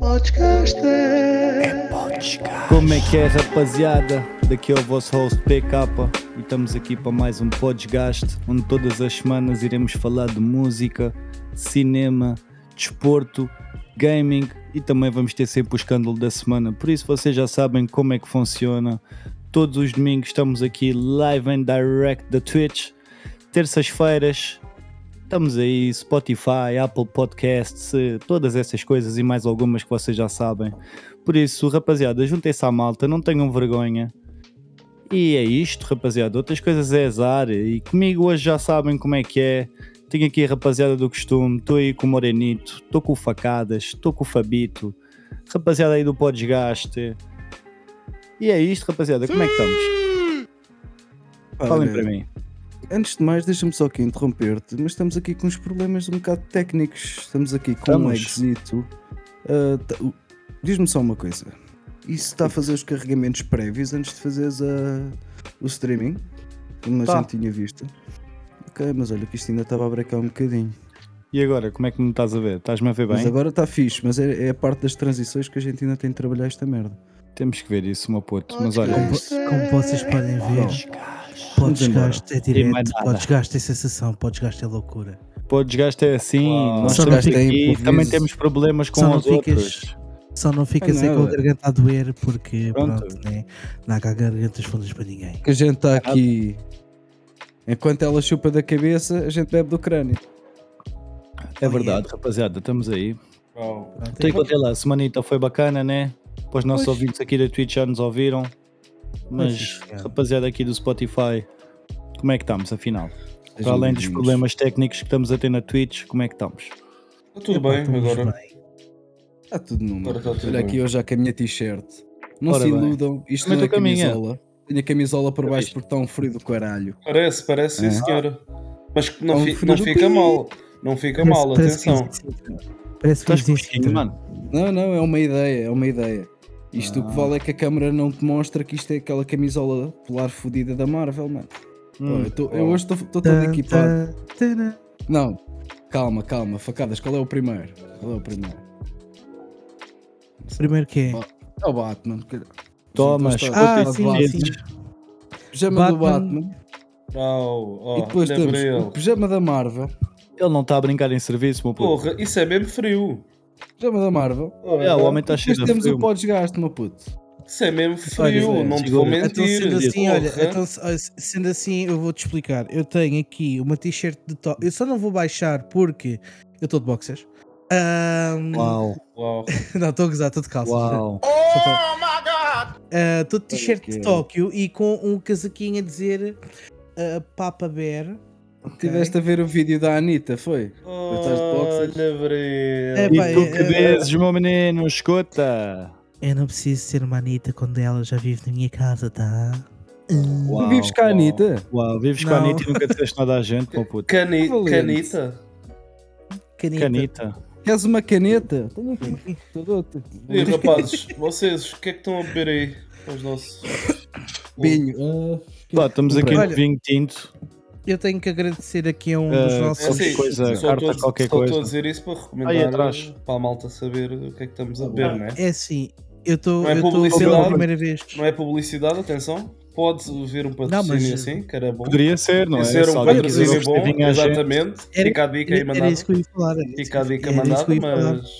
podcast. Como é que é, rapaziada? Daqui é o vosso host PK e estamos aqui para mais um podcast onde todas as semanas iremos falar de música, cinema, desporto, gaming e também vamos ter sempre o escândalo da semana. Por isso vocês já sabem como é que funciona. Todos os domingos estamos aqui live and direct da Twitch. Terças-feiras Estamos aí, Spotify, Apple Podcasts, eh, todas essas coisas e mais algumas que vocês já sabem. Por isso, rapaziada, juntem-se à malta, não tenham vergonha. E é isto, rapaziada. Outras coisas é azar. E comigo hoje já sabem como é que é. Tenho aqui a rapaziada do costume, estou aí com o Morenito, estou com o Facadas, estou com o Fabito, rapaziada aí do Podesgaste. E é isto, rapaziada, como é que estamos? Falem para mim. Antes de mais, deixa-me só aqui interromper-te, mas estamos aqui com uns problemas um bocado técnicos. Estamos aqui com um Estamos. exito. Ah, tá- o- Diz-me só uma coisa. Isso está a fazer os carregamentos prévios antes de fazeres a- o streaming? Como Tá. a gente tinha visto. Ok, mas olha que isto ainda estava a brecar um bocadinho. E agora, como é que me estás a ver? Estás-me a ver Tá bem? Mas agora está fixe, mas é, é a parte das transições que a gente ainda tem de trabalhar esta merda. Temos que ver isso, meu puto. Mas olha, Como, vo- como vocês podem ver, podesgaste é mais direto, nada. podesgaste é sensação, podesgaste é loucura. Pô, desgaste é assim, nós Só estamos não fica aqui improviso. também temos problemas com Só não os ficas- outros. Só não ficas aí com a nada. garganta a doer porque Pronto. pronto, né? não há cá gargantas fundas para ninguém. Que a gente tá está aqui. Enquanto ela chupa da cabeça, a gente bebe do crânio. É verdade, rapaziada, estamos aí. Pronto, Tem que bater lá, a semanita foi bacana, né? Para os nossos ouvintes aqui da Twitch já nos ouviram. Mas, Pois, cara. rapaziada aqui do Spotify, como é que estamos, afinal? Para Sejam além dos bem-vindos. problemas técnicos que estamos a ter na Twitch, como é que estamos? Tá tudo bem estamos agora. bem. Está tudo numa. Agora tá tudo Olha bem. aqui eu já com a minha t-shirt. Não Ora se bem. iludam, isto Também não é tô com a minha. camisola. Tenho a camisola por Eu baixo visto. porque está um frio do caralho. Parece, parece, sim, É. senhora. Mas não, Então, fi- filho não do fica pi. mal. Não fica Parece- mal, parece que atenção. fiz em Sintra. Parece que Estás fiz em fresquinho, Sintra. mano? Não, não, é uma ideia, é uma ideia. Isto o Ah. que vale é que a câmera não te mostra que isto é aquela camisola polar fodida da Marvel, mano. Pô, Hum, eu, tô- eu hoje estou Tá, todo equipado. Não, calma, calma, facadas, qual é o primeiro? Qual é o primeiro? Primeiro que é. Oh, É o Batman. caralho. Tomas, Já Ah, putas sim, felizes. Pijama do Batman. Batman. Não, ó, e depois é olha temos tipo. para ele. o pijama da Marvel. Ele não está a brincar em serviço, meu puto. Porra, isso é mesmo frio. Pijama da Marvel. É, o homem está cheio Depois de temos o frio. pó desgaste, meu puto. Isso é mesmo frio, Olha, não é, te vou segura. mentir. Então, sendo assim, Porra. olha, então, se- olha, sendo assim, eu vou-te explicar. Eu tenho aqui uma t-shirt de top. Eu só não vou baixar porque eu estou de boxers. Ahm, Uau, Uau. não, estou a gozar, estou de calça. uau. Oh Estou Ah, de t-shirt Olha de que- Tóquio e com um casaquinho a dizer ah, Papa Bear. Tiveste a ver o vídeo da Anitta, foi? estás de boxers. Olha para É, ele. E pá, tu que é- dizes, meu menino, escuta. Eu não preciso ser manita quando ela já vive na minha casa, tá? Uau, tu vives com a uau. Anitta? Uau, vives com a Não. Anitta e nunca disseste nada à gente, meu puto. Cani- Valente. Canita. Canita. Canita. Queres uma caneta? Tenho aqui, um eu dou-te. E rapazes, vocês, o que é que estão a beber aí? Os nossos. Binho. Ah. Pá, Um estamos aqui Olha. no vinho tinto. Eu tenho que agradecer aqui a um dos Ah, É nossos. qualquer assim, coisa, só carta, estou- qualquer só estou coisa. a dizer isso para Aí recomendar atrás. para a malta saber o que é que estamos a beber, não é? É assim, eu estou Não é pela publicidade. primeira vez. Não é publicidade, atenção. Pode ver um Não, patrocínio mas- eh, assim, que era bom. Poderia ser, não é? Esse era Se um alguém quiser patrocínio bom, oferecer vinho à gente. exatamente. Era- Fica a dica aí Era, era mandada. isso que eu ia falar. era isso- é Fica a dica era isso mandada, que eu ia falar. mas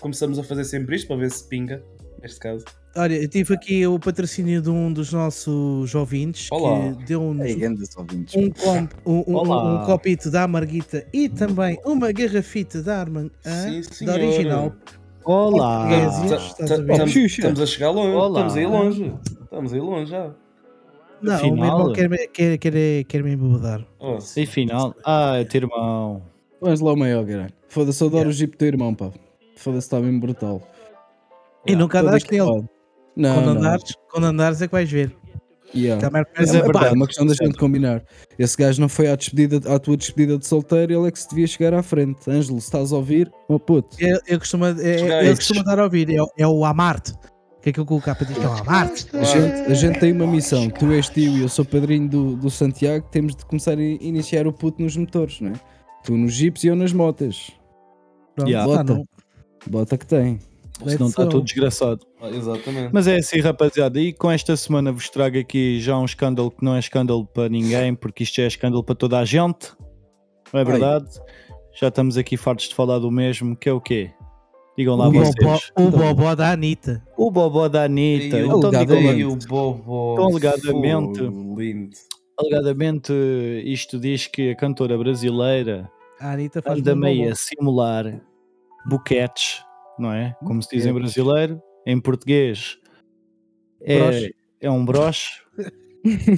começamos a fazer sempre isto para ver se pinga, neste caso. Olha, eu tive aqui o patrocínio de um dos nossos ouvintes Olá. que deu-nos Andas ouvintes. um, comp- um- um- Olá. um copito da Amarguita e também uma garrafita da Arman, hã? Sim, da senhora. original. Olá! Portuguesinha. Ta- Ah. Estás ta- a ver? tá, tam- Oh, Xuxa. Estamos a chegar longe. Olá. Estamos aí longe. Estamos aí longe já. Não, o meu Afinal- irmão quer, me- quer, quer, quer me embobadar. Oh, E final. Ai, teu irmão. Vamos lá o maior, caralho. Foda-se, eu adoro o jeep do teu irmão, pá. Foda-se, está mesmo brutal. E nunca Todo andaste é equipado. nele. Não, Quando não. andares, quando andares é que vais ver. Yeah. Também Mas Mas é é, pá, verdade, é uma questão da gente certo. combinar. Esse gajo não foi à, despedida, à tua despedida de solteiro, ele é que se devia chegar à frente. Ângelo, se estás a ouvir, meu puto. Eu, eu costumo, é- é- Gajos. ele costuma dar a ouvir, é, o- é o Amarte. Que é que eu coloco cá para dizer que é o Amarte? A gente, a gente tem uma missão. Tu és tio e eu sou padrinho do, do Santiago. Temos de começar a iniciar o puto nos motores, não é? Tu nos jipes e eu nas motas. Pronto, Yeah. lá Bota. não. Bota que tem. Senão está go. tá tudo desgraçado. Ah, Exatamente. Mas é assim, rapaziada. E com esta semana vos trago aqui já um escândalo que não é escândalo para ninguém, porque isto é escândalo para toda a gente. Não é verdade? Já estamos aqui fartos de falar do mesmo, que é o quê? Digam lá o, vocês. bobó, o bobó da Anitta. O bobó da Anitta. é um E o- Então digam lá. e o Bobo. Então, alegadamente- Fogo, Lindo. Alegadamente, isto diz que a cantora brasileira A Anitta faz anda bom meio bobó. a simular boquetes, não é? Como se diz em Boquetes. brasileiro, em português é, Broche. é um broche.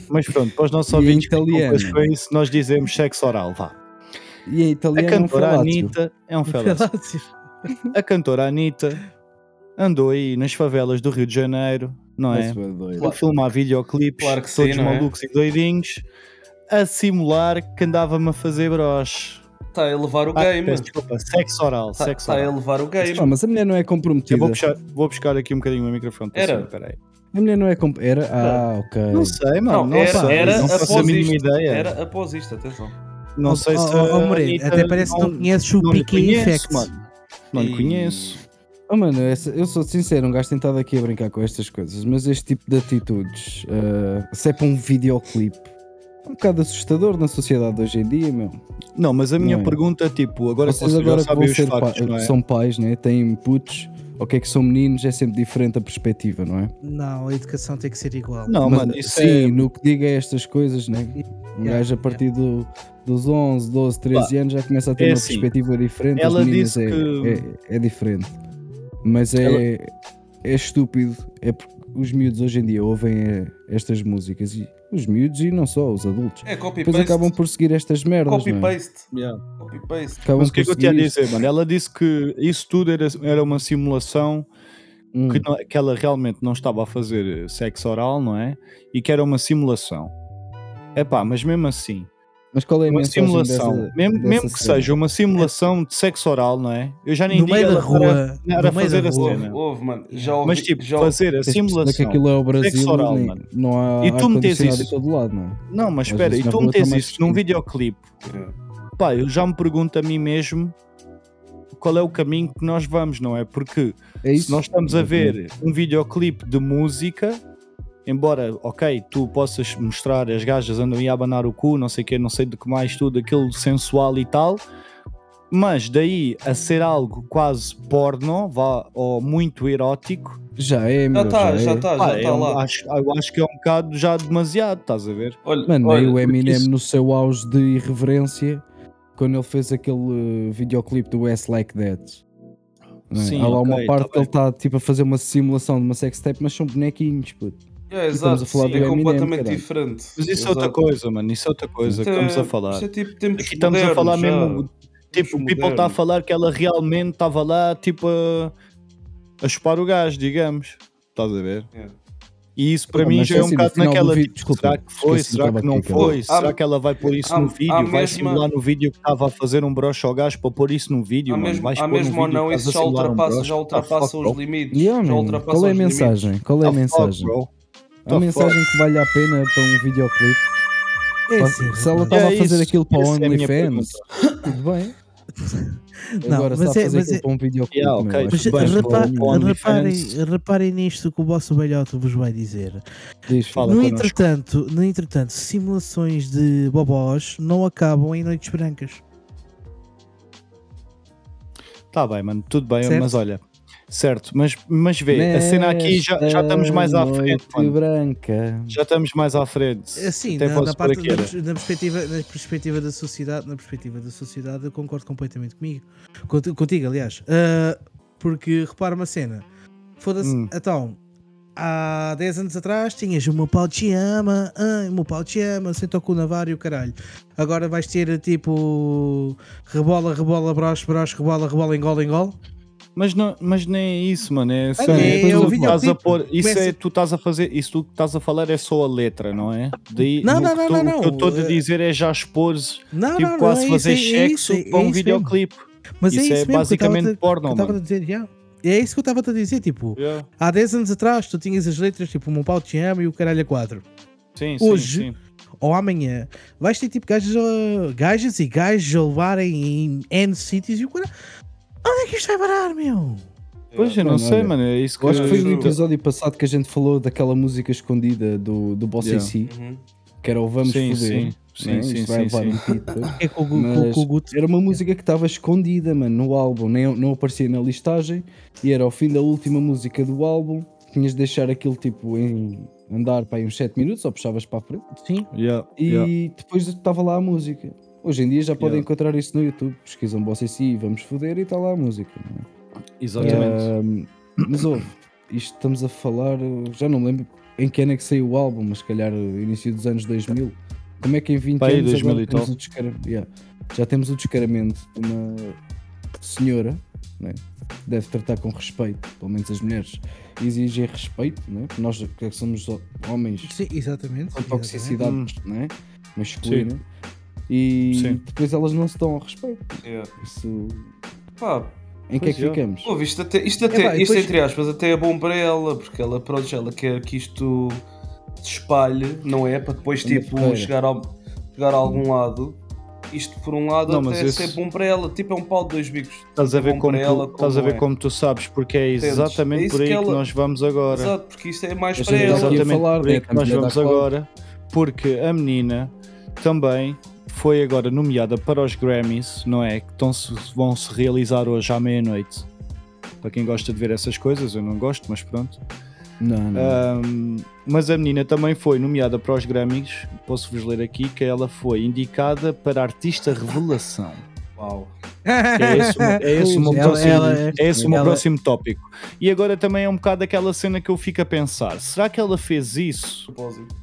Mas pronto, para os nossos E em ouvintes que italiano? preocupam-se com isso, nós dizemos sexo oral, vá. E em A italiano é um cantora falácio. Anitta é um felácio. A cantora Anitta andou aí nas favelas do Rio de Janeiro, não é? Isso é doido. a filmar videoclipes, Claro que todos sim, não é? malucos e doidinhos, a simular que andava-me a fazer broche. Está Tá a elevar o Ah, game. peço desculpa, sexo oral, Está sexo a oral. elevar o game. Pá, mas a mulher não é comprometida. Eu vou puxar, vou buscar aqui um bocadinho o microfone. para Era. cima, peraí. A mulher não é comp... Era? Ah, ok. Não sei, mano. Não, Não, era- sei. era não faço a após mínima isto. ideia. Era após isto, atenção. Não Oh, sei oh, se. oh, a Moreira, Anitta até parece que não conheces o não lhe Piqui conheço, Infect. mano. Não lhe E- conheço. Oh, mano, essa- eu sou sincero, um gajo tem estado aqui a brincar com estas coisas, mas este tipo de atitudes, eh, se é para um videoclipe, é um bocado assustador na sociedade de hoje em dia, meu. Não, mas a minha Não é. pergunta é tipo, agora que Vocês vocês agora já que sabem vão os ser factos, pa- não é? são pais, né? têm putos, ou que é que são meninos, é sempre diferente a perspectiva, não é? Não, a educação tem que ser igual. Não, Mas, mano, isso sim, é. no que diga é estas coisas, né? Um Yeah, gajo a partir do- dos 11, 12, 13 anos já começa a ter é uma assim, perspectiva diferente. as ela meninas disse é, que- é- é diferente, mas é, é estúpido. É porque os miúdos hoje em dia ouvem é, estas músicas, e os miúdos e não só, os adultos. É Depois copy-paste. acabam por seguir estas merdas. não é? Copy-paste. Yeah. Copy-paste. Acabam Mas o que é que por eu tinha a seguir. dizer, mano? Ela disse que isso tudo era, era uma simulação Hum. que, não- que ela realmente não estava a fazer eh, sexo oral, não é? E que era uma simulação. Epá, mas mesmo assim, Mas qual é a uma mensagem simulação, dessa- mesmo, dessa mesmo que cena? seja uma simulação de sexo oral, não é? Eu já nem No digo meio da ela para- rua. não era no meio fazer da a rua. Houve, cena. houve, mano. Já ouvi. mas tipo, já ouvi- fazer a Tens de perceber que simulação. aquilo é o Brasil, oral, nem- mano. não há E tu metes ar-condicionado em isso. todo lado, não é? Não, mas Às espera, e vezes na tu rua metes está mais isso fresquinho. num videoclipe, pá, eu já me pergunto a mim mesmo qual é o caminho que nós vamos, não é? Porque É se nós estamos a ver um videoclipe de música, embora, ok, tu possas mostrar as gajas andam aí a abanar o cu, não sei o quê, não sei de que mais, tudo aquilo sensual e tal, mas daí a ser algo quase porno, vá, ou muito erótico, Já é, Já meu, está, já é. está, pá, Ah, já é está um- lá. acho- eu acho que é um bocado já demasiado, estás a ver? Olha, Mano, olha, aí o Eminem isso- no seu auge de irreverência, quando ele fez aquele uh, videoclipe do S Like That. não é? Sim, Há lá ok, uma parte tá que ele está tipo a fazer uma simulação de uma sextape, mas são bonequinhos, puto. é, estamos exato, a falar sim, do é Eminem, completamente caralho. diferente. Mas isso é outra Exato. coisa, mano, isso é outra coisa Isto que é- estamos a falar. Isto é tipo tempos Aqui estamos a falar modernos, mesmo. Tipo, o People está a modernos. falar que ela realmente estava lá, tipo, a, a chupar o gás, digamos. Estás a ver? É. E isso para Ah, mim mas já é um assim, no bocado final do naquela. vídeo, tipo, desculpa, será que foi? esqueci, Será estava que não aqui, foi? cara. será que ela vai pôr isso Há- no há vídeo? Vai mesma- simular no vídeo que estava a fazer um broche ao gás para pôr isso no vídeo? Há mano? mesmo, Vais há pôr no mesmo ou vídeo não, que estás isso a já simular um ultrapassa, broche? já Ah, ultrapassa fuck, os bro. limites. E, oh, já man, ultrapassa qual é a os limites. mensagem? Qual é Ah, a fuck, mensagem? bro. a Tá mensagem que vale a pena para um videoclipe. É Pá, assim, se ela rapaz. estava É a fazer isso, aquilo para o essa é a minha OnlyFans, tudo bem. Não, Agora, mas se está é- a fazer mas aquilo é- para um videoclipe, Yeah, meu, ok, acho mas que é bem, vais para Repa- bom, o- bom, reparem, OnlyFans. reparem nisto que o vosso velhote vos vai dizer. Diz, Fala. no, connosco. entretanto, no entretanto, simulações de bobós não acabam em noites brancas. Tá bem, mano, tudo bem, Certo? mas olha. Certo, mas, mas vê, a cena aqui já, já estamos mais à Nesta frente, noite mano. branca. Já estamos mais à frente. Assim, Até na, posso na pôr parte- aqui, na olha. pers- na perspectiva, na perspectiva da sociedade, na perspectiva da sociedade, eu concordo completamente comigo. Cont- Contigo, aliás. Ah, porque repara uma cena. Foda-se, Hum. então, há 10 anos atrás tinhas o meu pau te ama, ai, o meu pau te ama, senta o cu na vara e o caralho. Agora vais ter tipo rebola, rebola, broche, broche, rebola, rebola, engol, engol. Mas, não, mas nem é isso, mano. É, só- não, é é tu o que estás a videoclipe. pôr. Isso é Começa- tu estás a fazer. Isso tu que estás a falar é só a letra, não é? Daí, Não, no não, que não, tu- não, O que eu não. estou a É- dizer é já expores, Não, tipo, não, não, quase é fazer isso, é isso, sexo é- para um é isso mesmo. videoclipe. Mas isso é, mesmo que eu basicamente tava a- que porno, eu tava a mano. dizer, yeah. É isso que eu estava a dizer, tipo, Yeah. há 10 anos atrás tu tinhas as letras tipo o meu pau te ama e o caralho a 4. Sim, Hoje- sim, sim. Ou amanhã vais ter tipo gajas, a- gajas e gajos a levarem em N sítios e o caralho. Onde é que isto vai parar, meu? Pois, eu não Mano, sei, olha, mano. É isso que Eu acho que foi no Juro. episódio passado que a gente falou daquela música escondida do, do Boss Yeah. AC, Uhum. que era o Vamos Sim, Foder. sim. né? Sim, Isto sim, vai sim, levar sim. um título. É com o, Gu- Mas com, com o Guto. Era uma música que estava escondida, mano, no álbum, nem, não aparecia na listagem e era ao fim da última música do álbum. Tinhas de deixar aquilo tipo em andar para aí uns 7 minutos ou puxavas para a frente Sim. Yeah, e yeah. depois estava lá a música. Hoje em dia já podem Yeah. encontrar isso no YouTube, pesquisam Bossa e Vamos Foder e está lá a música. não é? Exatamente. Ahm, mas ouve, isto estamos a falar, eu já não me lembro em que ano é que saiu o álbum, mas se calhar eh, início dos anos 2000. Como é que em 20 Pá, aí, anos 2000 agora e temos tal. o descara- yeah, já temos o descaramento de uma senhora, né? deve tratar com respeito, pelo menos as mulheres exigem respeito, né? nós que somos homens Sim, exatamente. com toxicidade né? masculina. E Sim. depois elas não se dão ao respeito. Yeah. Isso, Pá, em que é Pois que é. ficamos? Ouve, isto até, isto, até, É pá, e isto depois- entre aspas até é bom para ela, porque ela, pronto, ela quer que isto se espalhe, não é? Para depois, Anda tipo, porreira. chegar, ao, chegar a algum lado. Isto, por um lado, Não, mas até esse- é bom para ela. Tipo, é um pau de dois bicos. Estás a ver, bom como para ela, tu, estás a como ver é. como tu sabes, porque é Entendes? É exatamente isso por aí que que, ela- nós vamos agora. Exato, porque isto é mais Mas para é ela. exato. Exatamente ia falar, por aí né? que nós Estamos a vamos dar clout. agora, porque a menina também foi agora nomeada para os Grammys, não é? Que estão -se, vão se realizar hoje à meia-noite. Para quem gosta de ver essas coisas, eu não gosto, mas pronto. Não, não. Ahm, mas a menina também foi nomeada para os Grammys, posso-vos ler aqui, que ela foi indicada para Artista Revelação. Uau. É esse, o meu- é esse o meu Ela- próximo, ela- é esse o meu ela- próximo tópico. E agora também é um bocado aquela cena que eu fico a pensar: será que ela fez isso Propósito.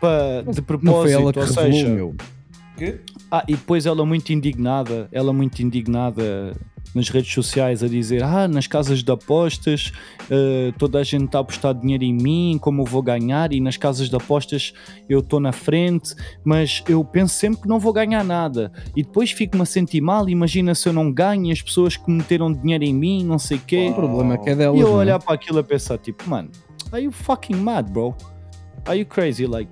pa- de propósito? Não foi ela que ou revelou, seja, meu. O quê? ah, e depois ela muito indignada, ela muito indignada nas redes sociais a dizer: Ah, nas casas de apostas eh, toda a gente está a apostar dinheiro em mim, como eu vou ganhar, e nas casas de apostas eu estou na frente, mas eu penso sempre que não vou ganhar nada. E depois fico-me a sentir mal, imagina se eu não ganho e as pessoas que meteram dinheiro em mim, não sei o quê. Uau. O problema é que é delas. E eu não é? olhar para aquilo a pensar, tipo, mano, are you fucking mad, bro? Are you crazy? Like,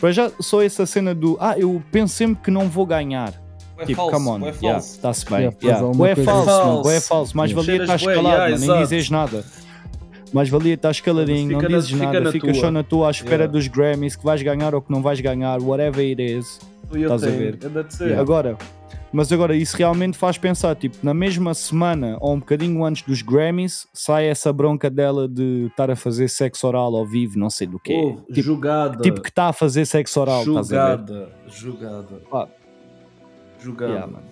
para já, só essa cena do, ah, eu penso sempre que não vou ganhar. É tipo, falso, come on, é está-se falso. bem. Yeah, Yeah, faz alguma bué coisa. assim. falso, Falso. mano, bué falso. Mais Yeah. valia estar Cheiras bué, escalado, yeah, mano, nem exato. dizes nada. Mais valia estar escaladinho, Fica não na- dizes fica nada, na fica tua. só na tua à espera Yeah. dos Grammys, que vais ganhar ou que não vais ganhar, whatever it is. Tu e eu Estás a tenho. ver. And that's it. Yeah. Agora, mas agora isso realmente faz pensar, tipo, na mesma semana ou um bocadinho antes dos Grammys, sai essa bronca dela de estar a fazer sexo oral ao vivo, não sei do quê. Ouve, tipo, julgada. tipo que está a fazer sexo oral, estás a ver? julgada. Julgada. Pá. Julgada. Yeah, mano.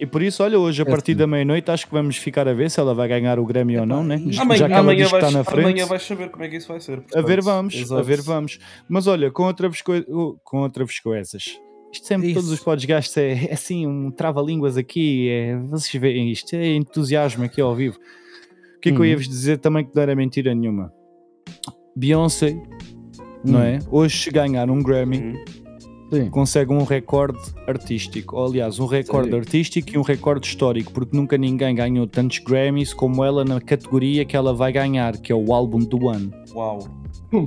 E por isso, olha, hoje a partir sim. da meia-noite acho que vamos ficar a ver se ela vai ganhar o Grammy ou Epá, não, né? e- Já Amanhã, que ela amanhã, diz que vais, está na frente. amanhã vais saber como é que isso vai ser. A ver portanto. vamos, a Exato. ver vamos. Mas olha, com outras coisas, com outras coisas. Isto sempre, Isso. todos os podcasts é, é assim, um trava-línguas aqui, é, vocês veem isto, é entusiasmo aqui ao vivo. O que é que eu Uhum. ia-vos dizer também que não era mentira nenhuma? Beyoncé, não Hum, é? Hoje se ganhar um Grammy, Uhum. Sim. consegue um recorde artístico, ou aliás, um recorde Sério? artístico e um recorde histórico, porque nunca ninguém ganhou tantos Grammys como ela na categoria que ela vai ganhar, que é o álbum do ano. Uau.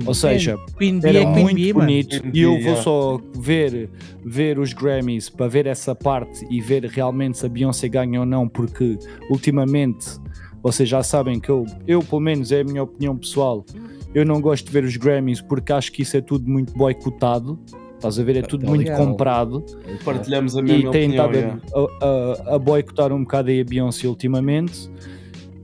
Ou seja, Queen Bee era é Queen muito Bee, mano. bonito Queen e eu Bee, vou yeah. só ver, ver os Grammys para ver essa parte e ver realmente se a Beyoncé ganha ou não, porque ultimamente vocês já sabem que eu, eu pelo menos é a minha opinião pessoal, eu não gosto de ver os Grammys porque acho que isso é tudo muito boicotado. Estás a ver? É tudo Então, tá muito legal. comprado Partilhamos é a e mesma tem opinião. estado a- yeah. a, a- a boicotar um bocado aí a Beyoncé ultimamente.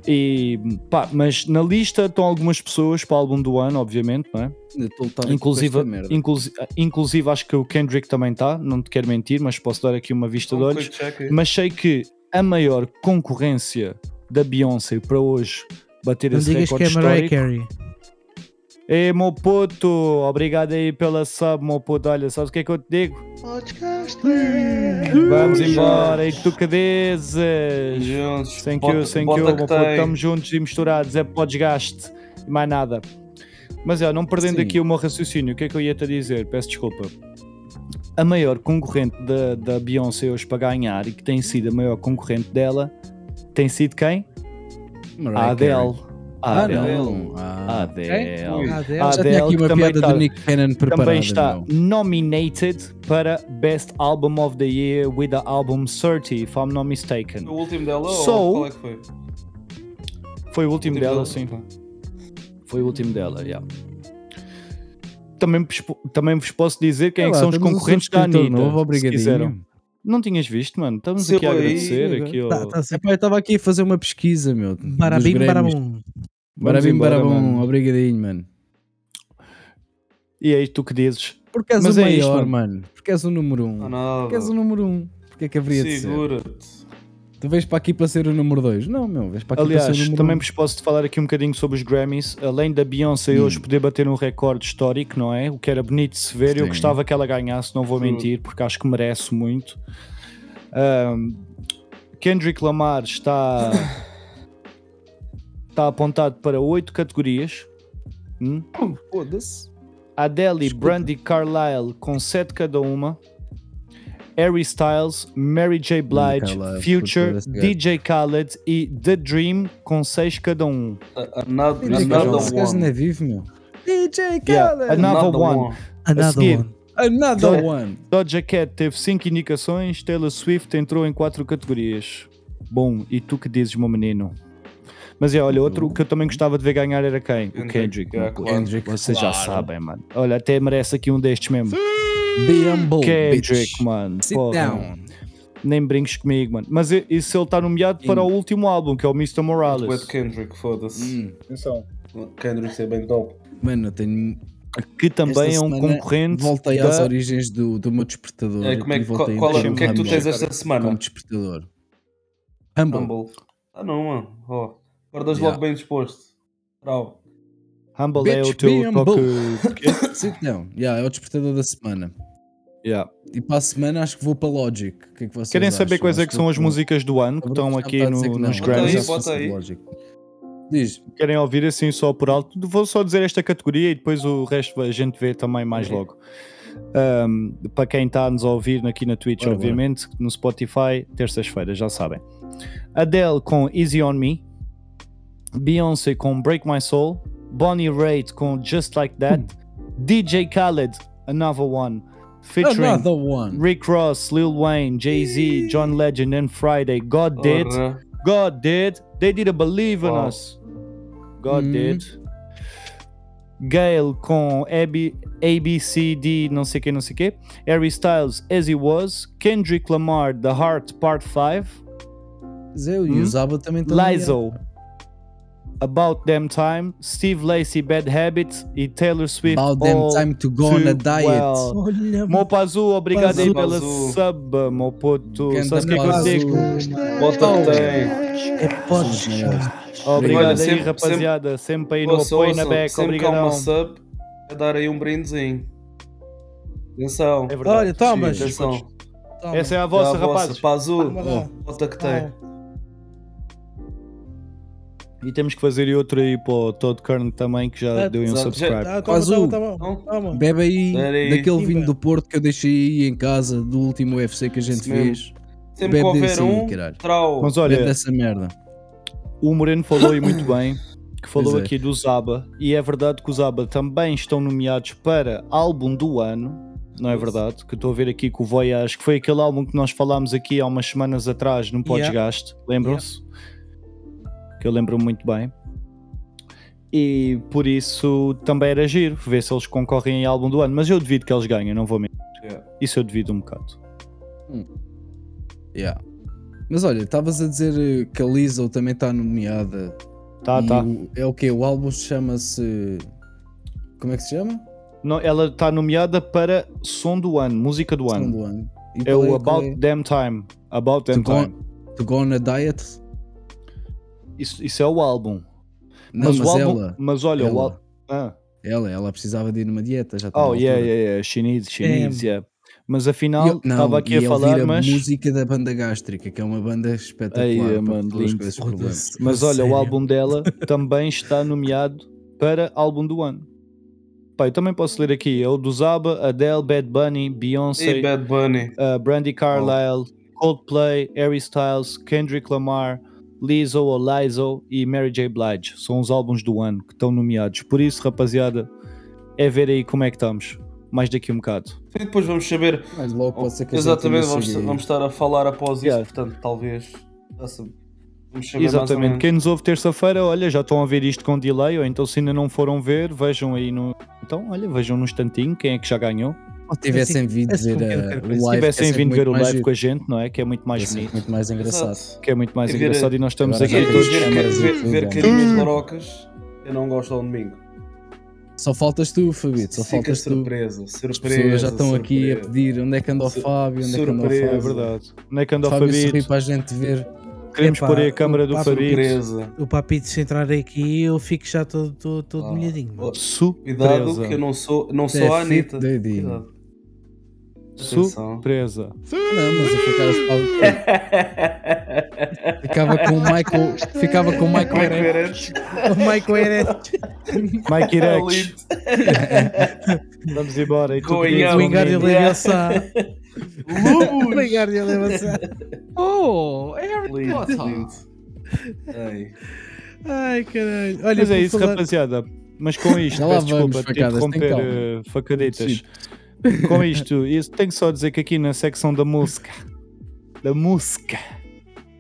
E pá, mas na lista estão algumas pessoas para o álbum do ano, obviamente, não é? Eu tô lutando com Inclusive, esta merda. inclusi- inclusive acho que o Kendrick também está, não te quero mentir, mas posso dar aqui uma vista de Um olhos. quick check aí. Mas sei que a maior concorrência da Beyoncé para hoje bater Não esse digas que recorde é Mariah histórico. Carey. Ei, meu puto, obrigado aí pela sub, meu puto. Olha, sabes o que é que eu te digo? Vamos embora, e tu que dizes? Juntos. Sem que Bota- eu, sem que bota eu, que meu puto, tem. estamos juntos e misturados, é para o desgaste, e mais nada. Mas é, não perdendo Sim. aqui o meu raciocínio, o que é que eu ia te dizer? Peço desculpa. A maior concorrente da, da Beyoncé hoje para ganhar e que tem sido a maior concorrente dela tem sido quem? Mariah A Adele. A Ah, Adele. não. A Ah, Adele. Ui. Ah, Ah, dela. já tinha Adele, aqui que uma também piada tá- do Nick Cannon preparada. Também está meu. nominated para Best Album of the Year with the album 30, if I'm not mistaken. O último dela Sou- ou qual é que foi? Foi o último Tipo, dela, sim. Foi o último dela, yeah. Também, vos po- também vos posso dizer quem é Olha que lá, são os temos um concorrentes da subscritor Anitta. novo, se obrigadinho. quiseram. Não tinhas visto, mano? Estamos Sim, aqui a eu- agradecer. eu- aqui ao- Tá, tá, sim. Epá, eu estava aqui a fazer uma pesquisa, meu. dos Barabim, Grêmios. barabum. Barabim, embora, barabum. mano. Obrigadinho, mano. E aí, tu que dizes? Porque és Mas o é maior, isto, mano. mano. Porque és o número um. Ah, Não há Porque és o Ah, nada. número um. Porque é que haveria de ser? Segura-te. Tu vens para aqui para ser o número dois? Não, meu. Vens para aqui para Aliás, ser o número também um. vos posso falar aqui um bocadinho sobre os Grammys. Além da Beyoncé Hum. hoje poder bater um recorde histórico, não é? O que era bonito de se ver. Eu Sim. gostava que ela ganhasse, não vou Sim. mentir, porque acho que merece muito. Ahm, Kendrick Lamar está, está apontado para oito categorias. Hum? Foda-se. Adele e Escuta. Brandy Carlisle com 7 cada uma. Harry Styles, Mary J. Blige, Carlisle, Future, puta, esse gajo. DJ Khaled e The Dream com 6 cada um. A- a- Nada Esse nada gajo- esse gajo não é one. vivo, meu. DJ Yeah, Khaled. another Nada one. one. Another seguir. one. Another one. Doja Cat teve 5 indicações, Taylor Swift entrou em 4 categorias. Bom, e tu que dizes, meu menino? Mas é, olha, Uhum. outro que eu também gostava de ver ganhar era quem? O Kendrick, Kendrick. é, não é? claro. Kendrick, Vocês já claro. sabem, mano. Olha, até merece aqui um destes mesmo. Bumble, bitch. Kendrick, mano. Sit porra. down. nem brinques comigo, mano. Mas e- isso ele está nomeado Sim. para o último álbum, que é o Mr. Tu é de Morales. Kendrick, foda-se. Hum, Atenção. Kendrick é bem top. Mano, eu tenho... Que também esta é um semana concorrente. Voltei da- às origens do, do meu despertador. É, como é e que, qual, voltei a qual é- entrar o que é que tu no tens Humble esta semana? Como despertador. Humble. Humble. Ah não, mano. Oh, acordas Yeah. logo bem disposto. Bravo. Humble é o Bitch, be teu a toque. Sit down. Yeah, é o despertador da semana. Yeah. E para a semana acho que vou para Logic. O que é que vocês Querem saber acham? quais é Acho que são as vou- músicas do ano que Agora estão está a aqui dizer no- que não. nos Bota aí, Grammys? bota aí. Logic. Diz, Querem ouvir assim só por alto? Vou só dizer esta categoria e depois o resto a gente vê também mais Ok. logo. Ahm, para quem está a nos ouvir aqui na Twitch, Bora, bora. obviamente, no Spotify, terças-feiras, já sabem. Adele com Easy On Me, Beyoncé com Break My Soul, Bonnie Raitt com Just Like That, DJ Khaled, Another One, featuring another one. Rick Ross, Lil Wayne, Jay-Z, John Legend and Friday, God Did, Ora, God did. They didn't believe in Wow. us. God Mhm. did. Gail com AB, ABCD, não sei quê, não sei quê. Harry Styles, As He Was. Kendrick Lamar, The Heart, Part 5. Zeu e Hum? o Zaba também estão ali. Lizzo, About Them Time. Steve Lacey, Bad Habits. E Taylor Swift, About them All time to go on a Too diet. Well. Olha, Mo Pazu, obrigado Pazu. aí pela Pazu. sub, meu puto. Ganda Sabes o que é que eu Pazu. digo? Bota Oh. que tem. é podcast. Obrigado Olha, aí, sempre- rapaziada. Sempre, aí no Ouça, apoio e na ouça, beca. Sempre que há Obrigadão. uma sub, é dar aí um brindezinho. Atenção. É verdade. Olha, tomas. Atenção. Toma. Essa é a Vossa, vossa, a vossa. rapazes. Pazu, Toma lá. bota que tem. E temos que fazer outro aí para o Todd Kern também, que já Ah, deu aí um exato. subscribe. Tá, toma, Quase toma, um. toma, Não? toma. Bebe aí Espera aí. daquele Sim, vinho bem. do Porto que eu deixei aí em casa do último UFC que a gente Isso mesmo. fez. Sempre que Bebe houver desse aí, um, caralho. trau. Mas Bebe olha, dessa merda. o Moreno falou aí muito bem, que falou Pois é. aqui do Zaba, e é verdade que o Zaba também estão nomeados para álbum do ano, não é verdade? Que eu estou a ver aqui com o Voyage, que foi aquele álbum que nós falámos aqui há umas semanas atrás, no Podesgaste, lembram-se? Que eu lembro muito bem. E por isso também era giro ver se eles concorrem em álbum do ano, mas eu devido que eles ganhem, não vou mentir. Yeah. Isso eu devido um bocado. Yeah. Mas olha, estavas a dizer eh, que a Lizzo também está nomeada. Tá, E tá. o- é o quê? O álbum chama-se. Como é que se chama? Não, ela está nomeada para som do ano, música do ano. Segundo ano. E É qual o qual About é? Damn Time. About Damn To go, Time. to go on a diet? Isso, isso é o álbum. Não, mas, é o álbum, ela. mas olha, o ela. álbum. Ah. Ela, ela precisava de ir numa dieta, já estava Oh, na yeah, altura. yeah, yeah. She needs, she Damn. needs, yeah. Mas E afinal, eu- não, estava aqui e a eu falar, ouvir mas. música da banda gástrica, que é uma banda espetacular. Aí, para mano, todas as lindo. coisas que problemas. Foda-se, Mas a olha, sério. o álbum dela também está nomeado para álbum do ano. Pá, eu também posso ler aqui. É o do Zaba, Adele, Bad Bunny, Beyoncé, E Bad Bunny. uh, Brandy Carlisle, Coldplay, Harry Styles, Kendrick Lamar, Lizzo ou Lizzo e Mary J. Blige. São os álbuns do ano que estão nomeados. Por isso, rapaziada, é ver aí como é que estamos. Mais daqui um bocado. E depois vamos saber. Mas logo pode ser que a gente Exatamente, ainda vamos, chegue aí. vamos estar a falar após isso, Yeah. portanto, talvez. faça- Vamos saber mais ou Exatamente. menos. Quem nos ouve terça-feira, olha, já estão a ver isto com delay, ou então se ainda não foram ver, vejam aí no. Então, olha, vejam no instantinho quem é que já ganhou. Ou tivessem vindo assim ver que eu uh, quero o ver. Se live. Tivessem que é vindo muito ver o mais live giro. com a gente, não é? Que é muito mais Esse é bonito. Muito mais engraçado. Exato. Que é muito mais E ver- engraçado e nós estamos Agora aqui já todos. vi. ver, ver, câmaras e ver, tudo, ver é. carinhas de lorocas, eu não gosto ao domingo. Só faltas tu, Fabito. Só Fica faltas tu. surpresa, As surpresa. pessoas já estão aqui a surpresa. pedir onde é que anda o Sur- Fábio, onde é que anda o surpresa. É Fábio. verdade. Onde é que anda o Fábio sorri Fabito? para a gente ver. Queremos Epá, pôr aí a câmara do pá, Fabito. Surpresa. O papito se entrar aqui, eu fico já todo, todo, todo Ah. molhadinho. mano. Cuidado Surpresa. que eu não sou, não sou É a fit Anitta. doidinho. Cuidado. Atenção. Surpresa. Não, mas eu ficava só- ficava com o Michael. Ficava com o Como é que Michael. era antes? O Michael era Mike É Irex, Lindo. vamos embora. E tu Going dizes, out. o vamos Ingardio embora. Leviosa. O Ingardio Leviosa. Oh, é Harry Lindo, Potter. lindo. Ai, Ai, caralho. Olha, Mas é por isso, falar- rapaziada. Mas com isto, Já lá peço vamos, desculpa de te facadas, tem interromper, calma. eh, facaditas. Com isto, isso, tenho só a dizer que aqui na secção da música, da música,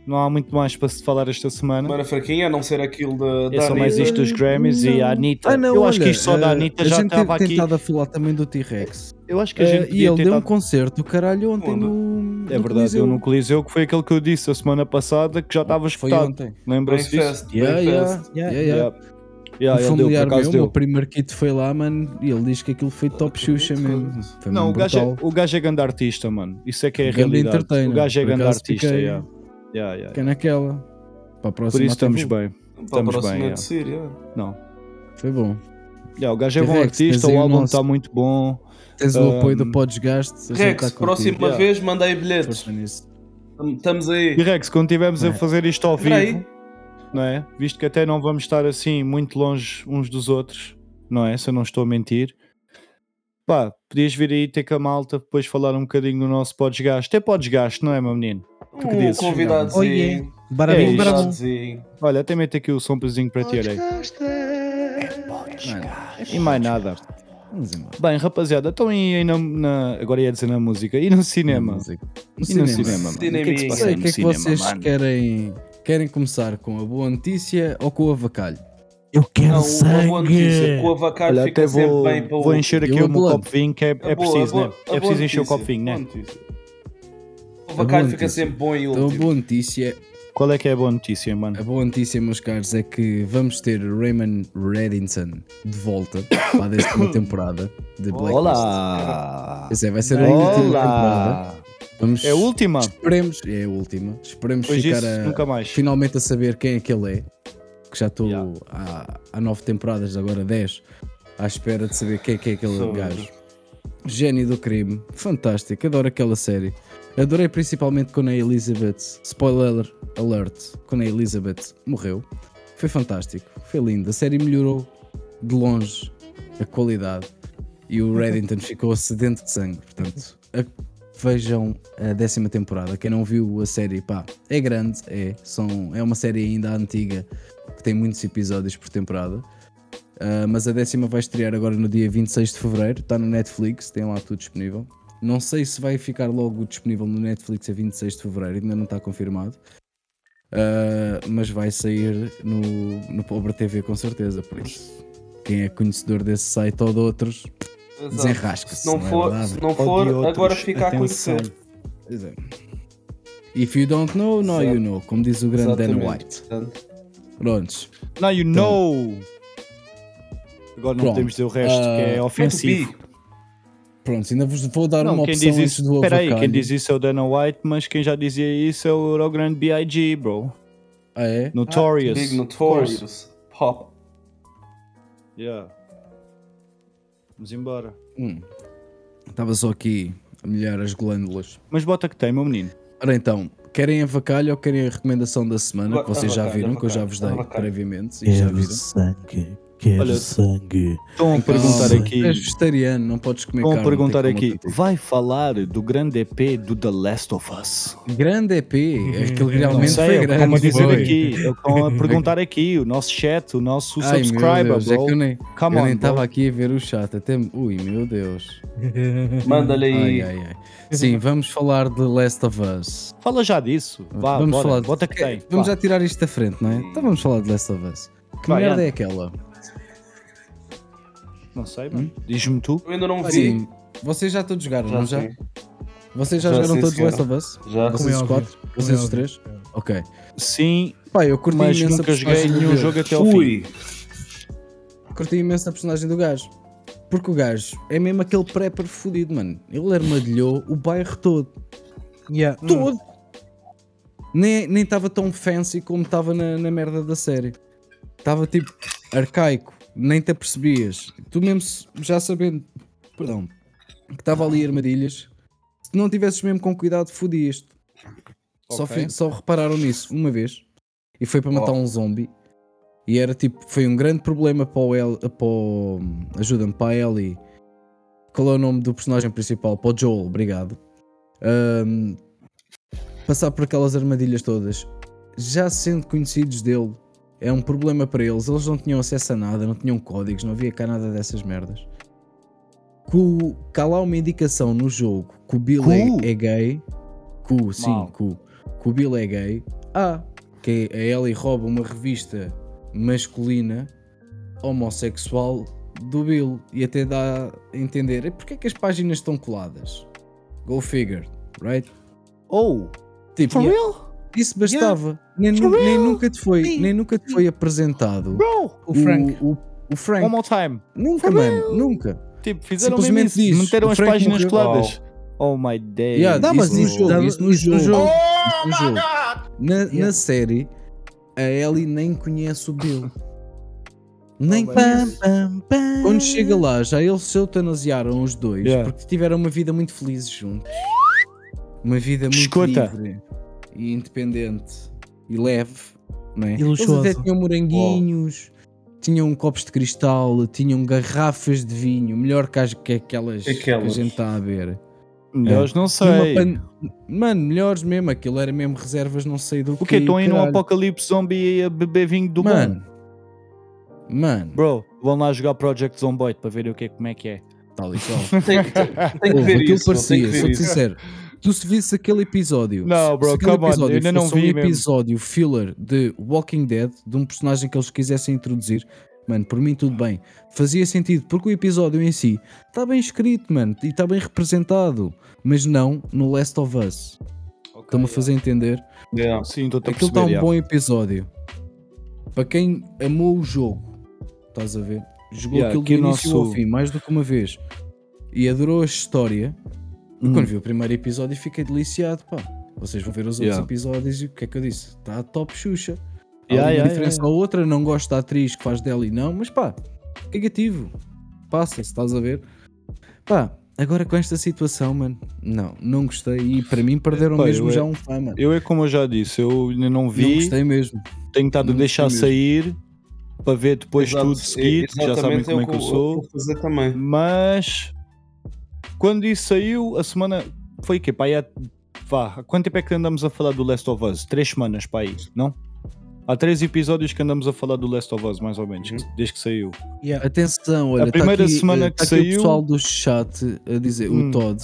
não há muito mais para se falar esta semana. Semana fraquinha, a não ser aquilo da, né? É da só mais Anitta. isto dos Grammys e a Anitta. Ah, não, eu acho que olha, isto só da eh, Anitta a já gente teve estava aqui. tentado a falar também do T-Rex. Eu acho que a gente Eh, e podia ele ter deu um dado- concerto do caralho ontem Onde? no. É no verdade, eu Coliseu. no Coliseu, que foi aquele que eu disse a semana passada, que já estava Foi escutado. ontem. Lembra-se disso? Brainfest, Yeah, yeah, Brainfest. yeah, yeah. Yeah. Yeah, um ele deu, por familiar acaso meu, o deu. meu primeiro kit foi lá, mano, e ele diz que aquilo foi top xuxa mesmo. Foi Não, o mesmo gajo, é, brutal. o gajo é grande artista, mano. Isso é que é a Grande realidade. entertainer. O gajo é Por grande acaso artista, fiquei- yeah. Yeah, yeah. Fica é naquela. Para a próxima Por isso estamos até vou. bem. Para a Estamos próxima bem, é é. de Síria. Não. Foi bom. Yeah, o gajo é bom T-Rex, tens artista, aí o o álbum nosso- está muito bom. Tens o Um, apoio do Podesgaste. a gente tá Rex, contigo. próxima Yeah. vez mandei bilhetes. Força nisso. Estamos aí. E Rex, quando estivermos a É. fazer isto ao Espera aí. vivo, não é? Visto que até não vamos estar assim muito longe uns dos outros, não é? Se eu não estou a mentir. Pá, podias vir aí ter com a malta, depois falar um bocadinho do nosso podesgaste. É podesgaste, não é, meu menino? que Um dizes? convidado. Oh, yeah. É Parabéns, isso. parabéns. Olha, até meto aqui o somzinho para ti, olha aí. E mais nada. Vamos embora. Bem, rapaziada, estão aí, aí na, na- Agora ia dizer na música. E no cinema? Música. e No cinema. no cinema, mano? O que é que se Cineminha. passa Sei, aí o no que é que cinema, vocês mano? querem? Querem começar com a boa notícia ou com o avacalho? Eu quero Não, uma boa notícia. sangue. Com o avacalho é. Olha, fica até sempre vou, bem para o vou encher aqui Eu o meu adoro. copo de vinho, que é, A é boa- preciso, a boa- né? a É boa preciso encher o notícia, copo de vinho, boa né? notícia. O boa avacalho fica notícia. sempre bom e Então a último. boa notícia Qual é que é a boa notícia, mano? A boa notícia, meus caros, é que vamos ter Raymond Reddington de volta para a décima temporada de Blacklist. Olá! Pois é, vai ser a última temporada. Olá! Vamos... É a última? Esperemos, é a última. Esperemos Pois ficar isso, a- nunca mais. finalmente a saber quem é que ele é. Que já estou Yeah. há, há nove temporadas, agora dez, à espera de saber quem é que é aquele Sou. gajo. Gênio do crime, fantástico, adoro aquela série. Adorei principalmente quando a Elizabeth, spoiler alert, quando a Elizabeth morreu. Foi fantástico, foi lindo. A série melhorou de longe a qualidade e o Reddington ficou sedento de sangue. Portanto, a- vejam a décima temporada. Quem não viu a série, pá, é grande, é. São, é uma série ainda antiga que tem muitos episódios por temporada. Uh, mas a décima vai estrear agora no dia 26 de Fevereiro, está no Netflix, tem lá tudo disponível. Não sei se vai ficar logo disponível no Netflix a 26 de Fevereiro, ainda não está confirmado. Uh, mas vai sair no, no Pobre TV com certeza, por isso. Quem é conhecedor desse site ou de outros, Exato. desenrasca-se. Se não é for, verdade? se não Ou de for outros, agora fica a atenção. conhecer. Pois é. If you don't know, now Exato. you know, como diz o grande Dana Exatamente. White. Portanto, Prontos. Now you know! Agora não Então. Pronto. podemos dizer o resto, Ah, que é ofensivo. mete o pi. Pronto, ainda vos vou dar Não, uma quem opção diz antes do isso. Espera aí, quem avacalho. diz isso é o Dana White, mas quem já dizia isso é o Eurogrande B.I.G., bro. Ah, é? Notorious. Big Notorious. Pop. Yeah. Vamos embora. Hum. Estava só aqui a molhar as glândulas. Mas bota que tem, meu menino. Ora então, querem a vacalha ou querem a recomendação da semana? Va- Que vocês já avacalho, viram, que eu já avacalho, vos dei avacalho. É, previamente. E já Quero viram. sangue. Quero Olha, sangue. Estão a perguntar Então, Calma, aqui. És vegetariano, não podes comer Estão a carne. perguntar tem como aqui. tu te- Vai falar do grande EP do The Last of Us? Grande EP, aquele Não realmente sei, foi é o que grande. estão a dizer foi. aqui. é o que Estão a perguntar aqui. O nosso chat, o nosso Ai, meu subscriber, Deus, é que eu bro. nem, Come eu on, nem bro. estava aqui a ver o chat. Até... me- Ui, meu Deus. Uhum. Manda-lhe aí. Ai, ai, ai. Sim, vamos falar de Last of Us. Fala já disso. Vá, vamos bora. falar de... é, Bota que tem. Vamos Vá. já tirar isto da frente, não é? Então vamos falar de Last of Us. Que Vai, merda anda. é aquela? Não sei, mano. Diz-me tu. Eu ainda não vi. Sim, vocês já todos jogaram, não já? sei. Vocês já, Já jogaram sim, todos senhora. Last of Us? Já. Como é Vocês os óbvio. quatro? Vocês os óbvio. três? Ok. Sim, Pá, eu curti mas imenso a nunca joguei personagem do nenhum gajo. jogo é até ao fim. Ui, Curti imenso a personagem do gajo. Porque o gajo é mesmo aquele prepper fudido, mano. Ele armadilhou o bairro todo. Yeah. Todo! Nem nem estava tão fancy como estava na, na merda da série. Estava tipo arcaico, nem te apercebias. Tu mesmo se- já sabendo, perdão, que estava ali armadilhas, se não tivesses mesmo com cuidado, fodias-te. Só, Ok. fi- só repararam nisso uma vez e foi para matar um zombie. E era tipo, foi um grande problema para o El, para o, ajuda-me, para a Ellie. Qual é o nome do personagem principal? Para o Joel, obrigado. Ahm, passar por aquelas armadilhas todas, já sendo conhecidos dele, é um problema para eles. Eles não tinham acesso a nada, não tinham códigos, não havia cá nada dessas merdas. Que, o, que há lá uma indicação no jogo que o Bill é, Cu? é gay. Cu, sim, Mal. cu. Que o Bill é gay. Ah, que a Ellie rouba uma revista masculina homossexual do Bill e até dá a entender "E porque é que as páginas estão coladas. Go figure, right? Oh, Tipo, for yeah, real? isso bastava. Nem, For nu- nem real? nunca te foi, Sim. nem nunca te foi apresentado Bro, O Frank. O, o Frank. one more time. Nunca, For mano, nunca. Tipo, fizeram Simplesmente mesmo isso. diz, Meteram o as Frank páginas morreu. coladas. Oh my day. Yeah, Não, mas no isso- jogo, dá- isso no isso no jogo. jogo. Oh Isso no jogo. Na, na Yeah. série, a Ellie nem conhece o Bill. Nem Oh, conhece. Pam, pam, pam. Quando chega lá, já eles se eutanasiaram os dois Yeah. porque tiveram uma vida muito feliz juntos. Uma vida muito Escuta. livre e independente e leve. Não é? E Eles luxuosa. até tinham moranguinhos, Oh. tinham copos de cristal, tinham garrafas de vinho, melhor que, as- que aquelas, que a Aquelas. gente está a ver. Melhores não E uma sei. pan- Mano, melhores mesmo, aquilo era mesmo reservas, não sei do O quê? Estão aí num caralho. apocalipse zombie a beber vinho do mano. Mano, mano, Bro, vão lá jogar Project Zomboid para ver o que é, como é que é. tal e qual. tem, tem- tem que Ouve, ver aquilo isso. não, Tem parecia, que ver sou-te isso. sincero. Tu se visse aquele episódio. Não, bro, se aquele come on, eu ainda não fosse vi um mesmo. episódio filler de Walking Dead, de um personagem que eles quisessem introduzir. Mano, por mim tudo bem. Fazia sentido, porque o episódio em si está bem escrito, mano, e está bem representado. Mas não no Last of Us. Estão-me a fazer entender? Yeah. Sim, estou a Aquilo está um perceber. bom episódio. Para quem amou o jogo, estás a ver? Jogou Yeah, aquilo do aqui o início ao nosso- fim, mais do que uma vez. E adorou a história. Eu Hum. Quando vi o primeiro episódio fiquei deliciado, pá. Vocês vão ver os outros Yeah. episódios e o que é que eu disse? Está top Xuxa. Há Yeah, uma yeah, diferença à outra, não gosto da atriz que faz dela e não, mas pá, negativo. Passa-se, estás a ver? Pá, agora com esta situação, mano, não, não gostei. E para mim perderam Pá, mesmo eu é- já um fã, mano. Eu é como eu já disse, eu ainda não Não vi, gostei mesmo. tenho estado a não deixar gostei sair para ver depois Exato, É, tudo seguido, que já sabem exatamente, como é o que Eu eu sou. vou fazer também. Mas quando isso saiu, a semana foi o quê? Pá, aí há- vá, há quanto tempo é que andamos a falar do Last of Us? Três semanas para aí, não? Há três episódios que andamos a falar do Last of Us, mais ou menos, Uhum. que- desde que saiu. Yeah. Atenção, olha, A tá primeira aqui, semana eh, que tá aqui saiu- o pessoal do chat a dizer, Hum. o Todd,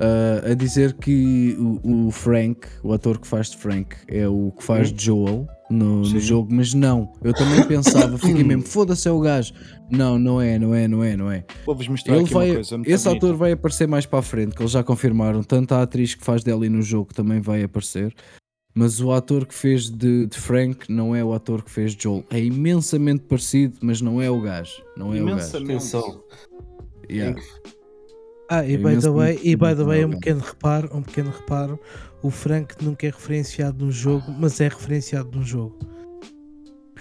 eh, a dizer que o, o Frank, o ator que faz de Frank, é o que faz de Joel no, no Hum. Sim. jogo, mas não, eu também pensava, fiquei mesmo, foda-se é o gajo. Não, não é, não é, não é, não é. Vou-vos mostrar Ele aqui uma vai, coisa. muito esse bonita. ator vai aparecer mais para a frente, que eles já confirmaram, tanto a atriz que faz dela no jogo também vai aparecer. Mas o ator que fez de, de Frank não é o ator que fez de Joel. É imensamente parecido, mas não é o gajo. Não é o gajo. Atenção. Yeah. Ah, e É by the imenso way, e by the way, um muito pequeno reparo, um pequeno reparo. O Frank nunca é referenciado no jogo, mas é referenciado no jogo.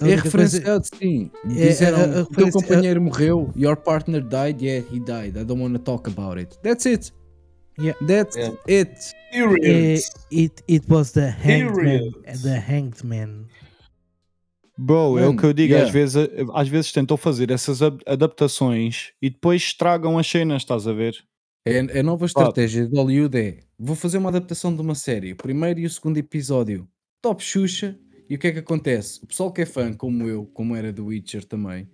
A É única coisa- referenciado, sim. É, Disseram, a- a- a o teu referência- companheiro morreu, your partner died, yeah, he died. I don't want to talk about it. That's it. Yeah. That's Yeah. it. É, Serious. it, it was the hanged man. Period. The hanged man. Bro, é o Mano, que eu digo, yeah. às, vezes, eh, às vezes tentam fazer essas ab- adaptações e depois estragam as cenas, estás a ver? É, a nova estratégia de Hollywood é: vou fazer uma adaptação de uma série, o primeiro e o segundo episódio, top Xuxa, e o que é que acontece? O pessoal que é fã, como eu, como era do Witcher também,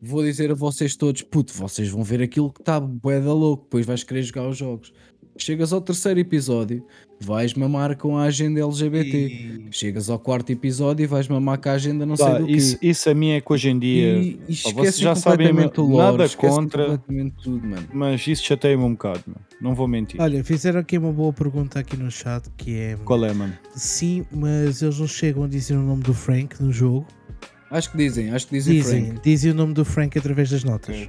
vou dizer a vocês todos: puto, vocês vão ver aquilo que está bué da louco, depois vais querer jogar os jogos. Chegas ao terceiro episódio, vais mamar com a agenda É, LGBT. E- Chegas ao quarto episódio e vais mamar com a agenda não Pá, sei do que. isso, isso a mim é que hoje em dia, E, e pá, vocês esquecem já sabem, meu, completamente o lore, nada esquecem contra- completamente tudo, mano. mas isso chateia-me um bocado, mano. não vou mentir. Olha, fizeram aqui uma boa pergunta aqui no chat que é Qual é, mano? sim, mas eles não chegam a dizer o nome do Frank no jogo. Acho que dizem, acho que dizem, Frank. Dizem, dizem o nome do Frank através das notas.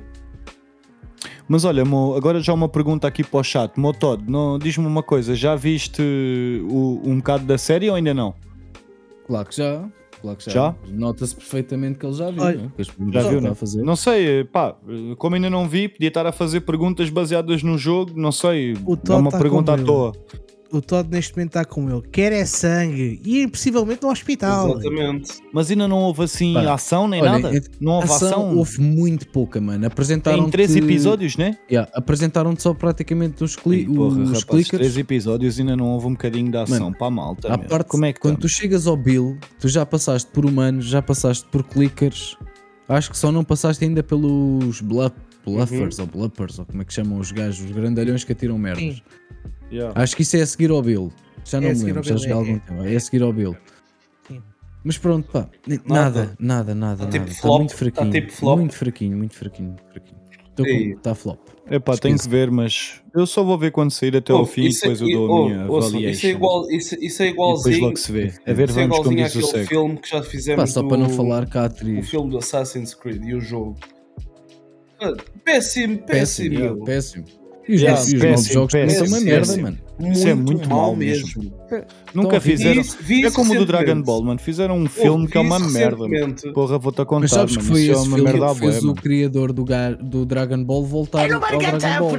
Mas olha, mo, agora já uma pergunta aqui para o chat. Mo Todd, não- diz-me uma coisa, já viste o- um bocado da série ou ainda não? Claro que já. Claro que já. Já? Nota-se perfeitamente que ele já viu. Olha, né? Que as perguntas Já que viu, está né? a fazer. Não sei, pá, como ainda não vi, podia estar a fazer perguntas baseadas no jogo, não sei, O é Todd uma tá pergunta à como eu. toa. O Todd neste momento está com ele. Quer é sangue. E possivelmente no hospital. Exatamente. Mas ainda não houve assim Pá, ação nem olha, nada? entre- Não houve ação? ação tá houve muito pouca, mano. Apresentaram Tem três episódios, né? Yeah, Apresentaram-te só praticamente os, cli... Ih, Porra, os rapaz, clickers. três episódios ainda não houve um bocadinho de ação Mano, para a malta. À meu. parte, Como é que quando tamo? tu chegas ao Bill, tu já passaste por humanos, já passaste por clickers. Acho que só não passaste ainda pelos bluff, bluffers Uhum. ou bluppers, ou como é que chamam os gajos, os grandalhões que atiram merdas. Sim. Yeah. Acho que isso é a seguir ao Bill. Já É não a me seguir lembro, ao já Bill, joguei há é, algum é. tempo. É a seguir ao Bill. Sim. Mas pronto, pá. Nada, Tá nada, nada. nada. tipo Tá flop, muito tá fraquinho. tipo flop. Muito fraquinho, muito fraquinho. Muito fraquinho. Estou Ei. com. Está flop. Epá, tenho que ver, mas eu só vou ver quando sair até ao Ouve, fim e depois eu dou a ouve, minha é- ouça, avaliação. Isso é, igual, isso, isso é E depois igualzinho. logo se vê. A ver, isso é vamos como igualzinho diz o àquele seco. filme que já fizemos. Pá, só para não do- falar que a O atriz. filme do Assassin's Creed e o jogo. Mano, Péssimo, péssimo. Péssimo, meu. yeah, péssimo. E os, Yeah, novos- e os péssimo, novos jogos também são uma péssimo, merda, péssimo. mano. Muito, Isso é muito mal mau mesmo. Nunca Tão fizeram. Vi isso- vi É isso como o do recentemente. Dragon Ball, mano. Fizeram um Ouve, filme que é vi uma isso merda. mano. recentemente. Porra, vou-te a Mas contar, sabes mano. que foi Isso é esse uma filme merda à que fez boa, o criador do, ga- do Dragon Ball voltar ao Dragon Ball.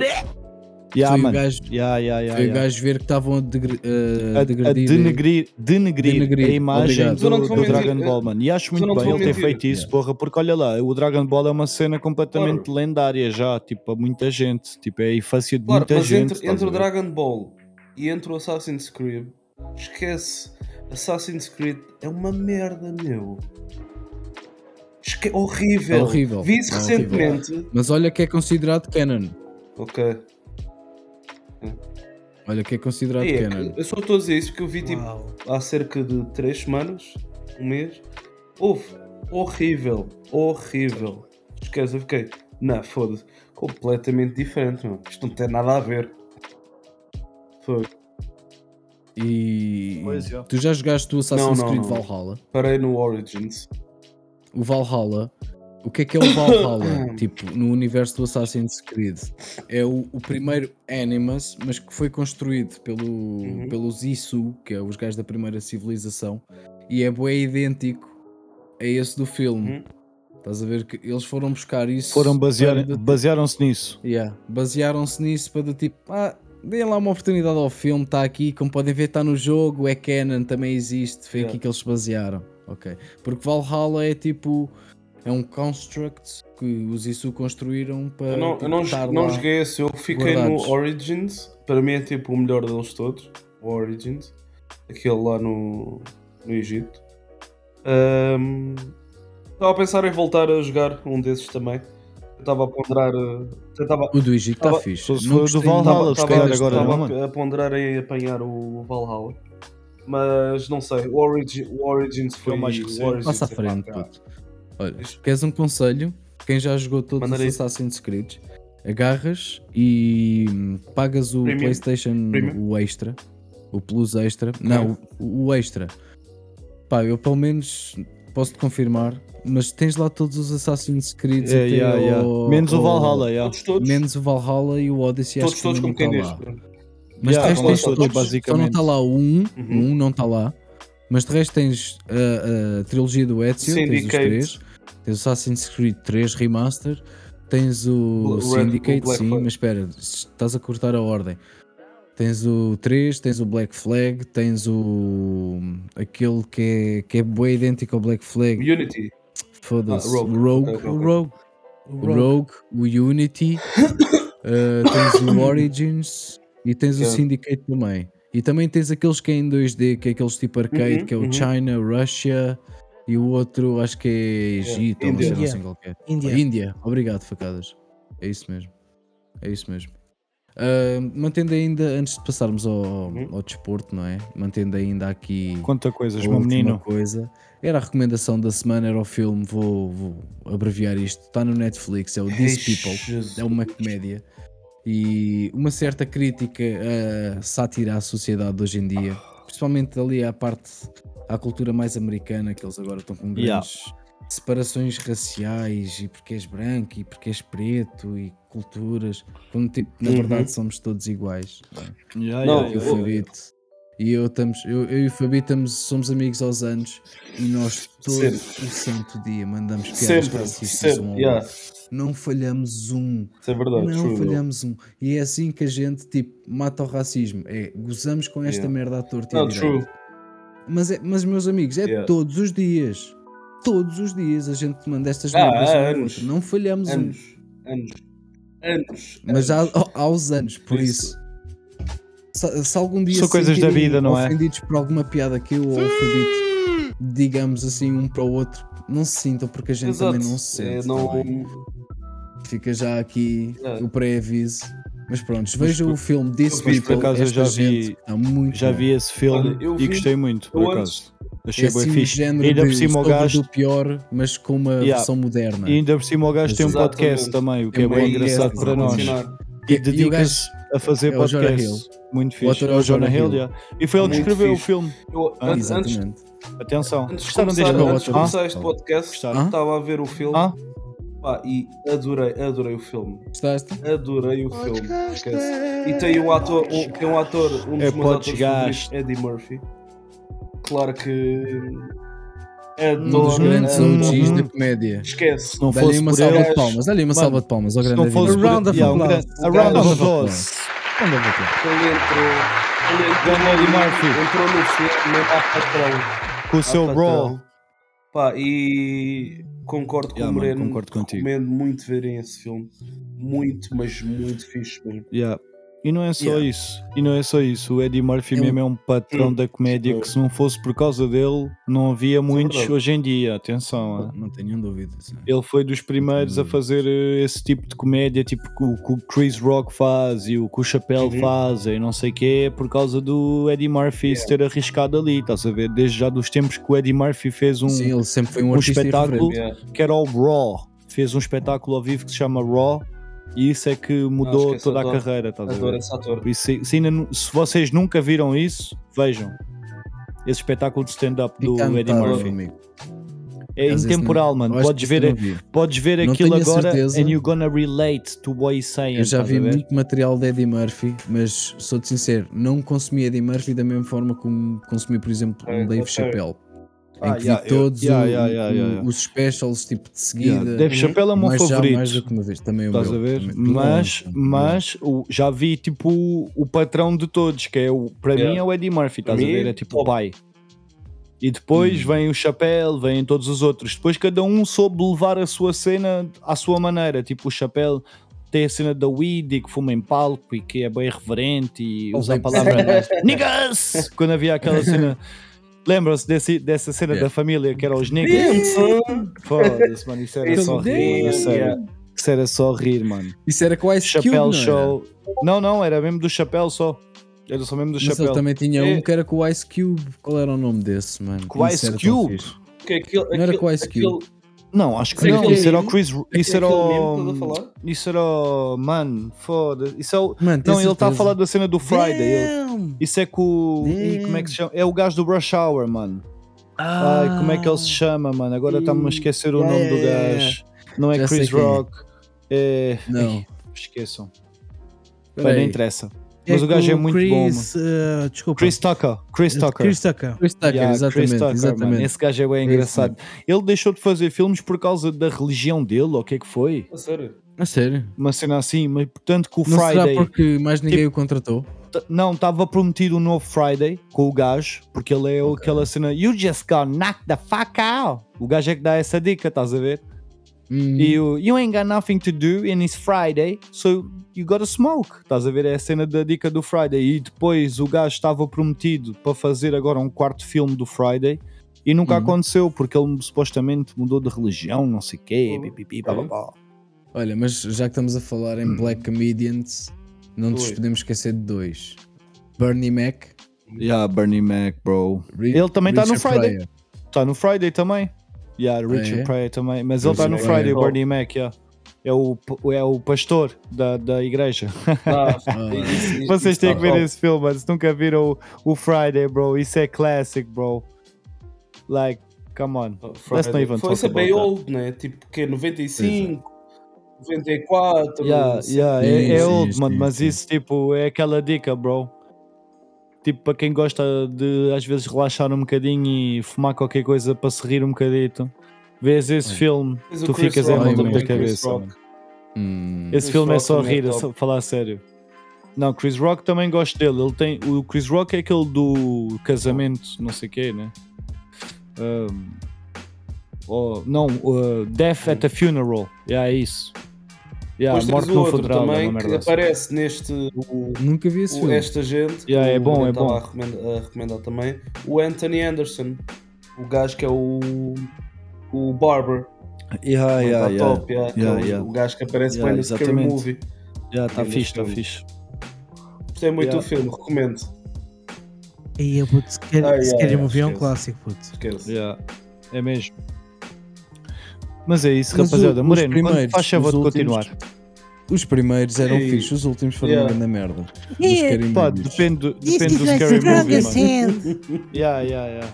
Yeah, foi o mano. gajo- Yeah, yeah, yeah, Foi o yeah. gajo ver que estavam a, degre- a a, a degredir. é. denegrir, denegrir Denegrir, a imagem obrigado. Eu do, não te vou do mentir, Dragon eu- Ball, mano. E acho eu muito não te bem vou ele ter mentir. feito isso, porra, porque olha lá, o Dragon Ball é uma cena completamente lendária já, tipo, a muita gente, tipo, é a infância de Claro, muita mas gente. tá entre, estás entre a o ver? Dragon Ball e entre o Assassin's Creed, esquece. Assassin's Creed é uma merda, meu. Esque horrível. É horrível, Vi isso é horrível. recentemente. Mas olha que é considerado canon. Ok. Olha que é considerado Ei, é canon. que eu só estou a dizer isso porque eu vi tipo Uau. há cerca de 3 semanas, um mês. Houve. Horrível. Horrível. Esquece, eu fiquei. Não, foda-se. Completamente diferente, meu. Isto não tem nada a ver. Foi. E Pois é. tu já jogaste o Assassin's Não, não, Creed não. Valhalla? Parei no Origins. O Valhalla, o que é que é o Valhalla? tipo, no universo do Assassin's Creed, é o, o primeiro Animus, mas que foi construído pelo, Uhum. pelos Isu, que é os gajos da primeira civilização, e é bem idêntico a esse do filme. Uhum. Estás a ver que eles foram buscar isso. Foram basear, para- basearam-se nisso. Yeah. Basearam-se nisso para do tipo, ah, deem lá uma oportunidade ao filme, está aqui, como podem ver, está no jogo, é canon, também existe, foi Yeah. aqui que eles se basearam. Ok. Porque Valhalla é tipo, é um construct que os Isu construíram para. Eu não, tipo, eu não, estar não lá. joguei esse, eu fiquei guardados. no Origins. Para mim é tipo o melhor deles todos. O Origins. Aquele lá no, no Egito. Ahm, Estava a pensar em voltar a jogar um desses também. Eu Estava a ponderar. eh, eu Estava O do Egito está Tava- fixe. Só se Não for do gostei Valhalla, muito. se calhar agora né? tava não, a- mano. a ponderar em apanhar o Valhalla. Mas não sei, o, Origi, o Origins foi o Então mais o recente. Origins, é Passa à sei lá, frente, cara. puto. Olha, Isso. queres um conselho? Quem já jogou todos os Mandarei. Assassin's Creed, agarras e hum, pagas o Premium? PlayStation Premium? o extra, o Plus extra. Não, o, o extra. Pá, eu pelo menos posso-te confirmar, mas tens lá todos os Assassin's Creed. Yeah, yeah, yeah. É, Menos o Valhalla, yeah. Todos, todos. Menos o Valhalla e o Odyssey. todos, acho todos, que ainda como quem não diz. está lá. Mas de resto Yeah, estão lá tens todos, todos, só não basicamente. está lá o 1, Uhum. o 1 não está lá, mas de resto tens a, a trilogia do Ezio, tens os Syndicate. 3, tens o Assassin's Creed 3 Remaster, tens o Bla- Red- o Syndicate, Black sim, Flag. mas espera, estás a cortar a ordem. Tens o 3, tens o Black Flag, tens o. aquele que é, que é bem idêntico ao Black Flag. Unity. Foda-se. Ah, Rogue. o Rogue. Ok, O Rogue. O o Rogue, o Unity, eh, tens o Origins e tens o Yeah. Syndicate também. E também tens aqueles que é em 2D, que é aqueles tipo arcade, Uhum, que é o uhum. China, Russia e o outro acho que é Yeah, Egito, ou uma Índia. cena assim Yeah. qualquer. Índia. Índia, obrigado, facadas. É isso mesmo. É isso mesmo. Ah, mantendo ainda, antes de passarmos ao, Uhum. ao desporto, não é? Mantendo ainda aqui Conta coisas, a meu última menino. coisa. Era a recomendação da semana, era o filme, vou, vou abreviar isto. Está no Netflix, é o These People. É uma comédia. E uma certa crítica a sátira à sociedade de hoje em dia. Principalmente ali à parte, à cultura mais americana, que eles agora estão com grandes Yeah. separações raciais e porque és branco e porque és preto e culturas. Quando, tipo, na Uhum. verdade somos todos iguais. é? Yeah, Não, yeah, Eu, o yeah. Fabito e eu, estamos, eu, eu e o Fabito estamos, somos amigos aos anos e nós todo Sempre. o santo dia mandamos piadas Sempre, racistas um ao sempre, outro. yeah. Não falhamos um, Isso é verdade. não true. falhamos um. E é assim que a gente tipo, mata o racismo. É, gozamos com esta Yeah. merda à torta e à Não, direita. true. Mas, é, mas, meus amigos, é Yeah. todos os dias. Todos os dias a gente manda estas Ah, merdas. há um ao anos. outro. Não falhamos um. Anos, anos, anos. Mas há, anos. há- há os anos, por isso. Isso. Se, se algum dia São se coisas da sentirem vida, não é? ofendidos por alguma piada que eu ou ofendido, digamos assim, um para o outro, não se sintam, porque a gente Exato. também não se sente. É, tá não- um- bem? Fica já aqui É. o pré-aviso. Mas pronto, vejam o filme This eu por People. acaso eu esta já vi- gente está muito Já bom. vi esse filme Olha, eu e vi- gostei muito, eu por antes- acaso. É Achei bem assim um fixe. E género ainda por de cima o sobre gajo, do pior, mas com uma Yeah. versão moderna. e ainda por cima o gajo tem um Exatamente. podcast também, o que é, É um bem engraçado podcast, para nós. Funcionar. E E- e o gajo- dedica-se a fazer é o Jonah podcast. Muito O fixe. ator é É o o Jonah Jonah Hill, Hill. yeah. E foi ele que Muito escreveu o fixe. filme. Eu, Ah, antes, antes, Exatamente. Atenção. antes de Gostaram deste começar, antes de podcast? começar Ah? este podcast, Gostaram? Hã? estava a ver o filme Ah? pá, e adorei, adorei o filme. Gostaste? Adorei o filme. esquece. E tem um ator, um, tem um ator, um É dos meus atores podcast. favoritos, Eddie Murphy. Claro que é Um dos grandes Adoro. OGs da Uhum. comédia. Esquece. Se não Dá-lhe fosse uma por salva ele... de palmas, dá-lhe uma Mano, salva de palmas ao Se grande não fosse Adriano. por A round of yeah, um applause. grande- A round Round of of applause. applause. Anda, volta. Ele entrou, ele entrou, Eddie Murphy. entrou no filme, mesmo à patrão. Com o seu Ah, brawl. patrão. Pá, e concordo com Yeah, o mano, Moreno. concordo contigo. Recomendo muito verem esse filme. Muito, mas muito fixe mesmo. Yeah. E não é só Yeah. isso. E não é só isso. O Eddie Murphy É um- mesmo é um patrão Hum. da comédia que se não fosse por causa dele, não havia muitos verdade. hoje em dia. Atenção. ah. Não tenham dúvidas. né? Ele foi dos primeiros a Hum. fazer eh, esse tipo de comédia, tipo que o que o Chris Rock faz e o que o Chappelle Uhum. faz e não sei o quê, por causa do Eddie Murphy se ter arriscado ali. Estás a ver? Desde já dos tempos que o Eddie Murphy fez um, Sim, ele sempre foi um, um artista espetáculo irreverente. Yeah. que era o Raw. Fez um espetáculo ao vivo que se chama Raw e isso é que mudou esquece, toda a adoro. carreira. Estás a ver? Adoro esse ator. Por isso, se, se ainda nu- se vocês nunca viram isso, vejam. Esse espetáculo de stand-up do Fica Eddie anotado, Murphy. amigo. É Às vezes intemporal, não- mano. eu acho Podes que eu ver, não vi. podes ver Não aquilo tenho a agora certeza. and you're gonna relate to what he's saying. Eu já estás vi a ver? muito material de Eddie Murphy, mas sou-te sincero, não consumi Eddie Murphy da mesma forma como consumi, por exemplo, um Ok, Dave ok. Chappelle. Ah, Em que yeah, vi eu- todos yeah, o- yeah, yeah, o- yeah, yeah. os specials tipo de seguida. Yeah, Dave Chappelle é o meu mais já mais do favorito. que uma vez, também é o Estás a meu, ver? também, é de Mas, longe, mas o- já vi tipo o- o patrão de todos, que é o para Yeah. mim é o Eddie Murphy, Para estás mim, a ver? É tipo o top. Hum. pai. E depois vem o Chapéu, vêm todos os outros. Depois cada um soube levar a sua cena à sua maneira. Tipo o Chapéu tem a cena da weed e que fuma em palco e que é bem reverente e Oh, usa a bem. palavra é niggas quando havia aquela cena. Lembram-se desse- dessa cena Yeah. da família que era os niggas? Foda-se, mano, isso era Isso só rir. é- a sério. yeah. Isso era só rir, mano. Isso era com Ice Cube, não era? Chapéu Show. Não, não, era mesmo do chapéu só. Era só mesmo do Mas ele chapéu. também tinha É. um que era com o Ice Cube. Qual era o nome desse, mano? Com o Isso Ice era tão Cube? fixe. Que é aquele- Não era aquele- com Ice Cube. aquele- Não, acho que Sim, não. aquele Isso era o meme. Chris. Isso era aquele meme que eu tô a o. falar? Isso era o. Mano, foda-se. Isso é o. Mano, tens Não, ele está a certeza? falar da cena do Friday. ele- Damn! Isso é com. o. Ih, Como é que se chama? É o gajo do Rush Hour, mano. Ai, como é que ele se chama, mano? Agora está-me a esquecer o Yeah, nome do yeah, yeah, gajo. Não é Já sei Chris quem é. Rock. É. Não. Esqueçam. Bem, Peraí. não interessa. Mas o gajo é com muito Chris, bom, eh, desculpa. Chris Tucker. Chris Tucker. Chris Tucker. Chris Tucker, Yeah, exatamente. Chris Tucker, exatamente. mano. Esse gajo é bem Esse engraçado. Ele deixou de fazer filmes por causa da religião dele, ou o que é que foi? A sério? A sério? Uma cena assim, mas portanto que o Não será Friday. Tipo, porque mais ninguém o contratou? t- não, estava prometido um novo Friday com o gajo, porque ele é o- aquela cena You just got knocked the fuck out. O gajo é que dá essa dica, estás a ver? Hum, E o You ain't got nothing to do and it's Friday, so you gotta smoke. Estás a ver? É a cena da dica do Friday. E depois o gajo estava prometido para fazer agora um quarto filme do Friday e nunca Hum. aconteceu, porque ele supostamente mudou de religião, não sei o quê. Oh, pipipi, blá, blá, ok. blá. Olha, mas já que estamos a falar Hum. em Black Comedians, não nos Ui. podemos esquecer de dois: Bernie Mac. Uhum. Yeah, Bernie Mac, bro. Ri- Ele também tá no Richard Friday. Pryor. Está no Friday também. Yeah, Richard é? Pryor também. Mas ele está no Richard Pryor. Friday, o Bernie Mac, yeah. É o, é o pastor da, da igreja. Ah, isso- isso- Vocês isso têm tá que ver top. esse filme, mas nunca viram o, o Friday, bro. Isso é classic, bro. Like, come on. Oh, Let's not Friday. even Foi talk isso é bem about that. old, né? Tipo que 95, 94. é. Yeah, sei yeah, lá. é, é Sim, old, sim, mano, sim, mas sim. isso, tipo, é aquela dica, bro. Tipo, para quem gosta de, às vezes, relaxar um bocadinho e fumar qualquer coisa para se rir um bocadito, vês esse Olha. filme, Mas o tu Chris ficas Rock em Rock mundo também, da o Chris cabeça, Rock. mano. Hum, Esse Chris filme é Rock só também é rir, é top. só falar a sério. Não, Chris Rock também gosto dele. Ele tem, o Chris Rock é aquele do casamento, não sei o quê, né? Ahm, oh, não, uh, Death at a Funeral. Yeah, é isso. Yeah, Depois morte tens o no outro funeral. é também uma que merda assim. aparece neste. o- Nunca vi esse o- filme. esta gente. que Yeah, é o bom, Bruno é estava bom. A recomendar, a recomendar também. O Anthony Anderson. O gajo que é o. O Barber. Yeah, também Ah, yeah, tá yeah. top, yeah, que Yeah, é o- yeah. O gajo que aparece Yeah, bem no Scary exatamente. Movie. Yeah, tá Ganda fixe, tá filme. fixe. Gostei muito Yeah. do filme, recomendo. Aí eu puto, se quer, Ah, se yeah, quer yeah, mover é um esquece. clássico, puto. Esquece. Yeah, É mesmo. Mas é isso, Mas o- rapaziada. os Moreno, quando primeiros, faz favor os de últimos- continuar. Os primeiros eram Ei. fixos, os últimos foram Yeah. uma grande merda. Mas Yeah. querem Pá, bebês. depende, Isto depende do vai Scary ser Movie, mano. Drogacente. Yeah, yeah, yeah.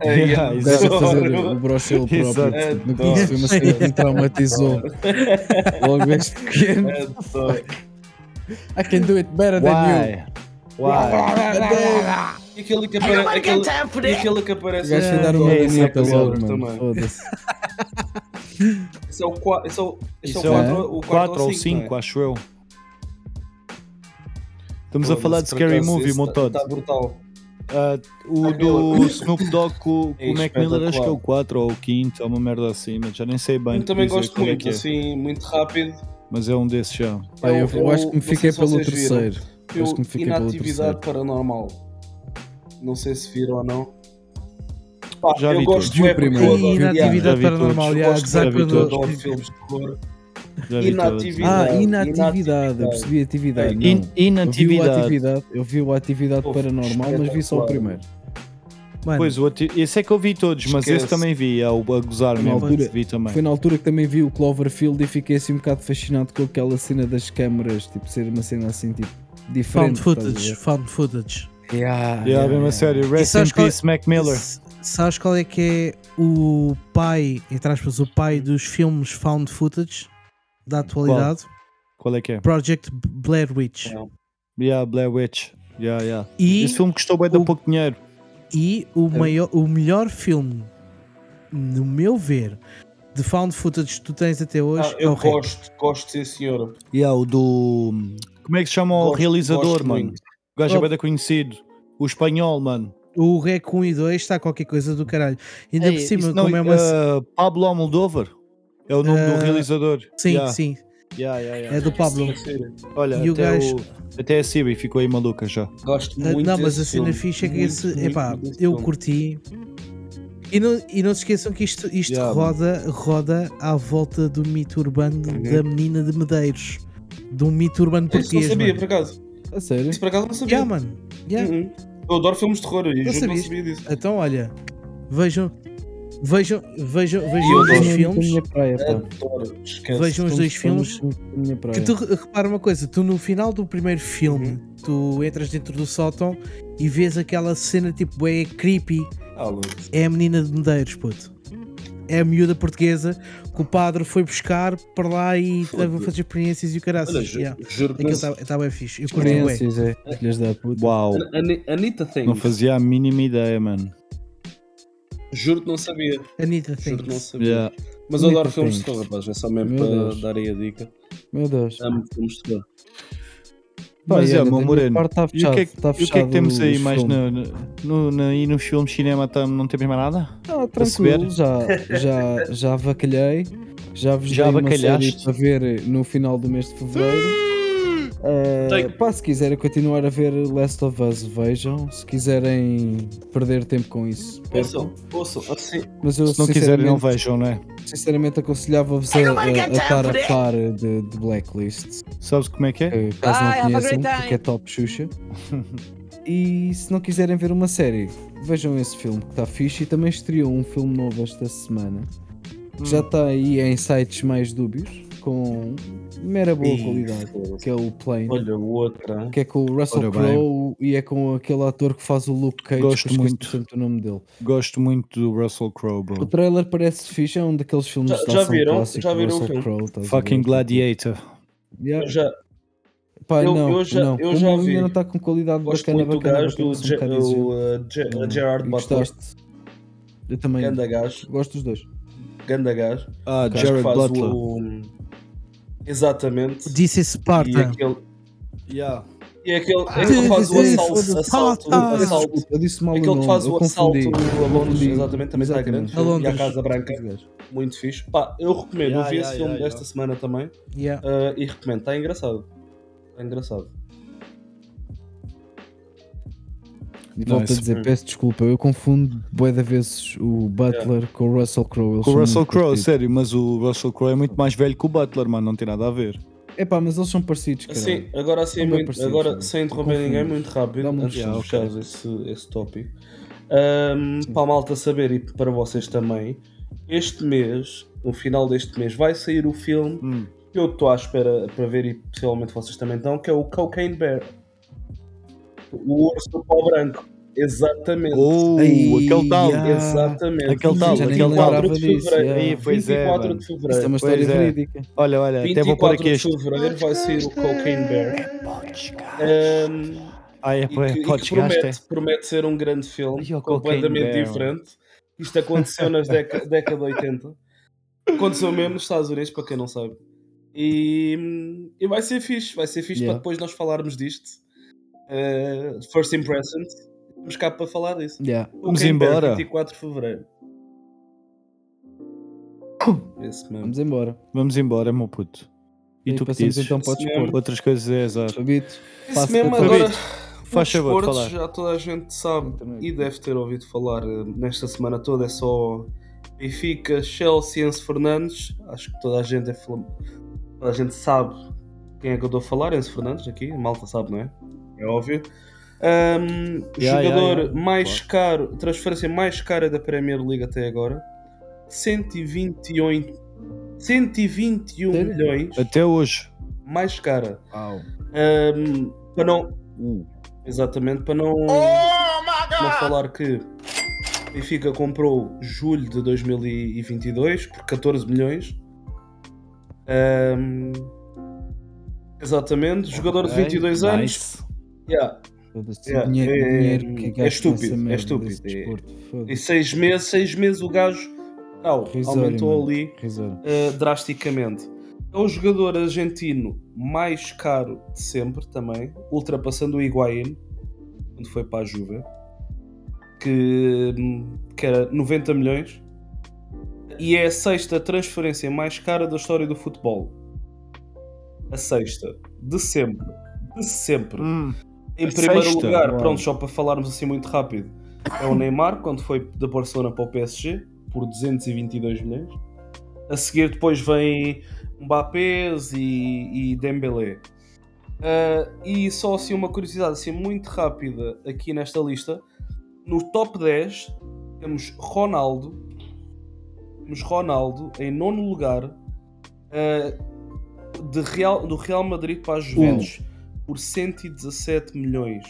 É, Yeah, é, Deve adoro. fazer o broche ele Exato. próprio. No que isso foi uma cena que me traumatizou. Logo desde pequeno. Adoro. I can do it better than you. Why? Why? E aquele que apare- aquele- e aquele que O aparece. gajo foi dar no- uma é, daneta é, logo, também. mano. Foda-se. Esse é o 4 esse é o, esse é Isso o é quatro- o 4 ou cinco, não é? 5, acho eu. Estamos a Foda-se, falar de por Scary acaso, Movie, esse tá- Montod. Tá brutal. Ah, o do Snoop Dogg com, com É o Mac Miller, acho que é o espetacular. 4 ou o 5, é uma merda assim, mas já nem sei bem. Eu também dizer gosto como é muito, que é. assim, muito rápido. Mas é um desses já. Pá, eu, eu acho que me não sei fiquei se pelo vocês viram. terceiro. Eu, Acho que me fiquei pelo terceiro. inatividade paranormal. Não sei se viram ou não. Pá, Já eu vi gosto todos. é porque Vi o eu adoro- primeiro. E vi todos. inatividade paranormal, Eu yeah, gosto exato, de ver vi quando- todos, todos. adoro filmes de terror. Já vi todos. Inatividade. Ah, Inatividade. inatividade. Eu percebi atividade. Ah, Não. Eu In- vi o É, inatividade. atividade. Eu vi o atividade Pô, paranormal, mas vi só o espetacular. primeiro. Mano, Pois, o ati... esse é que eu vi todos, mas Esquece. esse também vi, é o a gozar Foi na mesmo. altura- Vi também. Foi na altura que também vi o Cloverfield e fiquei assim um bocado fascinado com aquela cena das câmaras, tipo ser uma cena assim tipo found diferente. footage, found footage. Yeah, Ah, yeah, Yeah, mesmo a sério. Rest in sabes qual- peace, Mac Miller. S- Sabes qual é que é o pai, entre aspas, o pai dos filmes found footage da atualidade? Qual é que é? Project Blair Witch. Yeah, Blair Witch. Yeah, yeah. E, Esse filme custou bem de o- pouco dinheiro. e o, É. maior, o melhor filme, no meu ver, de found footage que tu tens até hoje Ah, é o eu Rec. gosto, gosto sim senhora. Yeah, o do. Como é que se chama o Gosto- realizador, gosto mano? muito. O gajo é Oh. bem conhecido. O espanhol, mano. O Rec 1 e 2 está qualquer coisa do caralho. Ainda Ei, por isso cima, não- como é uma. eh, Pablo Almodóvar é o nome do Eh, realizador. sim, Yeah, sim. yeah, yeah, yeah. É do Pablo. Olha, e o até, gajo- o- até a Siri ficou aí maluca já. Gosto Ah, muito não, mas desse a cena filme. ficha é que Muito, esse. muito, Epá, muito desse eu filme. curti. E não, e não se esqueçam que isto, isto Yeah. roda, roda à volta do mito urbano Uhum. da menina de Medeiros. De um mito urbano Isso não português. sabia, por Mano. acaso. A sério? Isso por acaso não sabia. Yeah, mano. Yeah. Uhum. Eu adoro filmes de terror e Não juro que não sabias. sabia disso. Então, olha, vejam, vejam, vejam, eu vejam os dois adoro. filmes. Minha praia, Ah. pá. Adoro, esquece. Vejam os dois Estamos- filmes. estamos na minha praia. Que tu repara uma coisa, tu no final do primeiro filme, Uhum. tu entras dentro do sótão e vês aquela cena tipo, é creepy. Ah, louco. é a menina de Medeiros, puto. É a miúda portuguesa que o padre foi buscar para lá e estava a fazer experiências e o caralho. Olha, ju- Yeah. juro que Aquilo não está tá bem fixe. Eu curto bem. Experiências, é. Filhas da puta. Uau, Ani- Anitta Things. não fazia a mínima ideia, mano. Juro que não sabia. Anitta Juro que não Thinks. sabia. Yeah. Mas eu Anitta adoro filmes de Things. terror, rapaz. É só mesmo Meu para Deus. dar aí a dica. Meu Deus. Amo filmes de terror. Pá, Ah, Mas e é, olha, meu da minha Moreno, parte Está E o tá fechado, que é que, está tá e o que é que fechado temos aí os mais filmes. no, no, no- e nos filmes cinema tam, não temos mais nada? Ah, perceber? tranquilo, já, já, já avacalhei. Já vos Já dei uma avacalhaste? série para ver no final do mês de Fevereiro. Ah, Tenho. pá, se quiserem continuar a ver Last of Us, vejam. Se quiserem perder tempo com isso, percam. Ouçam, ouçam, assim. Mas eu Se não quiserem, não vejam, não é? sinceramente aconselhava-vos a, a- a estar a par de, de Blacklist, Sabes como é que Ah, é? que caso Bye, have a não conheçam, great time. porque é top Xuxa. e se não quiserem ver uma série, vejam esse filme que está fixe e também estreou um filme novo esta semana. que Já Hum. está aí em sites mais dúbios, com mera boa Ih, qualidade, que é o Plane. Olha, outra. Que é com o Russell Ora bem. Crowe e é com aquele ator que faz o Luke Cage, Gosto que eu esqueço muito. sempre o nome dele. Gosto muito do Russell Crowe, O bro. trailer parece fixe, é um daqueles filmes Hum. Já- de já ação viram? clássico Já do viram o Russell filme? Crowe, estás a Fucking ver? Gladiator. Yeah. Eu já, Pá, Eu- não, eu já- não. eu O já novo vi. ainda não está com qualidade gosto bacana, muito do bacana, gajo do bacana, Ge- são um bocado exigentes. o, uh, Ge- Não. Gerard E Butler. Gostaste? Eu também. Ganda gajo, Gosto dos dois. ganda gajo. Ah, O gajo que Jared faz Butler. o. Exatamente. Disse E Sparta. aquele. Yeah. E aquele é aquele que faz o Sim, assalto. sim, assalto, Ah, Peço assalto. desculpa, eu disse mal Aquele o que nome, faz tá. eu o assalto confundi. a Londres, Confundi. exatamente, também está grande. Exatamente. A E Londres. a Casa Branca, muito fixe. Pá, eu recomendo, eu Yeah, vi yeah, esse filme yeah, desta yeah. semana também Yeah. ah, e recomendo, está engraçado. Está engraçado. E volto a Nice. dizer, peço desculpa, eu confundo bué de vezes o Butler com o Russell Crowe. eles Com o são Russell muito Crowe, parecidos. sério, mas o Russell Crowe é muito mais velho que o Butler, mano, não tem nada a ver. Epá, mas eles são parecidos, cara. Assim, agora assim, São bem muito- parecidos, agora né? sem interromper Confundo. ninguém, muito rápido, Dá-me um antes de yeah, fechar esse, esse tópico. Ahm, para a malta saber e para vocês também, este mês, no final deste mês, vai sair o filme Hum. que eu estou à espera para ver e possivelmente vocês também estão, que é o Cocaine Bear. O urso do pau branco. Exatamente. Ou Ei, aquele tal. yeah. Exatamente. Oh, Aquele tal, Já nem aquele tal. lembrava de disso, fevereiro. yeah. Aí, pois é, 24 mano. de Isto é uma Pois história é. verídica. Olha, olha, até vou pôr 24 aqui de este. fevereiro vai sair o Cocaine Bear. Um, Ah, é, e que, e é que podes gastar. promete, promete ser um grande filme, Ai, o Cocaine completamente Bear. diferente. Isto aconteceu nas déca, década de 80. Aconteceu mesmo nos Estados Unidos, para quem não sabe. E, e vai ser fixe, vai ser fixe Yeah. para depois nós falarmos disto. Uh, first Impressions. Vamos cá para falar disso. Yeah. Vamos Cocaine Bear, embora. 24 de Fevereiro. Hum. Esse mesmo. Vamos embora. Vamos embora, meu puto. E, E tu que passamos dizes? então para o Sim. desporto. Outras coisas é exato. Fabito, Isso Passa mesmo, para o agora o Faz favor, desporto falar. já toda a gente sabe Exatamente. e deve ter ouvido falar eh, nesta semana toda, é só Benfica, Chelsea, Enzo Fernandes, acho que toda a gente é flam- toda a gente sabe quem é que eu estou a falar, Enzo Fernandes aqui, a malta sabe, não é? É óbvio. Ahm, Yeah, jogador yeah, yeah. mais caro, transferência mais cara da Premier League até agora, 128 121 Sério? milhões Até hoje. mais cara. Au. Um, para não. Uh, Exatamente, para não, não falar que Benfica comprou julho de 2022 por 14 milhões. Um, exatamente, jogador de Ok, 22 anos. É, nice. Yeah. Foda-se, Yeah, dinheiro, é- dinheiro que é gasto nessa estúpido, é merda estúpido, desse é- desporto, E foda-se. 6 meses, 6 meses o gajo tal, Risório, aumentou mano. ali Risório. uh, drasticamente. É o jogador argentino mais caro de sempre também, ultrapassando o Higuaín, quando foi para a Juve, que, hum, que era 90 milhões, e é a sexta transferência mais cara da história do futebol. A sexta, de sempre, de sempre. Hum. Em A primeiro sexta? lugar, Uau. pronto, só para falarmos assim muito rápido, é o Neymar, quando foi da Barcelona para o PSG, por 222 milhões. A seguir depois vem Mbappés e, e Dembélé. Ah, e só assim uma curiosidade assim muito rápida aqui nesta lista. No top 10 temos Ronaldo. Temos Ronaldo em nono lugar ah, de Real, do Real Madrid para a Juventus por 117 milhões.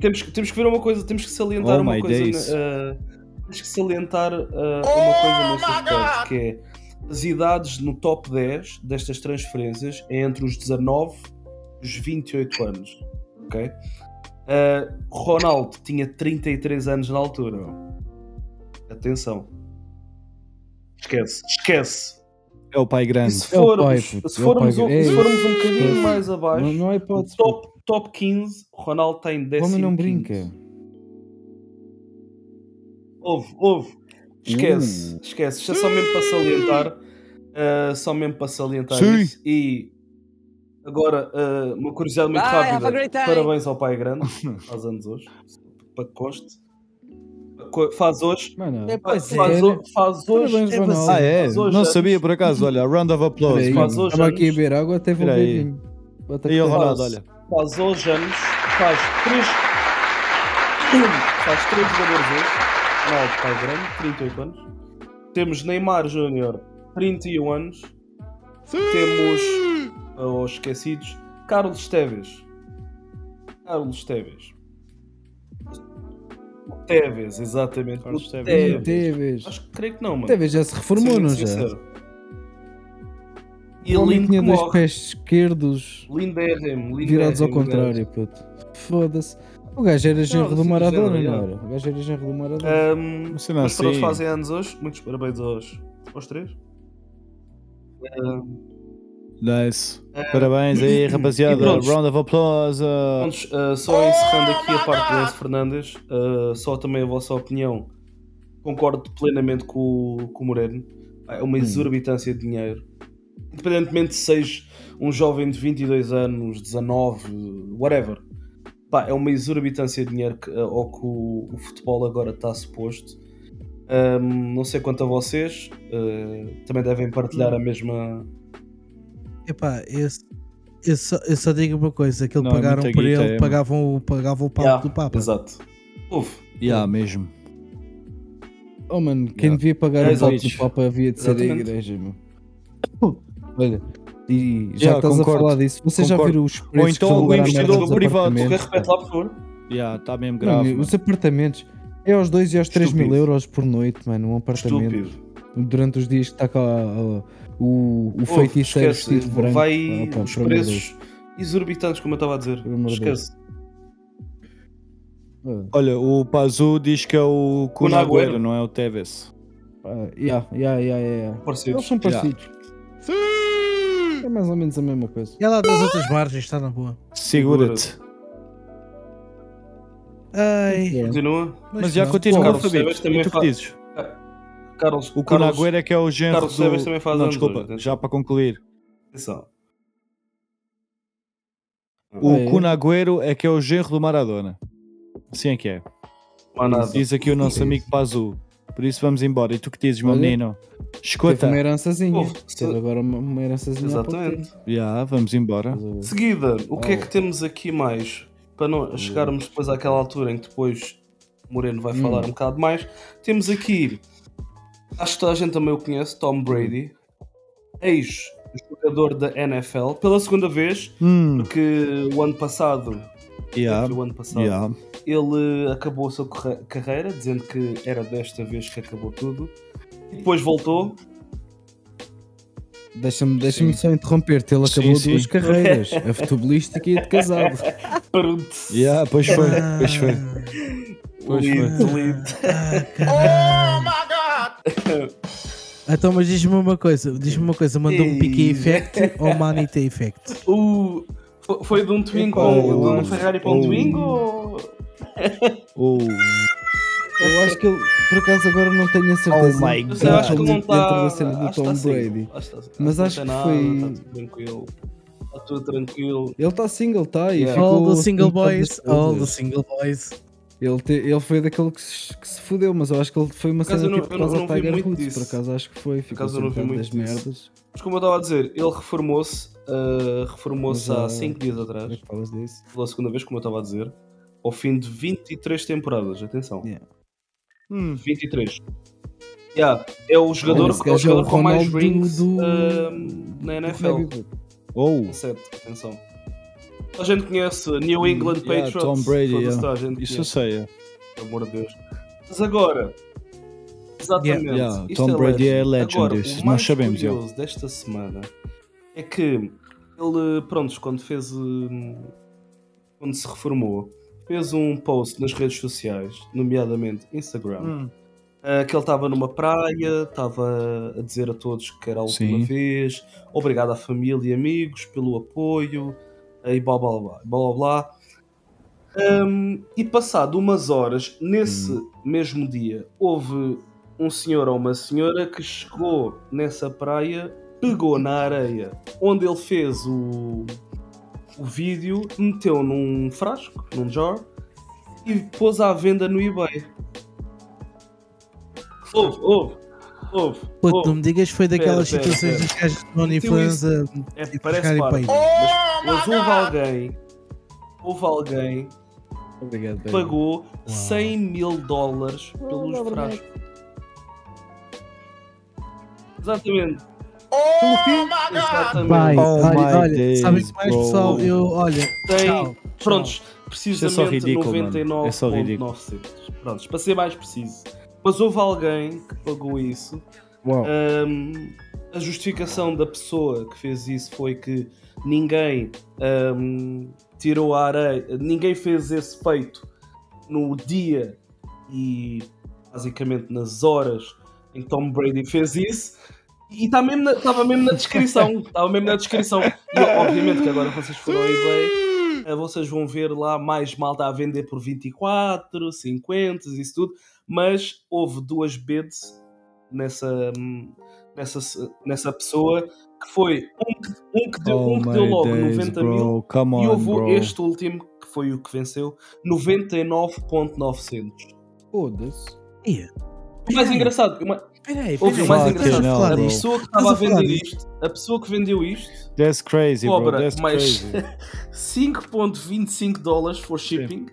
Temos, que- temos que ver uma coisa, temos que salientar Oh uma my coisa. days. na- ah, temos que salientar ah, uma coisa nesse aspecto, que é as idades no top 10 destas transferências é entre os 19 e os 28 anos. Ok? Ah, Ronaldo tinha 33 anos na altura. Atenção. Esquece, esquece. É o pai E grande. se É o formos, pai, puto, se é o formos, pai. um, Ei, se formos um bocadinho ei, mais abaixo, Não, não há hipótese. puto. top, é top 15, Ronaldo tem 10. O homem não brinca. Houve, houve. Esquece, esquece. Isto é só mesmo para salientar. ah, só mesmo para salientar Sim. isso. E agora, ah, uma curiosidade muito Bye, have a great rápida. time. Parabéns ao pai grande. Faz anos hoje. Para que conste. Co- Faz hoje. Mano, Faz, pois é. ho- faz Parabéns, hoje. Ronaldo. Ah, é? Mas hoje Não antes- sabia por acaso. Olha, round of applause. Peraí, Mas faz hoje Estava aqui a anos. beber água, até vou Espera aí. beber vinho. Vou até Aí o cortar. Ronaldo, olha. Faz hoje anos. Faz três. Faz três jogadores hoje. Ronaldo, pai grande, 38 anos. Temos Neymar Júnior, 31 anos. Temos ah, os esquecidos. Carlos Esteves. Carlos Esteves. O Tevez, exatamente. Carlos o Tevez. Tevez. Tevez. Acho que creio que não, mano. Tevez já se reformou, Sendo não já? sincero. E O homem lindo que tinha dois morre. pés esquerdos Lindo é RM, lindo virados é ao RM, contrário, puto. Foda-se. O gajo era genro do sim, Maradona, já, É, já. não era? O gajo era genro do Maradona. Ahm, Mas se não mas todos assim- fazem anos hoje. Muitos parabéns aos, aos três. Ahm, Nice. Parabéns aí, É. E rapaziada. prontos. Round of applause. prontos, ah, só encerrando aqui a parte do Enzo Fernandes, ah, só também a vossa opinião. Concordo plenamente com, o- com o Moreno. Pá, É uma exorbitância de dinheiro. Independentemente se seja um jovem de 22 anos, 19, whatever. Pá, é uma exorbitância de dinheiro que, ah, ao que o, o futebol agora está suposto. Ahm, não sei quanto a vocês, ah, também devem partilhar a mesma, Epá, eu, eu, só, eu só digo uma coisa: que ele Não, é pagaram muita por guita, ele, é, pagavam, o- pagavam o palco Yeah, do Papa. Exato. Houve. Yeah, mesmo. Oh, mano, quem Já. devia pagar É o palco isso. do Papa havia de ser a Exatamente. igreja, meu. Olha, e já Já, que estás concordo. a falar disso. Vocês já Concordo. viram os preços então que estão o agora a merda investidor dos privado. Ok, apartamentos, repete lá, por favor. Yeah, está mesmo Mano, grave. mano. os apartamentos é aos 2 e aos 3 mil Estúpido. euros por noite, mano. Um apartamento Estúpido. durante os dias que está cá ó, o, o Houve, feiticeiro esquece. vestido de branco. Vai Ah, pá, os por amor de Deus. preços exorbitantes, como eu estava a dizer. Pelo amor de Esquece. Ah, Olha, o Pazu diz que é o Kun Kun Agüero. Agüero, não é o Tevez. pá, yeah, yeah, yeah, yeah. Eles Parecidos. são Já. parecidos. É mais ou menos a mesma coisa. E lá das outras margens, está na boa. Segura-te. Ai, Continua. Mas já pronto. continua, Carlos Fabito. Tevez também E tu que faz- dizes? Carlos. O Kun Carlos, Agüero é que é o genro Carlos do... Tevez também faz Não, anos desculpa, hoje. né? já para concluir. atenção. O Ah, é? Kun Agüero é que é o genro do Maradona. Assim é que é. Não há nada. É Diz aqui o nosso amigo Pazu. Por isso vamos embora. E tu que dizes, meu Olha. menino? Teve Escuta. uma herançazinha. Houve. Teve agora uma, uma herançazinha. há pouco Exatamente. Já, vamos embora. tempo. Seguida, o que é que temos aqui mais? Para não chegarmos depois àquela altura em que depois o Moreno Hum. vai falar um bocado mais. Temos aqui, acho que toda a gente também o conhece, Tom Brady, ex-jogador da NFL, pela segunda vez, Hum, porque o ano passado, já, foi o ano passado já. ele acabou a sua corre- carreira, dizendo que era desta vez que acabou tudo. E depois voltou, Deixa-me deixa só interromper-te. Ele acabou Sim, duas sim. carreiras: a futebolística e a de casado. para Já, pois É. foi, né? pois foi. Pois foi. Ah, caralho. Então, mas diz-me uma coisa, diz-me uma coisa, mandou um pique Ei. effect ou manita effect? O... Uh, fo- Foi de um Twingo, Epá, ou- eu de um acho- Ferrari para um eu- Twingo? ou- Oh, Eu acho que ele, por acaso, agora não tenho a certeza. tá Oh my Eu God. sei, acho que tá assim. não dentro da está. cena do Tom Brady. Mas Mas acho acho que que nada, foi- Está tudo tranquilo. Está tudo tranquilo. Ele está single, está. e Yeah. ficou All the single com todas boys, as all the coisas. single boys. Ele, te- ele foi daquele que se, que se fudeu, mas eu acho que ele foi uma Por acaso cena eu não- tipo eu não- Casa eu não vi Tiger muito Woods, por disso. acaso acho que foi. Ficou acaso eu não vi sentado muito das disso. merdas. Mas como eu estava a dizer, ele reformou-se. ah, reformou-se Mas, há ah, 5 dias Como é atrás. que falas disso? Pela segunda vez, como eu estava a dizer. Ao fim de 23 temporadas. Atenção. Yeah. Hum. 23. Yeah, é o jogador, Olha, esse é o gajo é jogador o com mais Ronaldo rings do- ah, na Do NFL. rugby, puto. oh. Com 7. Atenção. A gente conhece New England yeah, Patriots. Tom Brady, Toda- yeah. toda a gente Isso eu conhece. sei. é. pelo amor de Deus. Mas agora, exatamente. Yeah. Yeah, isto Tom Brady é legend, Agora, isso o nós mais sabemos, curioso desta semana é que ele, pronto, quando fez. hum, quando se reformou, fez um post nas redes sociais, nomeadamente Instagram, Ah, que ele estava numa praia, estava a dizer a todos que era a última Sim. vez, obrigado à família e amigos pelo apoio, ah, e blá blá blá blá blá. blá. Ahm, e passado umas horas, nesse mesmo dia, houve um senhor ou uma senhora que chegou nessa praia, pegou na areia, onde ele fez o, o vídeo, meteu num frasco, num jar, e pôs à venda no eBay. Houve, houve, houve. Puto, Oh, houve. não me digas que foi daquelas Pera, pera, pera. situações dos gajos de OnlyFans a É, parece e buscarem parvo. para aí. Mas houve alguém, houve alguém Obrigado, que baby. pagou 100 mil dólares pelos frascos. Exatamente. Exatamente. Vai, Oh my olha, olha, days, sabes mais bro. pessoal, eu, olha, Tem, tchau, prontos, Isso é só precisamente ridículo, mano. 99,9 É só ridículo. cêntimos. Prontos, para ser mais preciso. Mas houve alguém que pagou isso Uau. Hum, a justificação da pessoa que fez isso foi que ninguém hum, tirou a areia, ninguém fez esse feito no dia e basicamente nas horas em que Tom Brady fez isso. E estava mesmo, na- tá mesmo na descrição. Estava mesmo na descrição. E obviamente que agora vocês foram ao eBay, eh, vocês vão ver lá mais malta a vender por 24, 50, isso tudo. Mas houve duas bids nessa, hum, nessa, se- nessa pessoa que foi um que, um que deu, um que deu Oh, my logo days, 90 bro. mil Come on, e houve bro. este último que foi o que venceu 99.900 Foda-se. ia. o mais engraçado o mais- Peraí, houve peraí, o mais Fuck, engraçado não, a bro. pessoa que Estás estava a a falar vender disto? isto a pessoa que vendeu isto That's crazy, bro. Cobra, That's mas- crazy. 5.25 dólares for shipping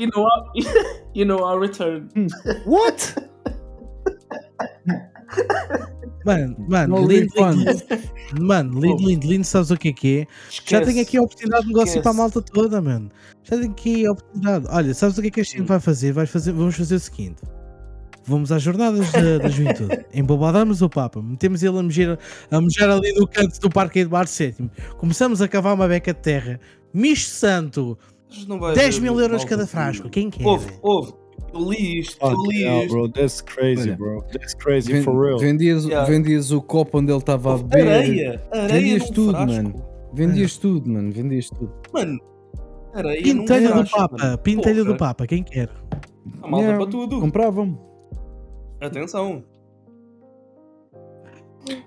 e não há e não há return Hum. What? Mano, mano, Não lindo, refund. lindo, lindo. mano, lindo, lindo, lindo, sabes o que é que é? Já tenho aqui a oportunidade de negócio Esquece. para a malta toda, mano. Já tenho aqui a oportunidade. Olha, sabes o que é que este ano vai fazer? Vai fazer? Vamos fazer o seguinte. Vamos às jornadas da, da juventude. Embobadamos o Papa, metemos ele a mejar, a mejar ali no canto do Parque Eduardo VII. Começamos a cavar uma beca de terra. Misto Santo, Mas não vai 10 haver mil euros malta cada assim. frasco. é Quem quer? Houve, houve. Eu li isto, eu Fuck li hell, isto. bro. That's crazy, Olha. bro. That's crazy Ven- for real. Vendias, o- Yeah. vendias o copo onde ele estava a Houve beber. areia, areia Vendias num tudo, frasco. mano. Vendias tudo, mano. Vendias tudo. Mano, areia num Pintelho do frasco, Papa, mano. pintelho do Porra, Papa, quem quer? A malta Yeah. para tudo. Compravam. Atenção.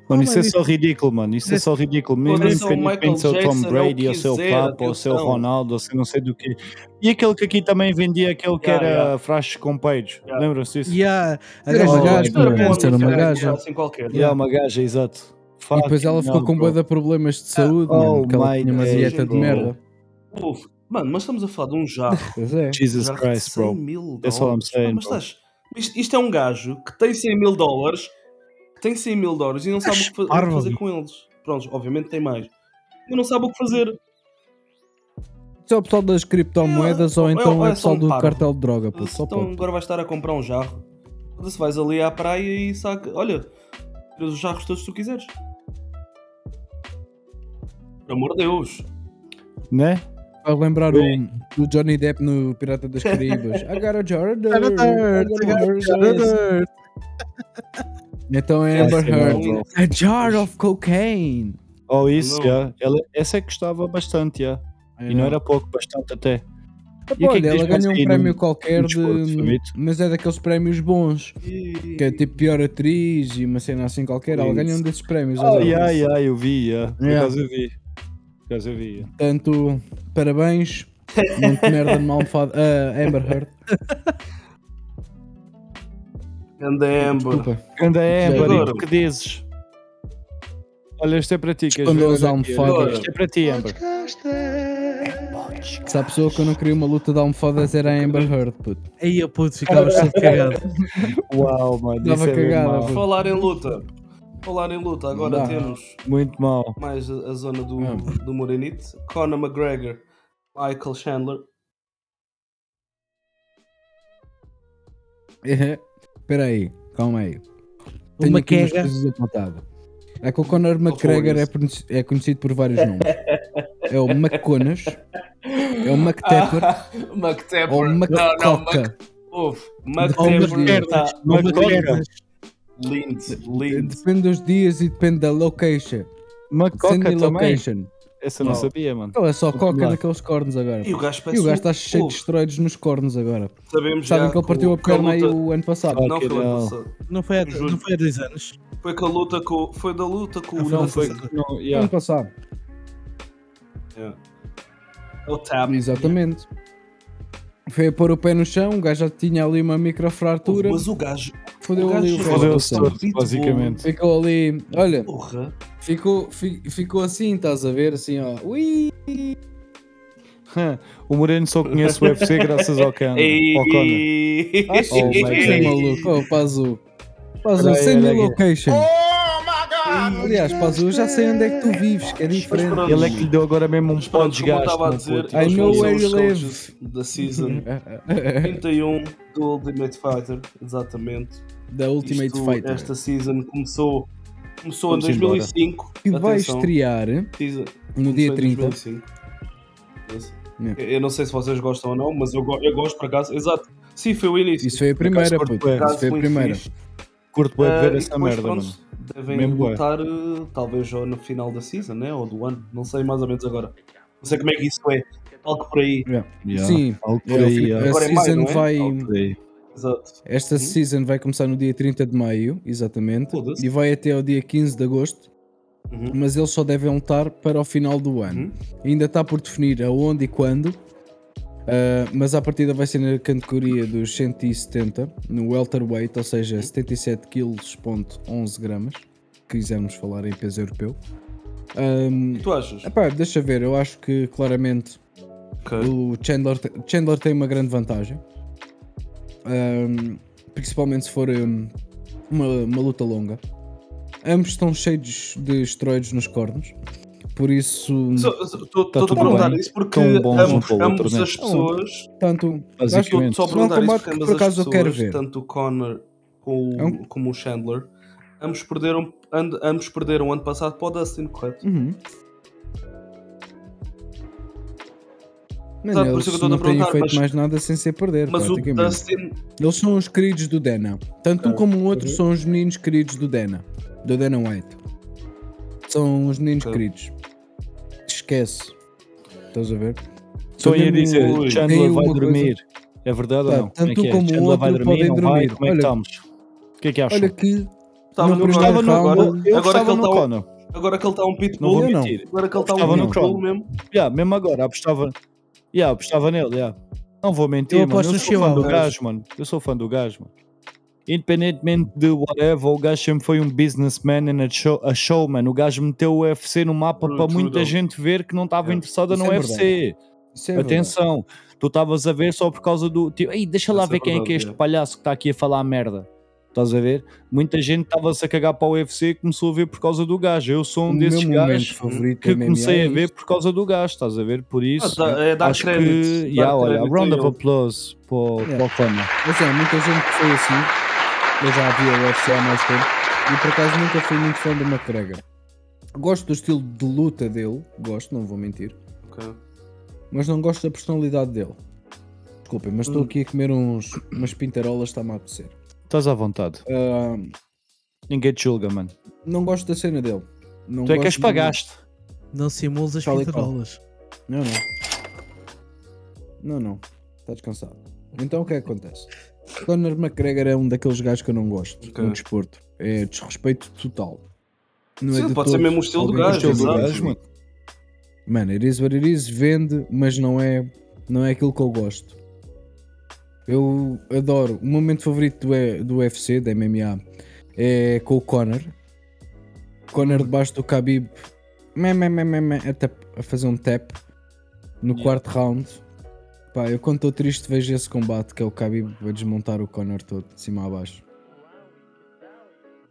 Mano, Ah, isso é mas só ridículo, mano. Isso é só ridículo. Mesmo Pode ser o que Michael tem seu Tom Jackson, é o Brady, que ou seu quiser, Papa, ou seu atenção. Ronaldo, ou seu não sei do que. E aquele que aqui também vendia, aquele que Yeah, era yeah. frascos com peitos. Yeah. Lembram-se disso? E há a Era gaja- uma gaja, espera, mano. espera, Isso era uma espera, né? gaja. Assim qualquer. E há uma gaja, exato. e depois ela ficou com bué de boa problemas Ah, de saúde, mano. oh Porque ela my tinha uma days, dieta de bro. merda. Houve. Mano, mas estamos a falar de um jarro. Pois é. Jesus jarro de Christ, 100 bro. mil dólares. That's all I'm saying, Ah, mas bro. estás... Isto, isto é um gajo que tem 100 mil dólares, que tem 100 mil dólares e não sabe o que, fa- o que parvo, fazer amigo. com eles. Prontos, obviamente tem mais. E não sabe o que fazer. Isso é o pessoal das criptomoedas É, ou é, então é, é é o só pessoal um do parvo. cartel de droga, pô. Só Então pode. agora vais estar a comprar um jarro. Foda-se, vais ali à praia e saca. Olha, tiras os jarros todos que tu quiseres. Por amor de Deus. Né? Vai lembrar o, do Johnny Depp no Pirata das Caribas. I got a jar of dirt, I got a jar of dirt. Então é Amber Essa não, Heard. bro. A jar of cocaine. Ou isso, Não. yeah. Ela- essa é que gostava bastante, yeah. E não era pouco, bastante até. E o que é Olha, que ela diz ganhou mais um aí prémio no- qualquer, no desporto, de- Fabito? mas é daqueles prémios bons. E- Que é tipo pior atriz e uma cena assim qualquer. Ela É Isso. ganhou um desses prémios. Ah, olha. yeah, yeah, eu vi, yeah. Por Yeah. acaso eu vi. Por acaso eu vi, yeah. Portanto, parabéns. Muito merda de malfado. Ah, Amber Heard. Anda Amber. Desculpa. Anda é, Agora- Amber, e tu que dizes? Olha, este é para ti, queres Escondeu ver? as Olha aqui, olha, almofadas. Este é para ti, Amber. Se há pessoa que eu não queria uma luta de almofadas era a Amber Heard, puto. Aí eu puto ficava todo cagado. Uau, mano, isso Dava é mesmo cagada, mau. bro. Falar em luta. Falar em luta. Agora dá. temos Muito mal. mais a, a zona do, Ah. do Morenito. Conor McGregor. Michael Chandler. Espera aí, calma aí. Tenho Uma aqui umas quega. coisas apontadas. É que o Conor McGregor é, pronunciado- é conhecido por vários nomes. É o Ah, McConas, é o McTepper McTepper. ou o é Não, não, Mac- McCoca. Houve. Ou umas McTavish pernas. está Ou umas McCoy. pernas. lindo, lindo. Depende dos dias e depende da location. Macoca Depende da também? location. Essa eu não Não. sabia, mano. Ele é só coca Claro. naqueles cornos agora. E o gajo E parece o gajo está um cheio de louco. esteroides nos cornos agora. Sabemos Sabem já que ele partiu a com- com perna aí luta- o ano Não, passado. foi o ano Fucking passado. Não foi, há, Juro. não foi há dois anos. Foi com a luta com. Foi da luta com o. Não foi. Francisco. Não, Ano yeah. passado. É o Tab. Exatamente. Foi a pôr o pé no chão, o gajo já tinha ali uma microfratura. Mas o gajo. Fodeu o gajo um ali já o resto fodeu do Fodeu-se sangue. todo. todo, basicamente. Ficou ali. Olha, Porra. ficou, fi- ficou assim, estás a ver? Assim, ó. Ui! O Moreno só conhece o UFC graças ao Cano. Ao Conor. Ei. Acho Oh, que my é God. maluco. Oh, Pazu. Pazu, Peraí, sem olha mil aqui. location. Oh Ei. Aliás, Pazu, eu já sei onde é que tu vives, que é diferente. pronto. Ele é que lhe deu agora mesmo um Mas pronto, ponto de como eu gasto. estava a meu dizer, puto. I eles know vão where ser os you live. coaches da season 31 do Ultimate Fighter, exatamente. é da Ultimate Isto, Fighter. Esta season começou, começou em Vamos 2005. Que vai Atenção, estrear season- no começou dia É. em 30. 2005. Esse. Yeah. Eu não sei se vocês gostam ou não, mas eu, go- eu gosto por acaso. Exato. Sim, foi o início. Isso foi a primeira, puto. Por acaso, Caso Isso foi a muito primeira. fixe. Curto bué de Ah, ver e essa depois, merda, pronto, mano. Devem Mesmo bué. lutar eh, talvez ou no final da season, né? ou do ano, não sei mais ou menos agora. Não sei como é que isso é. Algo por aí. Yeah. Sim. Algo por É, aí, o- yeah. a Agora é maio, season não é? Uhum. vai. Por aí. Exato. Esta season vai começar no dia 30 de maio, exatamente. Foda-se. E vai até ao dia 15 de agosto. Uhum. Mas eles só devem lutar para o final do ano. Uhum. Ainda está por definir aonde e quando. ah, mas a partida vai ser na categoria dos 170, no welterweight, ou seja, 77 kg.11 gramas, quisermos falar em peso europeu. Ahm, E tu achas? Epá, deixa ver, eu acho que claramente Ok. É, o Chandler, te- Chandler tem uma grande vantagem. Ahm, principalmente se for hum, uma, uma luta longa. Ambos estão cheios de esteroides nos cornos. Por isso, Estou Tá a tudo perguntar bem. isso porque Tão bons um ambos, para o outro, ambos né? as pessoas. tanto. Estou Basicamente. só a Não, é um perguntar isso combate porque que, ambas por as acaso, eu quero ver. pessoas, tanto o Connor como, É um- como o Chandler, ambos perderam, and- ambos perderam ano passado para o Dustin, correto? Uhum. Man, Exato, por eles isso que eu estou a não têm perguntar, feito mas- mais nada sem ser perder. Mas o praticamente. Dustin. Eles são os queridos do Dana. Tanto Ah, um como o outro uhum. são os meninos queridos do Dana. Do Dana White. São os meninos Ok. queridos. Esquece. Estás a ver? Estou a Mesmo- dizer, Ui. Chandler Tem vai uma coisa- dormir. É verdade ou Tá, não? tanto é que é? como o Chandler outro vai dormir, podem não vai? dormir. Como é que Olha- estamos? O que é que acham? Olha que. Estava Eu no gostava Connor no- agora. eu Agora que gostava ele no está um- Conor. agora que ele está um Não pitbull. vou Eu não. mentir. Agora que ele está Estava um no pitbull Chrome. mesmo. Yeah, mesmo agora, apostava, yeah, apostava nele. Yeah. Não vou mentir, Eu mano. aposto Eu no sou fã do Chihuahua. gajo, mano. Eu sou fã do gajo, mano. Independentemente de whatever, o gajo sempre foi um businessman and a, show, a showman. O gajo meteu o UFC no mapa True, para true, muita though. gente ver que não estava Yeah. interessada Isso no é UFC. Isso é Atenção, tu estavas a ver só por causa do. Tipo, Ei, deixa lá Isso é ver quem é que é verdade, este yeah. palhaço que está aqui a falar merda. Estás a ver? Muita gente estava-se a cagar para o UFC e começou a ver por causa do gajo. Eu sou um verdade. o desses meu momento gajos favorito que é MMA, comecei é a ver isto. por causa do gajo, estás a ver? Por Ah, isso, tá, é dar acho crédito. que. dar Yeah, olha, crédito round a of ele. applause para o Yeah. para o Conor. Mas é, muita gente que foi assim. Eu já vi o UFC há mais tempo. E por acaso nunca fui muito fã do McGregor. Gosto do estilo de luta dele. Gosto, não vou mentir. Ok. mas não gosto da personalidade dele. Desculpem, mas estou Hum. aqui a comer uns, umas pintarolas, está-me a apetecer. Estás à vontade. Ah, Ninguém te julga, mano. não gosto da cena dele. Não Tu é que gosto as de- pagaste. Não simules as Tal e qual. pintarolas. Não, não. Não, não. Está descansado. Então o que é que acontece? Conor McGregor é um daqueles gajos que eu não gosto Ok. no desporto. É desrespeito total. Não é Sim, de pode ser todos. mesmo o estilo do Alguém gajo, gosta exato. dele. Mano, it is what it is, vende, mas não é, não é aquilo que eu gosto. Eu adoro. O momento favorito do, E- do UFC, da MMA, é com o Conor. Conor debaixo do Khabib mé, mé, mé, mé, mé, a, tap- a fazer um tap no quarto round. Pá, eu quando estou triste vejo esse combate que é o Khabib a desmontar o Conor todo, de cima a baixo.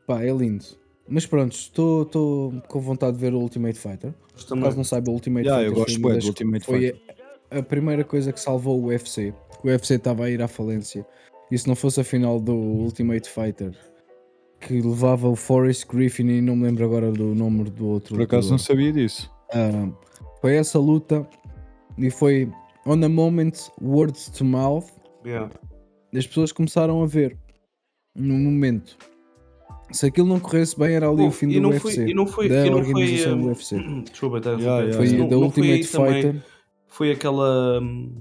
Pá, é lindo. Mas pronto, estou estou com vontade de ver o Ultimate Fighter. Mas Por também- acaso não saiba, o Ultimate Yeah, Fighter eu foi gosto uma bué do das- Ultimate foi a, a primeira coisa que salvou o UFC. que O UFC estava a ir à falência. E se não fosse a final do Ultimate Fighter, que levava o Forrest Griffin e não me lembro agora do nome do outro. Por acaso não lutador. sabia disso. Ah, foi essa luta e foi on the moment, words to mouth. Yeah. as pessoas começaram a ver no momento. Se aquilo não corresse bem, era ali o Houve, fim e do não UFC. foi, e não foi, da e não foi, organização hum, do UFC. Desculpa, tá, Yeah, yeah, foi, Foi yeah. não- da não foi aí Ultimate também- Fighter. foi aquela hum,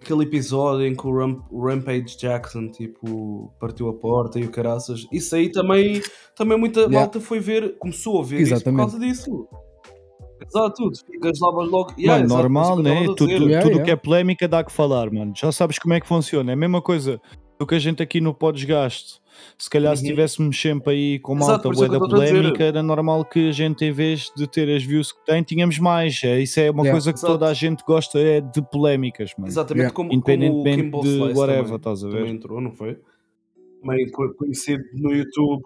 aquele episódio em que o Ram- o Rampage Jackson tipo partiu a porta e o caraças isso aí também também muita Yeah. malta foi ver começou a ver Exatamente. isso por causa disso exato tudo ficas lá mas logo Mano, Yeah, ah, exato, normal, isso que eu né? tava a Tudo, dizer. tudo Yeah, yeah. que é polémica dá que falar, mano. Já sabes como é que funciona. É a mesma coisa do que a gente aqui no Podesgasto. Se calhar se Uhum. tivéssemos sempre aí com uma Exato, alta por isso é bué que da eu tô a dizer. polémica, era normal que a gente, em vez de ter as views que tem, tínhamos mais. É, isso é uma Yeah. coisa que Exato. toda a gente gosta, é de polémicas, mano. exatamente Yeah. como, como o Independentemente Kimball de Slice whatever, também, estás a ver? também entrou não foi também co- conhecido no YouTube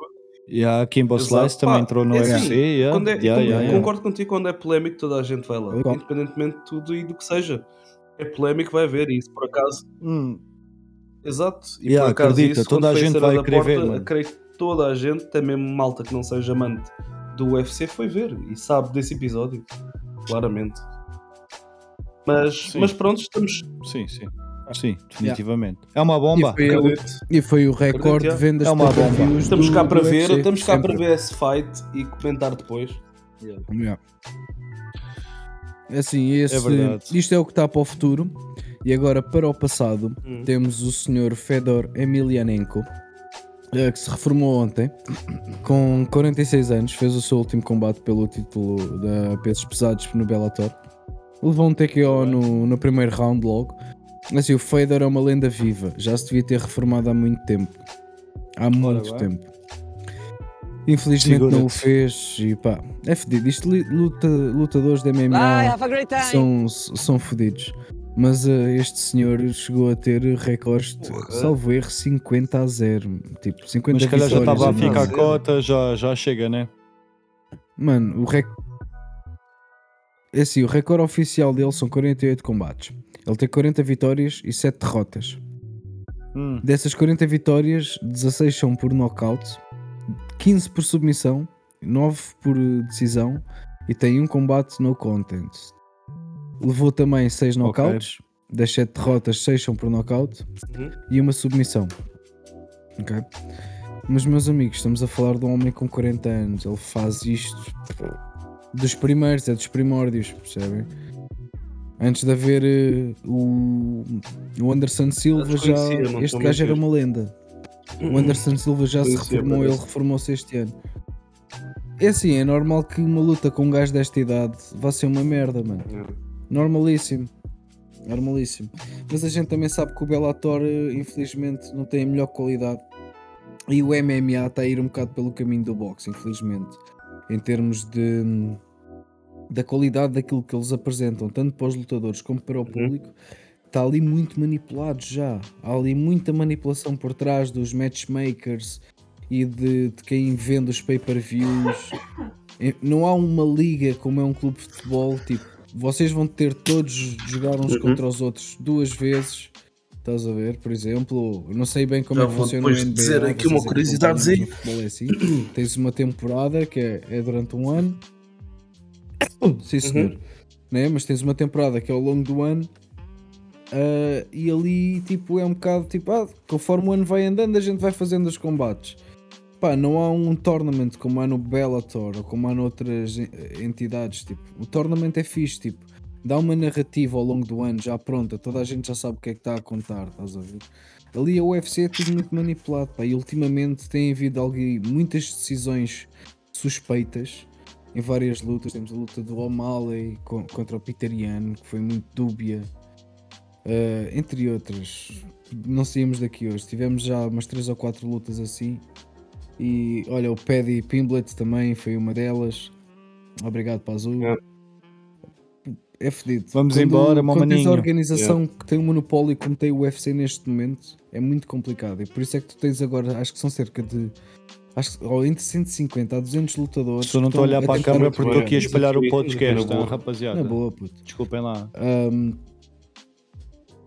E a Kimbo Exato. Slice Pá, também entrou no é UFC. assim, yeah, Quando é- yeah, quando- yeah, yeah. Concordo contigo, quando é polémico, toda a gente vai lá, Legal. independentemente de tudo e do que seja. É polémico, vai ver isso, por acaso. Hum. Exato. E Yeah, por acaso acredita, isso, toda quando a foi gente cena vai da querer ver, porta, mano. Creio que toda a gente, até mesmo malta que não seja amante do UFC, foi ver e sabe desse episódio, claramente. Mas, Sim. mas pronto, estamos. Sim, sim. Sim, definitivamente. É uma bomba. E foi, o- Acredito. e foi o recorde de Acredito, vendas é uma de pay-per-views do- Estamos cá do para ver, UFC, estamos cá sempre. para ver esse fight e comentar depois. Yeah. Assim, esse, É verdade. isto é o que está para o futuro. E agora, para o passado, Hum. temos o senhor Fedor Emelianenko, eh, que se reformou ontem, com 46 anos, fez o seu último combate pelo título da pesos pesados no Bellator. Levou um TKO no, no primeiro round logo. Assim, o Fedor é uma lenda viva, já se devia ter reformado há muito tempo. Há muito bem. tempo. Infelizmente não o Segura-te. fez e pá, é fedido. Isto li- luta, lutadores de MMA Bye, Ah, é, have a great são, time. são fodidos. Mas eh, este senhor chegou a ter recordes, de, Porra. salvo erro, 50 a 0. Tipo, 50 Mas se calhar já vitórias estava a em ficar nada. Sim. cota, já, já chega, né? Mano, o rec... é assim, o recorde oficial dele são 48 combates. Ele tem 40 vitórias e 7 derrotas. Hum. Dessas 40 vitórias, 16 são por nocaute, 15 por submissão, 9 por eh, decisão e tem um combate no content. Levou também 6 Ok. knockouts, das 7 derrotas, 6 são por nocaute Uhum. e uma submissão. Ok? Mas, meus amigos, estamos a falar de um homem com 40 anos, ele faz isto dos primeiros, é dos primórdios, percebem? Antes de haver eh, o, o Anderson Silva, já, desconhecia, não este estou a gajo era mentir. uma lenda. O Anderson Silva já se Pois é, reformou, ele parece. reformou-se este ano. É assim, é normal que uma luta com um gajo desta idade vá ser uma merda, mano. Normalíssimo. Normalíssimo. Mas a gente também sabe que o Bellator, eh, infelizmente, não tem a melhor qualidade. E o MMA está a ir um bocado pelo caminho do boxe, infelizmente. Em termos de hum, da qualidade daquilo que eles apresentam, tanto para os lutadores como para o público, está Tá ali muito manipulado já. Há ali muita manipulação por trás dos matchmakers e de, de quem vende os pay-per-views. Eh, Não há uma liga como é um clube de futebol, tipo, vocês vão ter todos de jogar Uhum. uns contra os outros duas vezes. Estás a ver, por exemplo, eu não sei bem como Já é que vou funciona o depois NBA, dizer aqui vocês uma que curiosidadezinha. acompanham o futebol é assim. Tens uma temporada que é, é durante um ano. Sim, senhor Uhum. né? mas tens uma temporada que é ao longo do ano ah, e ali tipo é um bocado tipo ah, conforme o ano vai andando a gente vai fazendo os combates Pá, não há um tournament como há no Bellator ou como há noutras en- entidades tipo o tournament é fixe tipo dá uma narrativa ao longo do ano já pronta toda a gente já sabe o que é que está a contar estás a ver ali a UFC é tudo muito manipulado pá, e ultimamente tem havido alguém, muitas decisões suspeitas em várias lutas. Temos a luta do O'Malley co- contra o Piteriano, que foi muito dúbia, eh, entre outras. Não saímos daqui hoje. Tivemos já umas 3 ou 4 lutas assim. E olha, o Paddy Pimblett também foi uma delas. Obrigado para Azul. É. É, fedido. Vamos Quando- embora, meu Quando tens a maninho. organização que tem o monopólio como tem o UFC neste momento, é muito complicado. E por isso é que tu tens agora, acho que são cerca de. Acho que, ou entre 150 a 200 lutadores. Se eu não que estou a estão olhar para a tentar câmera muito porque estou bem. aqui a espalhar o Isso podcast, é hein, boa. rapaziada. Na boa, puto. Desculpem lá. Ahm,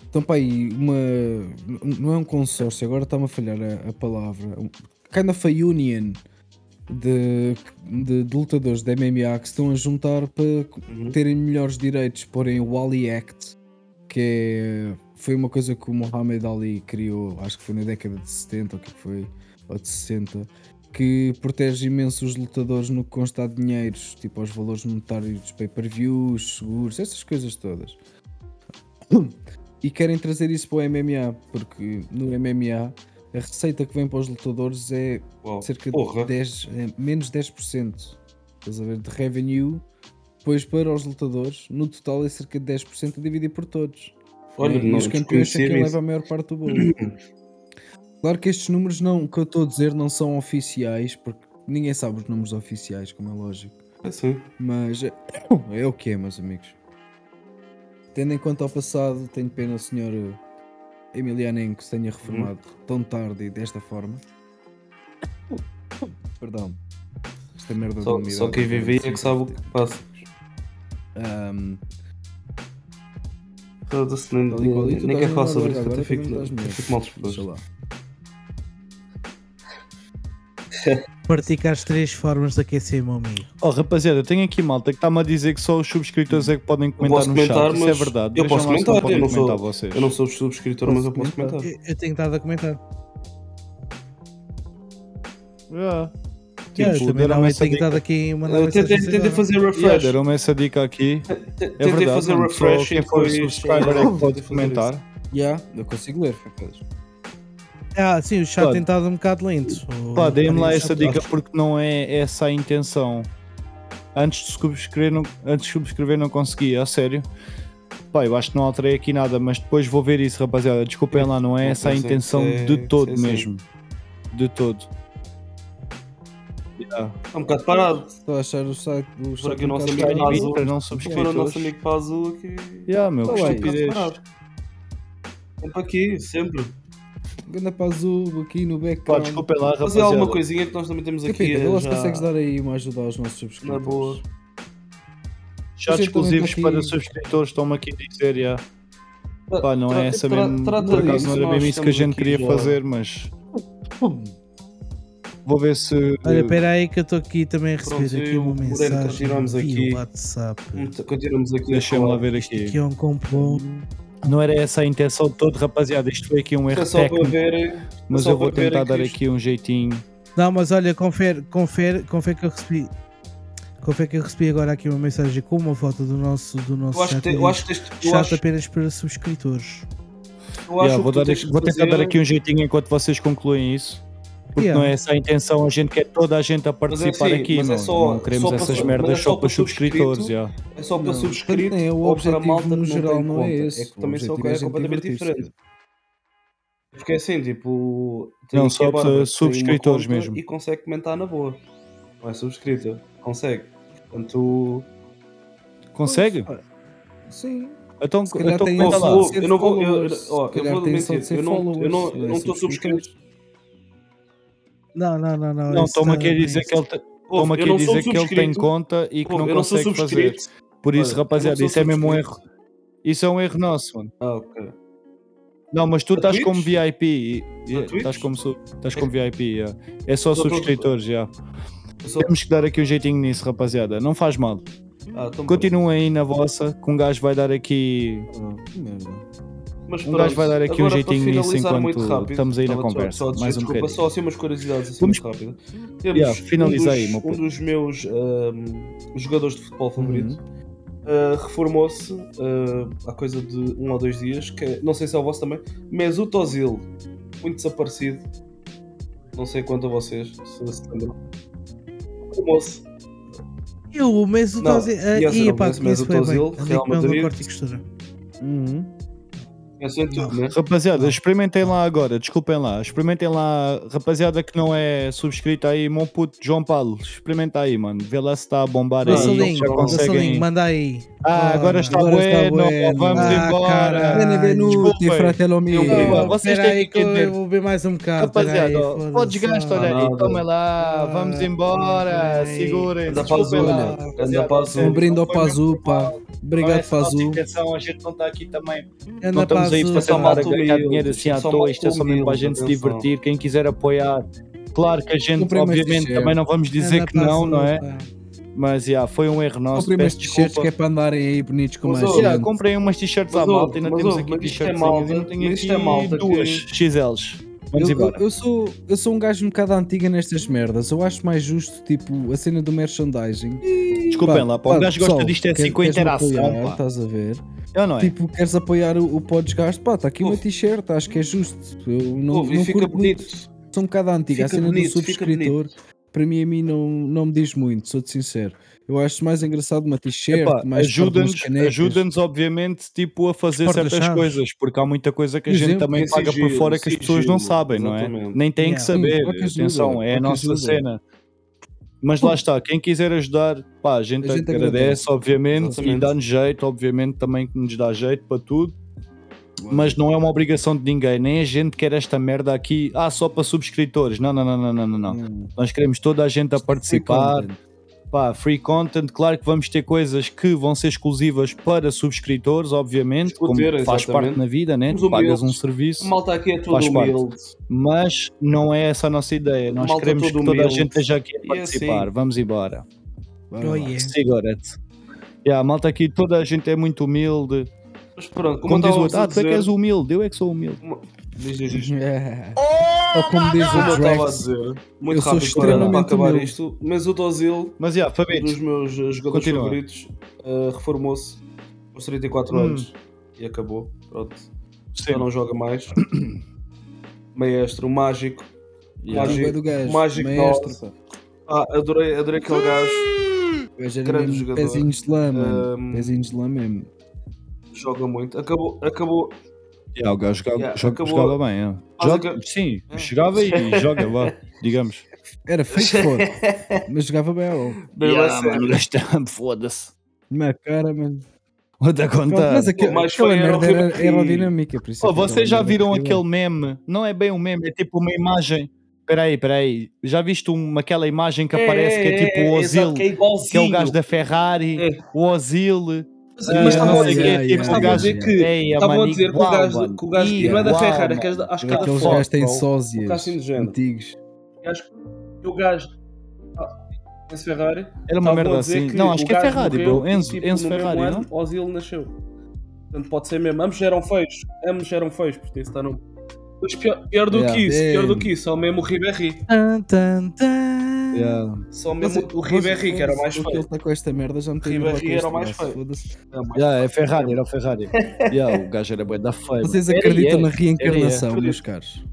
então, pá, aí, uma. Não é um consórcio, agora está-me a falhar a, a palavra. Um- Kind of a union de, de, de lutadores da MMA que se estão a juntar para Uhum. terem melhores direitos, porém o Ali Act, que é foi uma coisa que o Mohamed Ali criou, acho que foi na década de 70 ou que foi, ou de 60, que protege imenso os lutadores no que consta a dinheiros, tipo aos valores monetários, pay-per-views, seguros, essas coisas todas. E querem trazer isso para o MMA, porque no MMA a receita que vem para os lutadores é Uau, cerca porra. de 10, eh, menos 10%. Estás a ver? De revenue, depois para os lutadores, no total é cerca de 10% a dividir por todos. Olha, e não os campeões são desconhecia quem isso. leva a maior parte do bolo. claro que estes números não, que eu estou a dizer não são oficiais, porque ninguém sabe os números oficiais, como é lógico. É sim. Mas é, é o que é, meus amigos. Tendo em conta ao passado, tenho pena o senhor eh, Emilianenko se Uhum. tenha reformado tão tarde e desta forma. Perdão. Esta merda da Só, umidade só quem vive aí é que sabe o que passa. Ahm, Foda-se, nem, tal e qual. E tu nem quero estás a falar sobre guardar isso, até fico, agora, também estás até melhor. fico mal Deixa disposto. lá. Pratica as três formas de aquecer, meu amigo. Oh, rapaziada, tenho aqui malta que está-me a dizer que só os subscritores é que podem comentar posso no comentar, chat. Isso é mas verdade. eu Vejam posso lá se comentar, podem eu não sou- comentar vocês. Eu não sou subscritor, mas eu posso comentar. Eu, eu tenho estado a comentar. Yeah. Eu também deram não, Tipo, é assim eu essa tenho dica. estado aqui a mandar Eu Eh, tentei, mensagens tentei agora. fazer Yeah, refresh. Deram-me essa dica aqui. Te- É Tentei verdade. fazer mano, só refresh e quem for depois. subscriber é que pode comentar. Yeah, eu consigo ler, rapazes. Ah, sim, o chat Claro. tem estado um bocado lento. O- Pá, deem-me lá o essa chat- tá- dica porque não é essa a intenção. Antes de subscrever, não, antes de subscrever não conseguia, a sério. Pá, eu acho que não alterei aqui nada, mas depois vou ver isso, rapaziada. Desculpem lá, não é Não, essa a sim, intenção sim, de todo sim, sim. mesmo. De todo. Yeah. Está um bocado parado. Estou a achar o site do Por aqui o nosso Está amigo em mim Nazo. para não Para o nosso subscritores. é um amigo Pazu aqui. Yeah, meu, que Então, Tá bem. estupidez. Sempre É aqui, sempre. Ganda Pazu aqui no Pá, background. desculpem lá, Fazer alguma rapaziada. coisinha que nós também temos é aqui. Capita, vê lá se já consegues dar aí uma ajuda aos nossos Na subscritores. boa. um Vocês Chats também exclusivos estão para aqui- subscritores, estão-me aqui a dizer, yeah. Tra- Pá, não tra- é essa tra- mesmo. trata Por acaso não disso, era nós mesmo isso que a estamos gente aqui queria já. fazer, mas. Vou ver se. Olha, espera aí que eu estou aqui também a receber Pronto, aqui eu- uma Moreno, mensagem continuamos via aqui. WhatsApp. Muito- Continuamos aqui. a Deixa-me lá falar. ver Que aqui. é um complô. Não era essa a intenção de todo, rapaziada. Isto foi aqui um É erro só para técnico, verem. mas só eu vou para verem tentar que dar isto- aqui um jeitinho. Não, mas olha, confere, confere, confere que eu recebi. Confere que eu recebi agora aqui uma mensagem com uma foto do nosso, do nosso Eu acho que chat. te- a eu dizer, acho que este- eu chat acho- apenas para subscritores. eu acho Yeah, vou, que tu dar tens aqui- que vou tentar dar fazer- aqui um jeitinho enquanto vocês concluem isso. Porque Yeah. não é essa a intenção, a gente quer toda a gente a é participar assim, aqui, mas é não, só- não queremos só para essas sub- merdas mas é só, só para para subscritores. subscrito. yeah. É só para Não, subscrito portanto, é, o ou para objetivo malta no que não geral tem não é conta. esse. É que também O são objetivo é a é gente completamente divertir-se. diferente. Porque é assim, tipo... tem Não, aqui só a Bárbara, para que tem uma subscritores conta mesmo. E consegue comentar na boa. Não é subscrita. Consegue. Portanto... Consegue? Sim. Então, Se calhar então tem comenta Ó, lá. só- Flu, ser eu não vou... eu- followers, ó, se Eu calhar vou tem só de mentir. ser Eu não- eu não- followers, eu não não é estou subscrito. subscrito. Não, não, não, não. Não, esse toma aqui a tá- dizer que ele, te- Ouve, toma eu aqui a não sou dizer que ele tem subscrito. conta e que Ouve, não eu não sou consegue fazer. subscrito. Por isso, Olha, eu não rapaziada, sou isso é mesmo um subscrito. erro. Isso é um erro nosso, mano. Ah, ok. Não, mas tu A estás Twitch? como VIP. e- e- A Twitch? Estás como, su- estás É- como VIP. yeah. É só Só para- subscritores, já. Eu sou- Temos que dar aqui um jeitinho nisso, rapaziada. Não faz mal. Ah, então Continuem aí na vossa, que um gajo vai dar aqui. Que merda. pronto. Mas Um pronto, gajo vai dar aqui um agora para jeitinho nisso finalizar muito enquanto rápido, estamos aí na estava só- só a dizer, conversa. Mais um desculpa, bocadinho. só assim umas curiosidades assim Vamos- muito rápido. Temos Yeah, finaliza um dos, aí, meu um puto. Uhum. dos meus ahm, jogadores de futebol favorito ah, reformou-se ah, há coisa de um ou dois dias, que é- não sei se é o vosso também, Mesut Ozil, muito desaparecido. Não sei quanto a vocês, se se lembram. Reformou-se. Eu, o Mesut Não, Ozil. ah, ia ser Ih, o é pá, Mesut conheço bem, bem. Ozil, Ali Real é que manda Madrid. corte e costura. Uhum. Eu sei tudo, né? Rapaziada, experimentem lá agora, desculpem lá, experimentem lá, rapaziada que não é subscrita aí, meu puto João Paulo, experimenta aí, mano, vê lá se está a bombar aí, Vacilinho, já conseguem. Vacilinho, manda aí. Ah, agora está Agora está bueno, bueno. vamos Ah, embora. caralho. Benvenuti, Desculpem. fratello mio. Obrigado. Oh, vocês espera têm aí que que eu- entender. eu vou beber mais um Ah, é, bocado. Rapaziada, peraí, ó, foda-se. pode desgaste, olha aí, Nada. toma lá, vamos Ah, embora, bem. segurem, Anda para desculpem azul, lá. olha. rapaziada, Anda para azul. sério, Um brinde ao não foi mesmo Pazu, pá. mal. Não é Obrigado, essa a nossa Pazu. intenção, a gente não está aqui também não Anda estamos para aí azul, para só estar a malta ganhar humilde, dinheiro assim à só toa, malta isto é só mesmo para a gente se humilde, atenção. divertir, quem quiser apoiar. Claro que a gente, Comprei uma obviamente, t-shirt. também não vamos dizer anda que para não, azul, não é? pá. Mas yeah, foi um erro nosso. Comprei umas Peço t-shirts que é desculpa. para andarem aí bonito com Mas, mais ó, gente. Yeah, comprei umas t-shirts à Mas, malta. Ainda ouve, temos mas, aqui ouve, mas isto é t-shirts. malta, ainda tenho mas isto aqui é malta que- duas XLs. Vamos Eu, embora. eu sou, eu sou um gajo um bocado antiga nestas merdas. Eu acho mais justo, tipo, a cena do merchandising. Desculpem lá, pá, o gajo gosta disto é assim com interação. Apoiar, pá. Estás a ver? Eu não é? Tipo, queres apoiar o, o podcast? Pá, está aqui uma Ouve. t-shirt, acho que é justo. Eu não, Ouve, e não fica curto muito. bonito. Sou um bocado antiga. A Fica cena bonito, do fica subscritor, para mim, a mim não, não me diz muito, sou-te sincero. Eu acho mais engraçado uma t-shirt, Epá, mais ajuda-nos, umas canecas. ajuda-nos, obviamente, tipo, a fazer Porta-chaves. certas coisas, porque há muita coisa que a Por gente exemplo, também é paga por sigilo, fora que as pessoas não sigilo, sabem, não é? exatamente. Nem têm que Yeah. saber, Sim, claro que atenção, ajuda, é a claro que nossa ajuda. cena. Mas lá está, quem quiser ajudar, pá, a gente, A gente agradece, agradece. obviamente, e Exatamente. dá-nos jeito, obviamente, também que nos dá jeito para tudo. Mas não é uma obrigação de ninguém, nem a gente quer esta merda aqui, ah, só para subscritores. Não, não, não, não, não, não. não. Não. Nós queremos toda a gente a participar, Pá, free content, claro que vamos ter coisas que vão ser exclusivas para subscritores, obviamente, Exclusivo, como faz exatamente. parte na vida, né? Os Tu pagas humildes. um serviço, A malta aqui é tudo Faz parte. humilde. mas não é essa a nossa ideia. Nós Malta queremos que todo toda a humilde. gente esteja aqui a E é assim. participar. Vamos embora. Bora Oh, lá. yeah. Cigarette. Yeah, a malta aqui, toda a gente é muito humilde. Mas pronto, como eu Quando diz o estava a outro, ah, tu é que és dizer... humilde, eu é que sou humilde. Diz, diz, diz. Oh, Ou como diz Como eu o estava a Drax, dizer, muito Eu sou rápido para- para, extremamente acabar humilde. isto, mas o Dozil, Mas yeah, um dos Fabito, meus eh, jogadores Continua. favoritos, eh, reformou-se aos 34 Hum. anos e acabou. Pronto, já sim. não joga mais. Maestro, mágico. Yeah. Mágico. Mágico, é do gajo, Mágico maestro, pá. Ah, adorei, adorei aquele gajo. O gajo era Grande mesmo jogador. Hum. pezinhos de lã, mano. Hum. Ahm. Pezinhos de lã mesmo. Joga muito. Acabou, acabou, Yeah, o gajo jogava, Yeah, joga- acabou. jogava bem. yeah. Básica- Joga- sim, É. jogava e joga, vá, digamos. Era feio for, mas jogava bem ao Bem, vai ser. gastando, foda-se. Na cara, mano. Vou-te a Pronto, contar. mas aquela, mais aquela feio era o merda era Ribeiro. aerodinâmica, por isso. Pô, é que aquela vocês já merda viram era aquele meme? Não é bem um meme, é tipo uma imagem. Peraí, peraí. Já viste um, aquela imagem que aparece que é tipo o Ozil, exato, que é igualzinho. que é o gajo da Ferrari, É. o Ozil. Mas, ah, mas estavam não a sei dizer, quê, yeah, tipo, mas o estavam a gajo- dizer que. Ei, Estavam a mano, dizer que o é igual, gajo, mano. que o gajo não é da Igual, Ferrari, é que é mano. da- acho que é da Aqueles foto, Ford. gajos têm bro. Um sósias casting de género. antigos. Eu acho que o gajo. Ah, Enzo Ferrari. Era É uma estavam merda a dizer assim. Não, o acho que é gajo Ferrari, morreu bro. e, Enzo, tipo, Enzo no mesmo Ferrari, ano, não? Ozil nasceu. Portanto, pode ser mesmo. Ambos eram feios. Ambos eram feios, porque isso está no. Mas pior, pior do Yeah. que isso, pior do Damn. que isso, só mesmo o Ribéry. Tan, tan, tan. Yeah. Só mesmo o Ribéry, que era o mais O que ele feio. está com esta merda já me tem Ribéry nervo com era este o mais gajo, feio. foda-se. É, mais- Yeah, é Ferrari, era o Ferrari. yeah, o gajo era bué da feio. mano. Vocês Era e acreditam é. na reencarnação, Acredito. meus caros?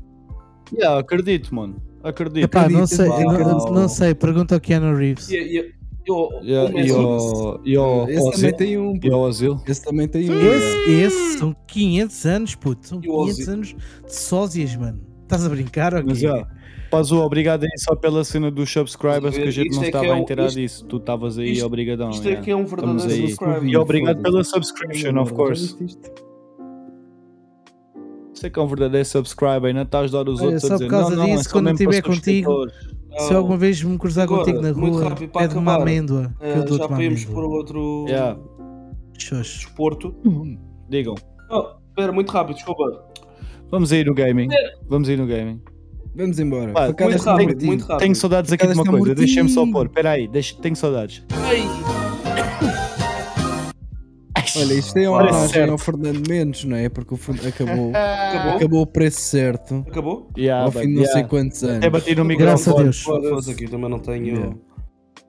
Yeah, acredito, mano. Acredito. Epá, não Acredito, sei, pá. não, não sei, pergunta ao Keanu Reeves. E- é e- e o- Yeah, o e oh, Messi- o, e o, é Esse também Ozil. tem um. E pô. o Ozil. Esse também tem um. Esse, esse são 500 anos, puto. São assim, E o Ozzy? 500 anos de sósias, mano. Estás a brincar ou Mas quê? já, Pazu, obrigado aí só pela cena dos subscribers que a gente Isto não é que estava é a o- inteirar isto- disso. Tu estavas aí, isto- obrigadão. Isto yeah. é que é um Estamos verdadeiro aí. subscribe. E obrigado Foda-se. pela subscription, of course. Sei que é um verdadeiro subscriber, ainda estás a dar os Olha, outros só a por dizer, causa não, não, disso, é só quando mesmo para estiver contigo, Então, subscritores. eh, Se eu alguma vez me cruzar Agora, contigo na muito rua, rápido para pede-me uma acabar. amêndoa. que eu Ah, dou-te já uma podemos um amêndoa. por outro Yeah, Xoxo. desporto. digam. Oh, espera, muito rápido, desculpa. Vamos aí no gaming. Vamos aí no gaming. Vamos embora. Pá, Facadas muito com rápido, martinho. muito rápido. Tenho saudades aqui de Facadas com uma coisa, deixem-me só martinho. pôr. Espera aí, deixa- tenho saudades. Olha, isto é uma Parece homenagem certo. ao Fernando Mendes, não é? Porque o fundo acabou, Acabou? Acabou? acabou o preço certo Yeah, ao but, fim de não sei Ah, yeah. É quantos anos. Até bati no Graças a microfone. Deus. Foda-se aqui, também não tenho. Yeah.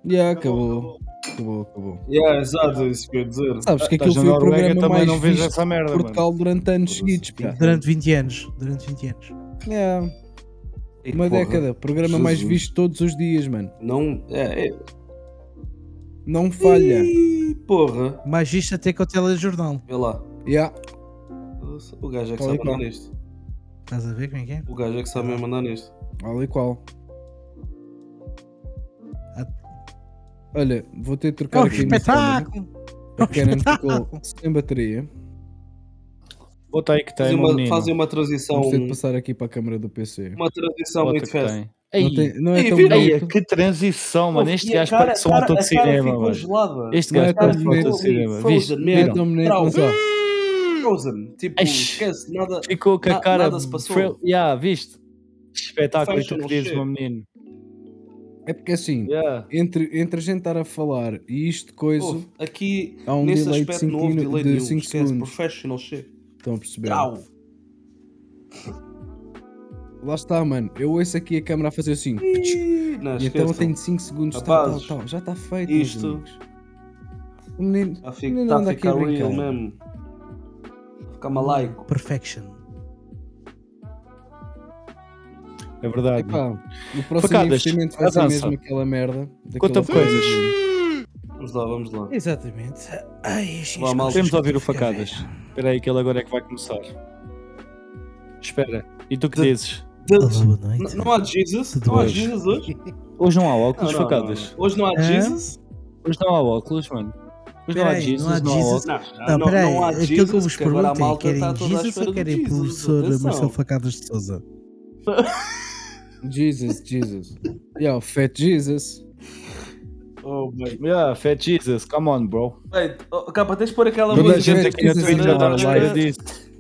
Yeah, acabou, acabou, acabou. Yeah, exato, isso que eu ia dizer. Sabes É que aquilo tá, Estás na foi o Noruega, programa também mais não vejo visto essa merda, de mano. Portugal durante anos seguidos. pá. Durante 20 anos. Durante 20 anos. Yeah, Ei, Uma porra, década, programa mais Jesus. visto todos os dias, mano. Não. É, é. Não falha. Ih, porra. Mais isto até que o telejornal. Vê lá. Yeah. O gajo é que sabe Olha aí, mandar pá. neste. Estás a ver como é que é? O gajo é que sabe mesmo mandar neste. Olha e qual. Ah, Olha, vou ter de É trocar um aqui a minha câmera. espetáculo! é um A Canon ficou sem bateria. Bota tá aí que é tem, Fazem meu é uma, menino. fazem uma transição. Vamos ter de passar aqui para a câmera do PC. Uma transição Bota muito que tem. festa. Não, Ei, tem- não é Ei, tão viram? Ei, bonito. que transição, mano. Este E a gajo cara- parece um cara- autor de a cara cinema, ficou mano. gelada. Este Não é gajo tão parece um autor bonito. de cinema. Frozen, Viste? man. Não é Viram? tão bonito, mas ó. Frozen. Tipo, Ai, esquece, nada. Ficou com a Na- cara. nada se passou. fril- Yeah, viste? Espetáculo, e tu Fashion, querias, shit. meu menino. É porque assim, Yeah. entre, entre a gente estar a falar e isto coisa, Ouve, aqui, Há um nesse delay de aspecto, cinco não houve minu- delay de nenhum. cinco Esquece, segundos. professional shit. estão a perceber? Tchau. Lá está, mano. Eu ouço aqui a câmera a fazer assim. E Ih, Não, então eu esquece. tenho 5 segundos. Tal, tal, Rapazes, tal. Já está feito. meus Isto amigos. Um O menino. está a o fi- menino tá anda a aqui a ficar brincar. real mesmo. Tá a Ficar malaico. Perfection. É Ah, verdade. Epá, no próximo Facadas, investimento vai ser avança. mesmo aquela merda. daquela Conta-me coisa. coisas. Vamos lá, vamos lá. Exatamente. Ai, as Vá, malta. Temos de ouvir o Facadas. Espera aí que ele agora é que vai começar. Espera. E tu que De- dizes? Deus. boa noite. N- Não há Jesus? Não há Dois. Jesus hoje? Hoje não há Não, óculos, não, Facadas. não. Hoje não há Hã? Jesus? Hoje não há óculos, mano. Hoje não há Peraí, Jesus, não há não há óculos. Jesus. Não, Não, Ah, não, peraí, é não há Jesus, aquilo que eu vos porque agora a perguntei, malta está querem toda à Jesus espera ou do querem Jesus, professor atenção. Marcelo Facadas de Souza? Jesus, Jesus. Yeah, o Fat Jesus. Oh, bem. Yeah, Fat Jesus, come on, bro. Bem, oh, capa, tens de pôr aquela Toda a Toda a música. gente gente aqui na precisa Twitch já saber estava à tá? dar espera like. disso.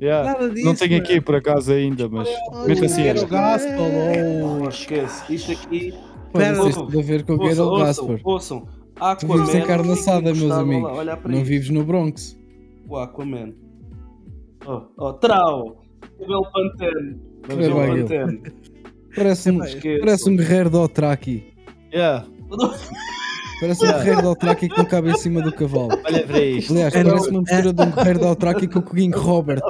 Yeah. Nada disso. Não tenho mano. aqui por acaso ainda, mas é? mesmo assim Era era. o gospel. oh. Não Oh, esquece, isto aqui. Pera, Mas isto tem a ver com o que era Ouçam, o ouçam, Gaspar. ouçam. Tu vives Aquaman. em carne assada, meus encostado, amigos. olha lá, Olha para Não isto. vives no Bronx. O Aquaman. Oh, oh, trau! O Bel Pantene. é Que O Bel barbaridade. Pantene. Parece um, Esqueçam. parece um guerreiro do Otraki. Yeah, Parece um guerreiro do Otraki que não cabe em cima do cavalo. olha para isto. Aliás, É, parece não- uma mistura de um guerreiro do Otraki com o King Robert.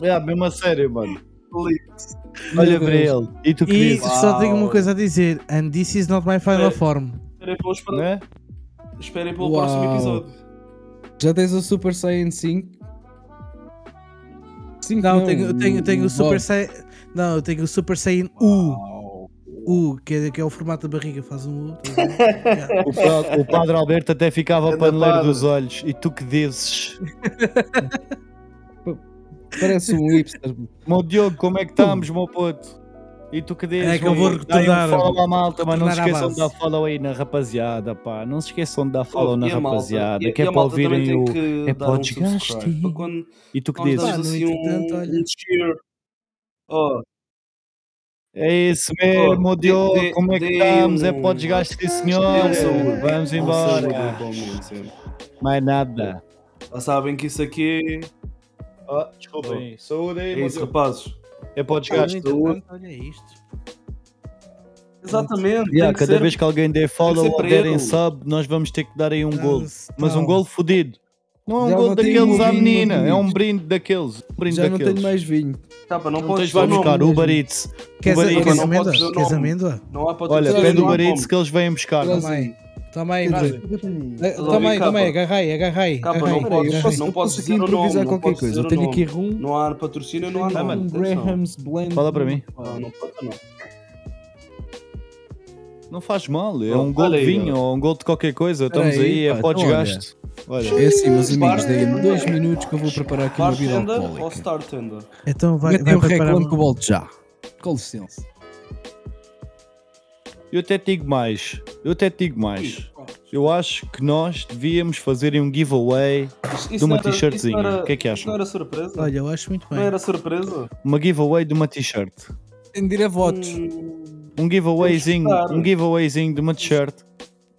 Yeah, mesmo a sério, mano. Lindo. Olha Meu para Deus. ele. E tu que E dizes? só tenho uma Uau. É. coisa a dizer. And this is not my final Olha. form. Esperem pelo, esper- Não é? esperem pelo Né? Uau. próximo episódio. Já tens o Super Saiyan 5? 5 Não, tenho, tenho, tenho o Super Saiyan. Saiyan. Não, eu tenho o Super Saiyan Uau. U. U, que é, que é o formato da barriga, faz um U. estás a ver? Yeah. O, pa- o padre Alberto até ficava Anda, paneleiro padre. dos olhos. E tu que dizes? Parece um hipster. Meu Diogo, como é que estamos, meu puto? E tu que dizes? É que eu vou Dai retornar. Um follow à malta, mas não se Retornar à esqueçam de dar base. follow aí na rapaziada, pá. Não se esqueçam de dar follow Oh, na e a malta? rapaziada, E- que e é a para malta também ouvirem tem o... que é dar um podcast. subscribe. Para quando E tu que nós dizes? dar- damos Ah, no assim um, entretanto, olha. um cheer. Oh, É isso mesmo, Oh, meu Diogo, dê- dê- como é que dê estamos? É um- para o desgaste, sim dê senhor. um saúde. Vamos embora. Embora. Mais nada. Já sabem que isso aqui é desculpem. Saúde é aí, isso, rapazes. É para o Ah, desgaste. no entretanto, Olha isto. Exatamente. Yeah, tem que cada ser. vez que alguém der follow ser ou para derem ele. sub, nós vamos ter que dar aí um gol. Mas um Não. gol fodido. Não é um Já gol não tenho daqueles à vinho, menina, não é tenho um vinho. brinde daqueles. Um brinde Já não daqueles. tenho mais vinho. Tá, pá, não, Não podes tens, vai dizer o buscar nome, Uber Eats. Queres, Uber Eats, queres não amêndoa? podes dizer o Queres nome. amêndoa? Não há para Olha, Traz pede aí, o Uber Eats barito que eles vêm buscar. Traz Toma aí. Toma aí, Quer Marcos. dizer, Eh, Olha, Toma aí, capa. toma aí, agarra aí, agarra aí. Capa, agarra aí, não peraí, podes- eu agarra não posso- eu aí. podes posso dizer o nome, improvisar não qualquer podes coisa. dizer Eu o tenho nome. aqui rum. Não há patrocínio, não há tenho Ah, nada. mano, um atenção. Graham's Blend. Fala para mim. Não, não pode, não. Não faz mal, é Oh, um gol olha de aí, vinho ó. ou um gol de qualquer coisa. Estamos Pera aí, aí, é pá, para o então olha. desgaste. Olha. É assim, meus amigos, Bartender. é deem-me dois minutos que eu vou preparar aqui uma vida Bartender ou alcoólica. Startender? Então vai, Metem vai o preparar um. reclame que eu uma... volto um já. Com licença. Eu até te digo mais. Eu até te digo mais. Eu acho que nós devíamos fazer um giveaway de uma t-shirtzinha. O que é que Não acham? era surpresa? Olha, eu acho muito Não bem. era surpresa? Uma giveaway de uma t-shirt. Indira votos. Hum, Um giveawayzinho, Temos que estudar. um giveawayzinho de uma t-shirt.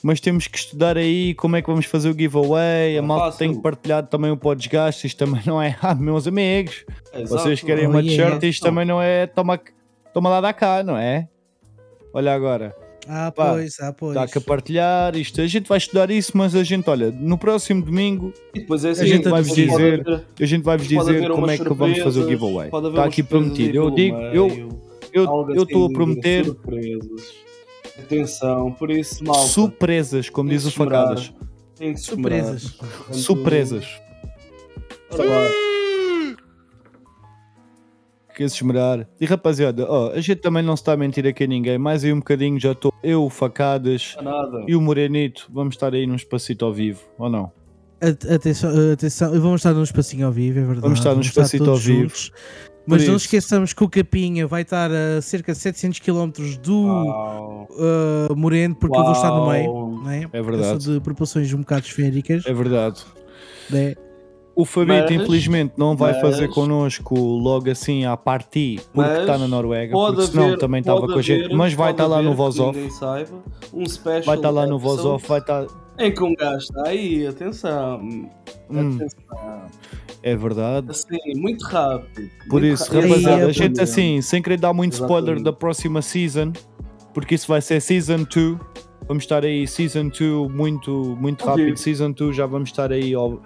Mas temos que estudar aí como é que vamos fazer o giveaway. A Não malta faço. tem que partilhar também o podcast. Isto também não é. Ah, meus amigos, exato. vocês querem Oh, uma yeah. t-shirt. Isto também não é. Toma, toma lá da cá, não é? Olha agora. Ah, Pá, pois, ah, pois. Dá que partilhar isto. A gente vai estudar isso, mas a gente, olha, no próximo domingo E depois é assim, A gente depois vai-vos pode dizer- haver- a gente vai-vos pode dizer haver como umas é que vamos fazer o surpresas, giveaway. pode haver Está umas aqui surpresas prometido. aí pelo Eu digo, eu meio. Algo eu estou assim, a prometer Surpresas. Atenção, por isso, malta. surpresas, como Tem diz que o Facadas. tem que se esmerar. Surpresas. Portanto, Surpresas. ora lá. Que se esmerar. E rapaziada, ó, a gente também não se está a mentir aqui a ninguém. Mais aí um bocadinho já estou eu, o Facadas Não há nada. e o Morenito. Vamos estar aí num espacito ao vivo, ou não? At- Atenção, eh, atenção, vamos estar num espacinho ao vivo, é verdade. Vamos estar num espacito todos ao vivo. juntos. Mas Por não isso. esqueçamos que o Capinha vai estar a cerca de 700 km Ah. do Uau. eh, Moreno, porque eu vou estar no Uau. meio, não é? É verdade. Eu sou de proporções um bocado esféricas, É verdade. né? O Fabito, Mas- infelizmente, não vai mas- fazer connosco logo assim à partir, porque Mas está na Noruega, Pode porque senão haver- também estava pode com a gente. haver- Mas vai pode estar lá haver, no que voz off, ninguém saiba, um special vai estar lá no voz episode off, vai tá- estar. Em que um gajo está aí, atenção. Hum, Atenção. é verdade. Assim, muito rápido. Por muito isso, rápido. rapaziada, Aí a é Exatamente. gente assim, sem querer dar muito spoiler Exatamente. da próxima season, porque isso vai ser season 2. Vamos estar aí, season 2, muito, muito Ao rápido. vivo. Season 2, já vamos estar aí. Ao...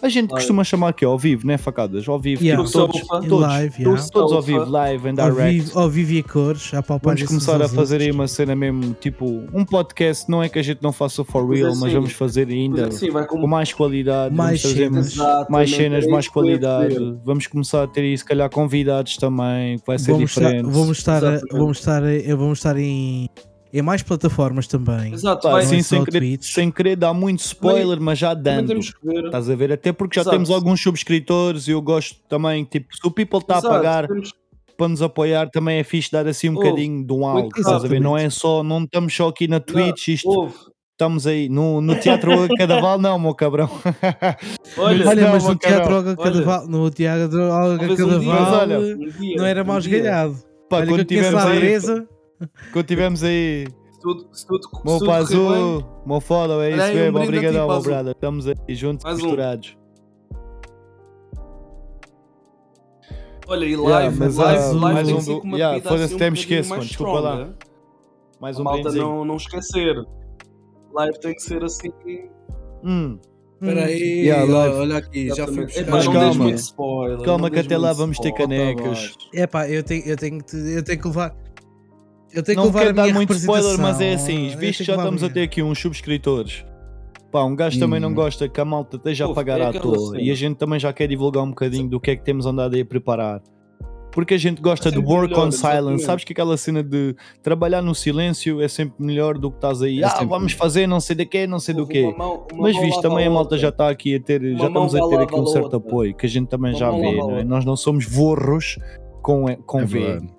A gente Live. costuma chamar aqui ao vivo, né, facadas? Ao vivo, Yeah. tipo, todos, Sofa. todos, Live, yeah. todos, todos ao vivo, live and ao, direct. vivo, ao vivo e a cores, a palpar Vamos começar a fazer aí uma cena mesmo, tipo, um podcast, não é que a gente não faça for Mas real, assim, mas vamos fazer é. Mas ainda assim, vai com com mais qualidade, vamos mais fazer cenas. Exatamente, mais cenas, é mais isso que eu ia qualidade. dizer. Vamos começar a ter aí, se calhar, convidados também, que vai ser vamos estar, diferente. vamos estar, a- Exatamente. vamos estar, a- vamos estar em, em mais plataformas também. Exato, Pá, vai. assim, Não é sem, só querer, tweets. sem querer dar muito spoiler, mas já Também dando. Tá, temos que ver. Estás a ver? Até porque já Exato. temos alguns subscritores e eu gosto também, tipo, se o people está a Exato, Oh, pagar temos- para nos apoiar, também é fixe dar assim um Ouve, bocadinho de um algo. Estás a ver? exatamente. Não é só, não estamos só aqui na Twitch, isto Ouve, Estamos aí no, no Teatro Cadaval, não, meu cabrão. Olha, Olha, Não, mas no mas teatro caralho, Olga olha. Cadaval, no teatro Olga talvez um dia, Mas Cadaval, olha, um dia, não era um mal dia, esgalhado. Pá, Olha que quando eu conheço tivemos a aí, Andresa, quando tivemos aí, Se tudo, se tudo, se tudo correr meu bem, Pazu, meu follow, é Olha isso aí, um mesmo, brinde a ti, obrigadão, meu Pazu. brother. Estamos aí juntos, Mais um. misturados. Olha, e live, Yeah, mas, live, ah, live mais tem um que ser do- com uma yeah, pegada foda-se, assim um até me bocadinho esqueço, mais mano, desculpa lá. strong, eh? Mais A um malta brindezinho. não, não esquecer. Live tem que ser assim. Hum, Espera aí, Yeah, olha, live. olha aqui, já fui buscar. Epá, Mas não calma. deis um muito spoiler, calma não que deis até lá muito vamos ter spoiler. tá canecas. é pá, eu tenho, eu, tenho que, te- eu tenho que levar. Eu tenho que Não levar a quero dar minha muito spoiler, mas é representação. assim, visto Eu que tenho já levar estamos a minha. ter aqui uns subscritores. Pá, um gajo também não Hum. gosta que a malta esteja a Pô, pagar é à aquela toa. cena. E a gente também já quer divulgar um bocadinho do que é que temos andado aí a preparar. Porque a gente gosta É de sempre work melhor, on silence. exatamente. Sabes que aquela cena de trabalhar no silêncio é sempre melhor do que estás aí. É ah, sempre vamos melhor. fazer não sei de quê, não sei do Houve quê. uma mão- uma Mas mão visto lava também a malta outra. já está aqui a ter, já Uma estamos mão a ter vai aqui um lavar a certo outra. apoio que a gente também Uma já mão vê, lava a não é? outra. Nós não somos vorros com, com É V. verdade.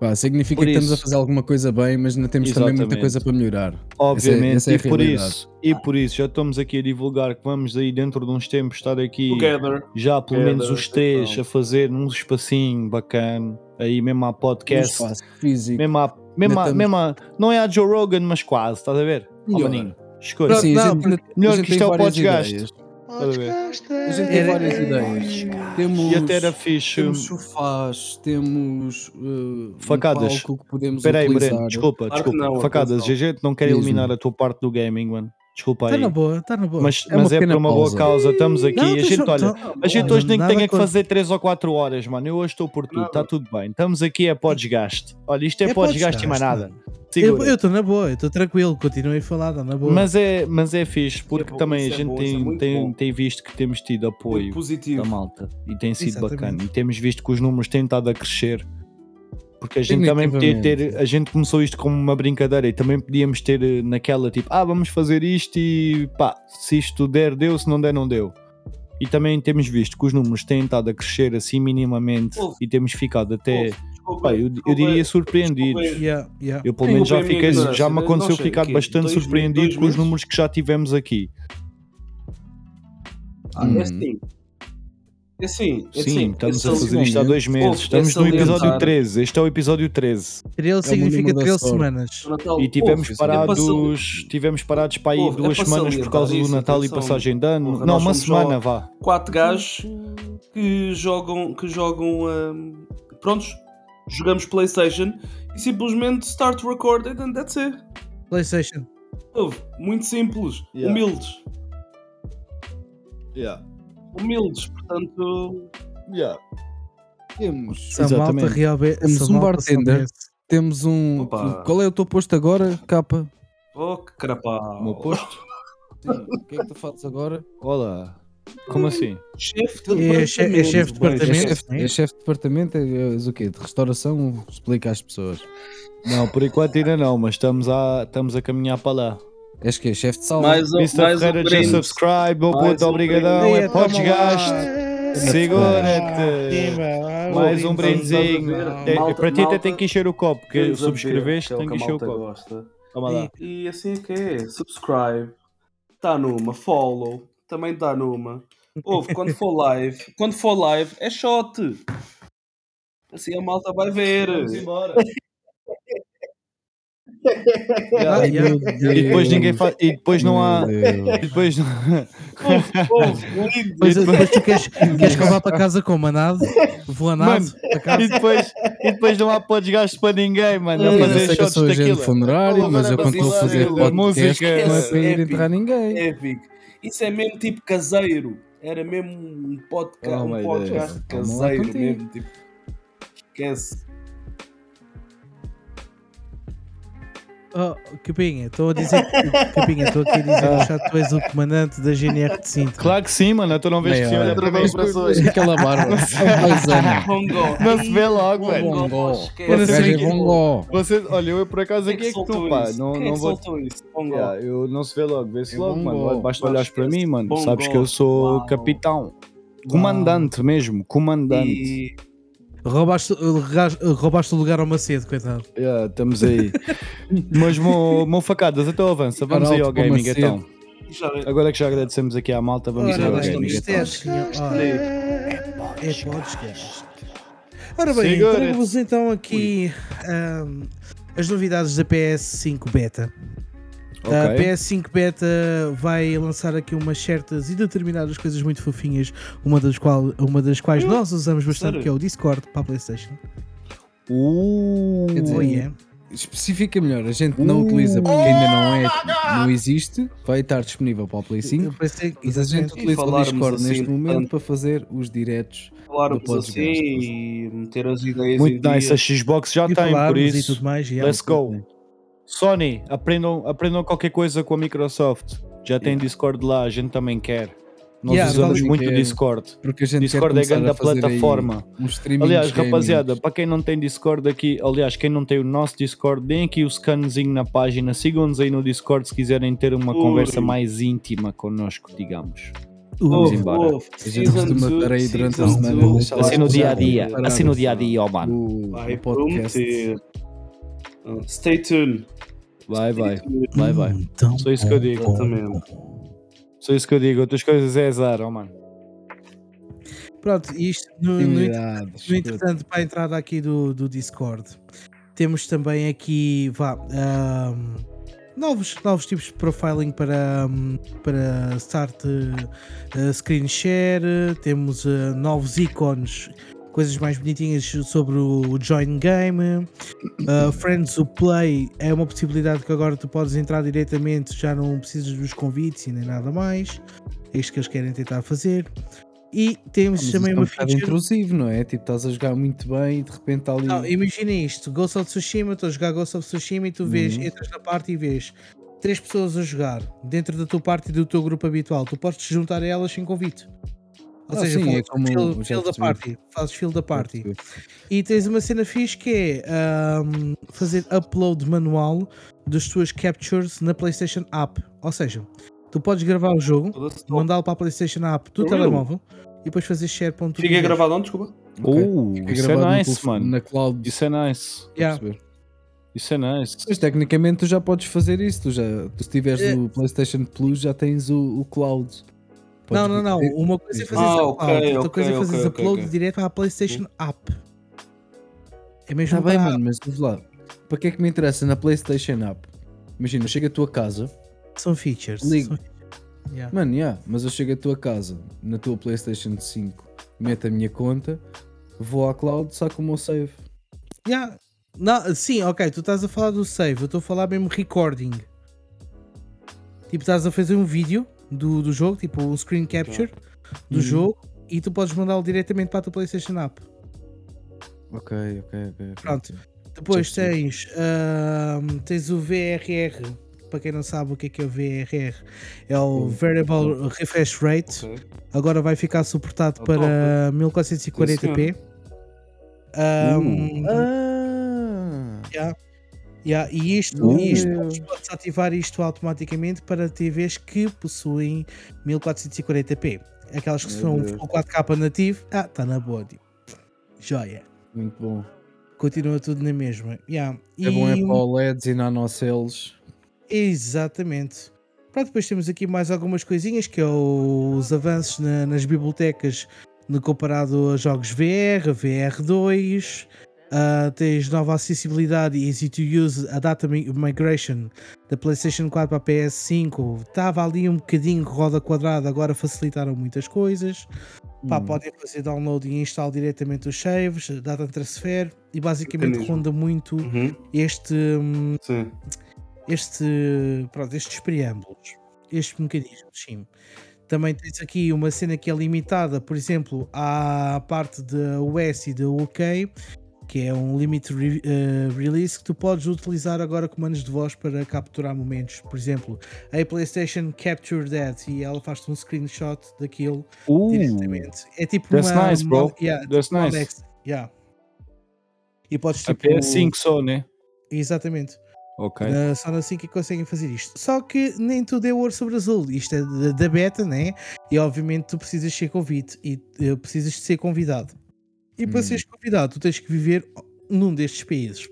Pá, significa Por que estamos isso. a fazer alguma coisa bem, mas ainda temos também muita Exatamente. coisa para melhorar. Obviamente, Essa é- essa é a e, por realidade. isso, e por isso já estamos aqui a divulgar que vamos aí dentro de uns tempos estar aqui Together. já pelo Together, menos os três então. a fazer um espacinho bacana, aí mesmo à podcast, Um espaço físico. mesmo à, mesmo, à, Metamos- mesmo à- não é a Joe Rogan, mas quase, estás a ver? Ó, Melhor. maninho, escolha. Sim, não, ainda- melhor a gente que tem isto é o várias podcast. ideias. Estás a ver? A gente tem Era- É várias ideias. Temos, E até era fixe. temos sofás, temos uh, Facadas. um palco que podemos Espera aí, utilizar. Breno, desculpa, Claro que desculpa. não, Facadas, a atenção. gente não quer Diz-me. eliminar a tua parte do gaming, mano. Desculpa Está aí. Tá na boa, está na Então boa. Mas, É uma mas é por pequena uma pausa. boa causa, estamos aqui. Não, a tens gente, razão, olha, tá- A gente Olha, hoje nem que nada tenha que contra. fazer 3 ou 4 horas, mano. Eu hoje estou por tudo, Nada. está tudo bem. Estamos aqui é para o desgaste. Olha, isto é, para o desgaste e mais nada. mano. Eu Segura. eu estou na boa, eu estou tranquilo, continuei a falar, está na boa. mas, é, mas é fixe, porque é bom, também a isso é gente bom, isso é tem, muito tem, bom. tem visto que temos tido Muito apoio positivo. da malta e tem sido Exatamente. bacana. E temos visto que os números têm estado a crescer. Porque a gente também podia Definitivamente. ter, a gente começou isto como uma brincadeira e também podíamos ter eh, naquela tipo, ah, vamos fazer isto e pá, se isto der, deu, se não der, não deu. E também temos visto que os números têm estado a crescer assim minimamente Ouve. e temos ficado até, Ouve, desculpa, pá, eu, desculpa, eu diria surpreendidos. desculpa, Yeah, yeah. Eu pelo menos já Desculpa a minha fiquei, ignorância, já me mas aconteceu nós sei ficar quê, bastante dois mil- surpreendido dois com os meses? números que já tivemos aqui. Ah, Hum. é assim. É assim, é Sim, assim, estamos esse a fazer isto há momento. dois meses. Ouve, Estamos esse no episódio alientar. 13. Este é o episódio 13. Ele significa número da 13 sorte. semanas. Natal- E tipo, tivemos Ouve, é parados, para sali- tivemos parados para aí Ouve, é duas para semanas por salientar causa do isso, Natal atenção. e passagem de ano. Porra, não, nós uma somos só- semana, vá. quatro gajos que jogam, que jogam hum, prontos, jogamos Playstation e simplesmente start recording and that's it. PlayStation. Ouve, muito simples, Yeah. humildes, humildes, portanto, Temos, Essa malta Exatamente. realmente. Temos essa um malta são bartender. desse. temos um. Opa. Qual é o teu posto agora, capa? oh que O meu crapau. posto? Sim, o que é que tu fazes agora? Olá. Como assim? Chefe de É che- é chefe de departamento. É Também, chefe, sim. é chefe de departamento, é- és o quê? De restauração? Explica às pessoas. Não, por enquanto ainda não, mas estamos a, estamos a caminhar para lá. És que é chefe de sala. Mais um, Mr. mais um Ferreira, já brinde. subscribe, meu Mais puto, um obrigadão. brinde. É Ei, toma lá. É podcast. Segura-te. Pimba, Mais um brinde. brindezinho. Estás a ver? É, Malta- Para ti até malta- tem que encher o copo, que Queres saber subscreveste, que é o tem que que a encher malta o copo. gosta. Toma lá. E assim é que é. Subscribe. Está numa. Follow. Tá Também está numa. Ouve, quando for live, quando for live, é shot. Assim a malta vai ver. Vamos embora. Ah, Ai, yeah. meu E Deus. depois ninguém faz. E depois não há. Meu Deus. E depois não... Ouve, ouve, lindo. Pois, depois tu queres, queres que eu vá para casa como a nado? Vou a nado Mano, para casa? E depois, e depois não há podesgaste para ninguém, mano. Eu A Pois, não fazer sei que eu é shots sou agente daquilo. funerário, Olá, mas eu Vera quando estou a fazer Brasileiro, podcast, música. não é para ir Épico. entrar ninguém. Épico. Isso é mesmo tipo caseiro. Era mesmo um podcast, Oh, um my podcast Deus. Vamos lá caseiro contigo. mesmo. Tipo, esquece. Oh, Capinha, estou a dizer. Capinha, estou aqui a dizer Ah. no chat que tu és o comandante da GNR de Sintra. Claro que sim, mano. Tu não vês que é Meia sim, hora. olha para mim. Parabéns para Mas hoje. que aquela barba. é, Bongo. Não se vê logo, mano. Bongó. esquece. Esse gajo é Vocês- bongó. Você, olha, eu por acaso Quem é aqui que é que soltou tu, pá. isso? Não, Quem é não que vou. soltou isso? Bongo. Yeah, eu não se vê logo, vê-se É logo, bom mano. gol. Basta Bom olhares gol. é para mim, mano. Bom Sabes gol. que eu sou Uau. capitão. Comandante mesmo, comandante. E Roubaste, regas- roubaste o lugar ao Macedo, coitado. Yeah, estamos aí. Mas, meu, meu facadas, então avança. Vamos aí Arauto ao gaming, Macedo. então. já Agora que já agradecemos aqui à malta, vamos aí Ora ao bem, gaming, isto então. é senhor. Ora, Sim. é podcast. Ora bem, Senhores. trago-vos então aqui ahm, as novidades da PS5 Beta. A Ok. PS5 Beta vai lançar aqui umas certas e determinadas coisas muito fofinhas, uma das, qual, uma das quais nós usamos bastante, sério? que é o Discord para a PlayStation. Uh, Quer dizer, Oh, yeah. Especifica melhor, a gente não utiliza porque ainda não é, não existe, vai estar disponível para o Play 5. Parece que- Mas a gente exatamente. E utiliza o falarmos Discord assim, neste momento portanto. para fazer os diretos. falarmos Do podcast. assim e meter as ideias em muito dia. nice. A Xbox já E tem, por falarmos e é isso. tudo mais. yeah. né? Let's go. Sony, aprendam, aprendam qualquer coisa com a Microsoft. Já tem Discord lá, a gente também quer. Nós Yeah, usamos vale- muito o É. Discord. Porque a gente Discord quer é começar grande a fazer aí plataforma. Um streaming Aliás, gaming. rapaziada, para quem não tem Discord aqui, aliás, quem não tem o nosso Discord, deem aqui o scanzinho na página, sigam-nos aí no Discord se quiserem ter uma Ui. conversa mais íntima connosco, digamos. Uh, Vamos Ouve, embora. ouve. A gente costuma Season estar aí two, durante a season semana. two. deixa lá Assim no já dia a dia, preparado, assim no dia a dia, ó mano. O, Vai o podcast. prometer. Ah, Stay tuned. Vai, vai, Stay tuned. vai, vai. Hum. Então, Oh. Só isso que eu digo. Exatamente. Só isso que eu digo, outras coisas é azar, ó mano. pronto, isto no, no, é. Novidades. No entretanto, para a entrada aqui do, do Discord, temos também aqui vá, ahm, novos, novos tipos de profiling para, ahm, para start eh, eh, screen share, eh, temos eh, novos ícones, coisas mais bonitinhas sobre o Join Game, eh, Friends to Play é uma possibilidade que agora tu podes entrar diretamente, já não precisas dos convites e nem nada mais. É isto que eles querem tentar fazer. E temos Mas também isso é um uma bocado feature intrusivo, não é? Tipo, estás a jogar muito bem e de repente está ali. um não, imagina isto: Ghost of Tsushima, estou a jogar Ghost of Tsushima e tu vês, Uhum. entras na parte e vês três pessoas a jogar dentro da tua parte e do teu grupo habitual. Tu podes te juntar a elas sem convite. Ou Ah, seja, sim, é fazes como- feel- já feel da percebi. party, fazes feel da party. Pronto. E tens uma cena fixe que é ahm, fazer upload manual das tuas captures na PlayStation App. Ou seja, tu podes gravar o jogo, Foda-se, não. mandá-lo para a PlayStation App do Really? telemóvel e depois fazer share. ponto Fiquei do jogo. gravado, não? Desculpa. Ok. Uh, Fica isso gravado no é nice, telefone, mano. Na cloud. Isso é nice. Yeah. perceber. Isso é nice. Mas tecnicamente tu já podes fazer isso. Tu, já, tu se tiveres É. no PlayStation Plus já tens o, o cloud. Não, Podes não, não. meter- Uma coisa é fazer Ah, upload, ok, outra ok, coisa é fazer ok, ok, upload ok. direto à PlayStation App. É mesmo Está Tá bem, para- mano, mas vamos lá. Para que é que me interessa na PlayStation App? Imagina, eu chego à tua casa, São features. Ligo. são- Yeah. mano, yeah, mas eu chego à tua casa na tua PlayStation 5, meto a minha conta, vou à cloud, saco o meu save. Yeah. Não, sim, ok. Tu estás a falar do save. Eu estou a falar mesmo recording. Tipo, estás a fazer um vídeo do, do jogo, tipo um screen capture do Uhum. jogo. E tu podes mandá-lo diretamente para a tua PlayStation App. Ok, ok, ok. ok. Pronto. Depois Já percebi. tens, ahm, tens o VRR. Para quem não sabe o que é que é o VRR, é o Hum. Variable Refresh Rate. Ok. agora vai ficar suportado Tá para 1440p. Ahm, Ah! yeah, e isto, Meu e isto Deus. podes ativar isto automaticamente para TVs que possuem 1440p. Aquelas que Meu são Deus. o 4K nativo, ah, está na boa, tipo. Joia. Muito bom. Continua tudo na mesma. Yeah. É bom é E- para OLEDs e nanocells. Exatamente. Pronto, depois temos aqui mais algumas coisinhas que é o- os avanços na- nas bibliotecas no comparado a jogos VR, VR2. ah, tens nova acessibilidade e easy to use a data mi- migration da PlayStation 4 para a PS5. Estava ali um bocadinho roda quadrada, agora facilitaram muitas coisas. Pá, Hum. podem fazer download e instalar diretamente os saves, data transfer e basicamente Mecanismo. ronda muito Uhum. este, hum, Sim. este, pronto, estes preâmbulos, estes mecanismos, sim. Também tens aqui uma cena que é limitada, por exemplo, à parte da US e da UK, que é um limit re- eh, release que tu podes utilizar agora comandos de voz para capturar momentos. Por exemplo, a PlayStation Capture That e ela faz-te um screenshot daquilo Uh, diretamente. É tipo that's uma. nice, bro. uma- yeah, that's uma nice. Alexa, yeah. E podes A tipo. PS5 só, né? Exatamente. Ok. Na- só na 5 é que conseguem fazer isto. Só que nem tudo é ouro sobre azul. Isto é da, da beta, né? E obviamente tu precisas ser convite e eh, precisas de ser convidado. E para Hum. seres convidado, tu tens que viver num destes países: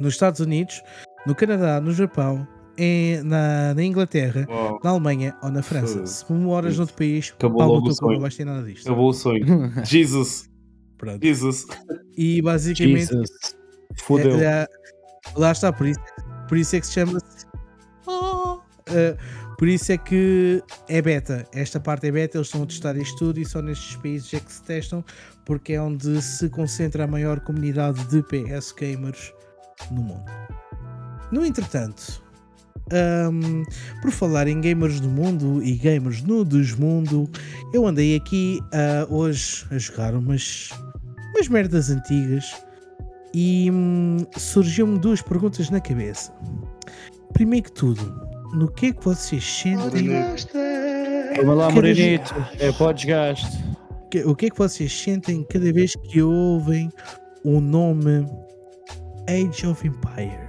nos Estados Unidos, no Canadá, no Japão, em- na, na Inglaterra, Uau. na Alemanha ou na França. Foda. Se moras Isso. noutro país, Acabou pau no logo o teu cu, não sonho. vais ter nada disto. Acabou o sonho. Jesus. Pronto. Jesus. E basicamente Jesus. Fudeu. É, é, lá está, por isso, por isso é que se chama. É, por isso é que é beta. Esta parte é beta, eles estão a testar isto tudo e só nestes países é que se testam, porque é onde se concentra a maior comunidade de PS gamers no mundo. No entretanto, hum, por falar em gamers do mundo e gamers no desmundo, eu andei aqui ah, hoje a jogar umas, umas merdas antigas e hum, surgiu-me duas perguntas na cabeça. Primeiro que tudo, no que é que vocês sentem? Vamos lá, Cada Morenito. É podes gasto. que- o que é que vocês sentem cada vez que ouvem o nome Age of Empire?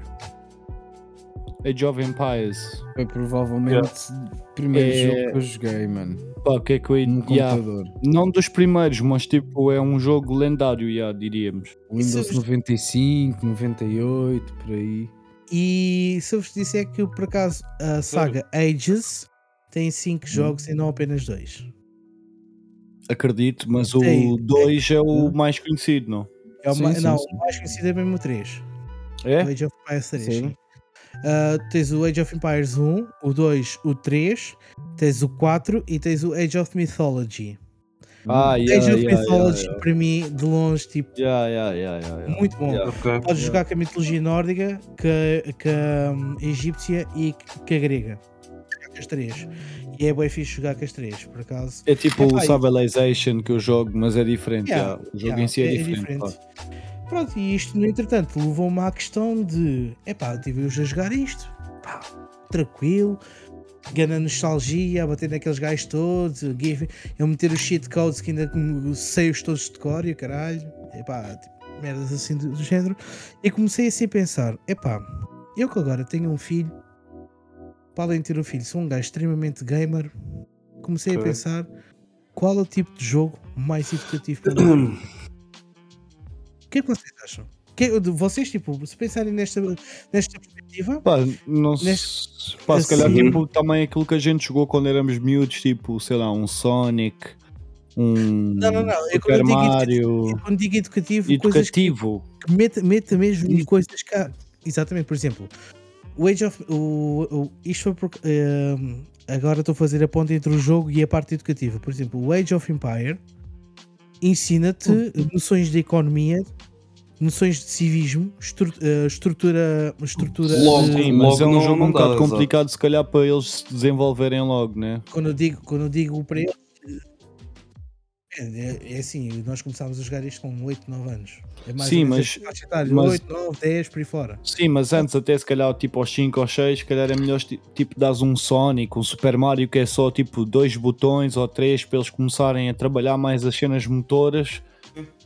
Age of Empires. Foi provavelmente o primeiro É- jogo que eu joguei, mano. Pá, o que é que eu ia... No Yeah. computador. Não dos primeiros, mas tipo, é um jogo lendário, yeah, diríamos. Windows 95, 98, por aí. E se eu vos disser que por acaso a saga Ages tem Hum. 5 jogos e não apenas dois. Acredito, mas o Sim. 2 é o mais conhecido, não? É o Sim, ma- sim, não, sim. o mais conhecido é mesmo o 3. É? O Age of Empires 3. Sim. sim. Ah, tens o Age of Empires 1, o 2, o 3, tens o 4 e tens o Age of Mythology. Ah, yeah, Age of yeah, Mythology, yeah, para mim, de longe, tipo, yeah, yeah, yeah, yeah, yeah. muito bom. Yeah. Ok. Podes jogar com a mitologia nórdica, com com a hum, egípcia e com a grega. Jogar com as três. E é bem fixe jogar com as três, por acaso. É tipo Epá, o e- Civilization que eu jogo, mas é diferente. Yeah, yeah. O jogo em si é, yeah, diferente. pá. Pronto, e isto, no entretanto, levou-me à questão de: epá, tive-os a jogar isto, pá, tranquilo, ganhando nostalgia, a bater naqueles gajos todos, a give- eu meter os cheat codes que ainda com os seios todos de cor e o caralho, epá, tipo, merdas assim do, do género. E comecei assim a pensar: epá, eu que agora tenho um filho, para além de ter um filho, sou um gajo extremamente gamer, comecei a Ok. pensar. Qual é o tipo de jogo mais educativo para mim? O que é que vocês acham? Que- de vocês, tipo, se pensarem nesta, nesta perspectiva, Pá, não se... Neste- pá, se calhar assim- tipo, também aquilo que a gente jogou quando éramos miúdos, tipo, sei lá, um Sonic, um Não, não, não, eu Super quando digo Mario, eu quando digo educativo, coisas que, educativo. que meta, meta mesmo em coisas cá. Exatamente, por exemplo, o Age of. O, o- isto foi porque. hum, agora estou a fazer a ponte entre o jogo e a parte educativa. Por exemplo, o Age of Empire ensina-te Hum. noções de economia, noções de civismo, estru- eh, estrutura. estrutura Logo, de- Sim, mas é logo um não- jogo não um dá, bocado exato. complicado, se calhar, para eles se desenvolverem logo, né? quando eu digo, quando eu digo para eles. É, é assim, nós começámos a jogar isto com 8, 9 anos. É mais Sim, ou menos mas- esta faixa etária, mas- 8, 9, 10, por aí fora. Sim, mas antes, até se calhar, tipo aos 5 ou 6, se calhar é melhor, ti- tipo, dares um Sonic, um Super Mario, que é só tipo dois botões ou três para eles começarem a trabalhar mais as cenas motoras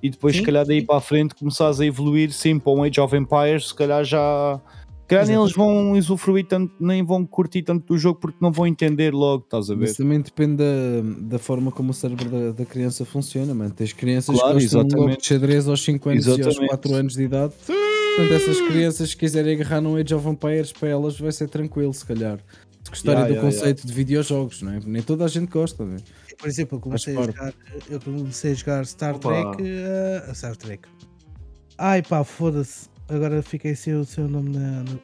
e depois, Sim, se calhar, daí sim. para a frente começares a evoluir, sim, para um Age of Empires, se calhar já. Se calhar nem eles vão usufruir tanto, nem vão curtir tanto do jogo porque não vão entender logo, estás a ver? Mas também depende da, da forma como o cérebro da, da criança funciona, mano. Tens crianças Claro, que gostam logo exatamente. de xadrez aos 5 anos e aos Exatamente. 4 anos de idade. Portanto, essas crianças que quiserem agarrar num Age of Empires, para elas vai ser tranquilo, se calhar. Se história Yeah, do yeah, conceito de videojogos, não é? Nem toda a gente gosta, não é? Por exemplo, eu comecei, a Faz jogar, eu comecei a jogar Star Opa. Trek. eh, a Star Trek. Ai pá, foda-se. Agora fiquei sem o seu nome na. na-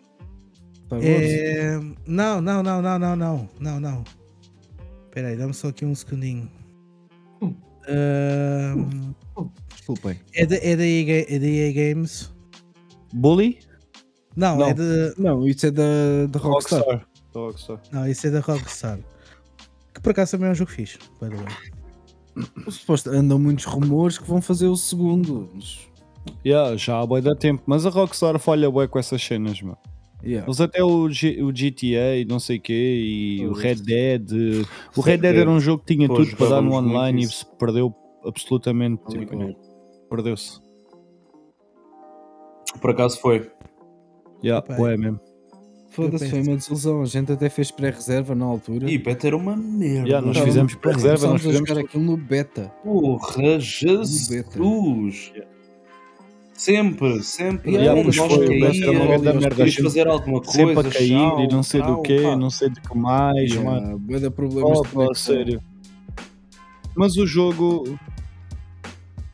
Star Wars. É, não, não, não, não, não, não, não, não. Espera aí, dá-me só aqui um segundinho. Ahm, Desculpem. é, da, é, da EA, Ga- é da EA Games? Bully? Não, Não. é de, Não, isso é da, da Rockstar. Rockstar. não, isso é da Rockstar. Que por acaso também é um jogo fixe, by the way. Suposto, andam muitos rumores que vão fazer o segundo. mas- Yeah, já há boi da tempo. Mas a Rockstar falha bem com essas cenas, meu. Yeah. É. Eles até o, G- o GTA e não sei o quê, e o Pois. é. Red Dead. eh, O Red Dead era um jogo que tinha Pois, tudo para dar no jogávamos muito online e isso. se perdeu absolutamente. Ali tipo, com- Perdeu-se. Por acaso foi. Yeah, Opa, bué mesmo. Foda-se, foi uma desilusão. A gente até fez pré-reserva na altura. E Peter era uma merda. Yeah, nós Tá, fizemos vamos- pré-reserva, nós começámos a fizemos. jogar aquilo no beta. Porra, Jesus! Sempre, sempre. Yeah, um mas nós foi, mas caía, era uma grande nós merda, queríamos gente. fazer alguma coisa. Sempre a cair chau, e não sei do tal, quê, pá. não sei do que mais, mano. Yeah, bué de problemas de Opa, conexão. sério. Mas o jogo.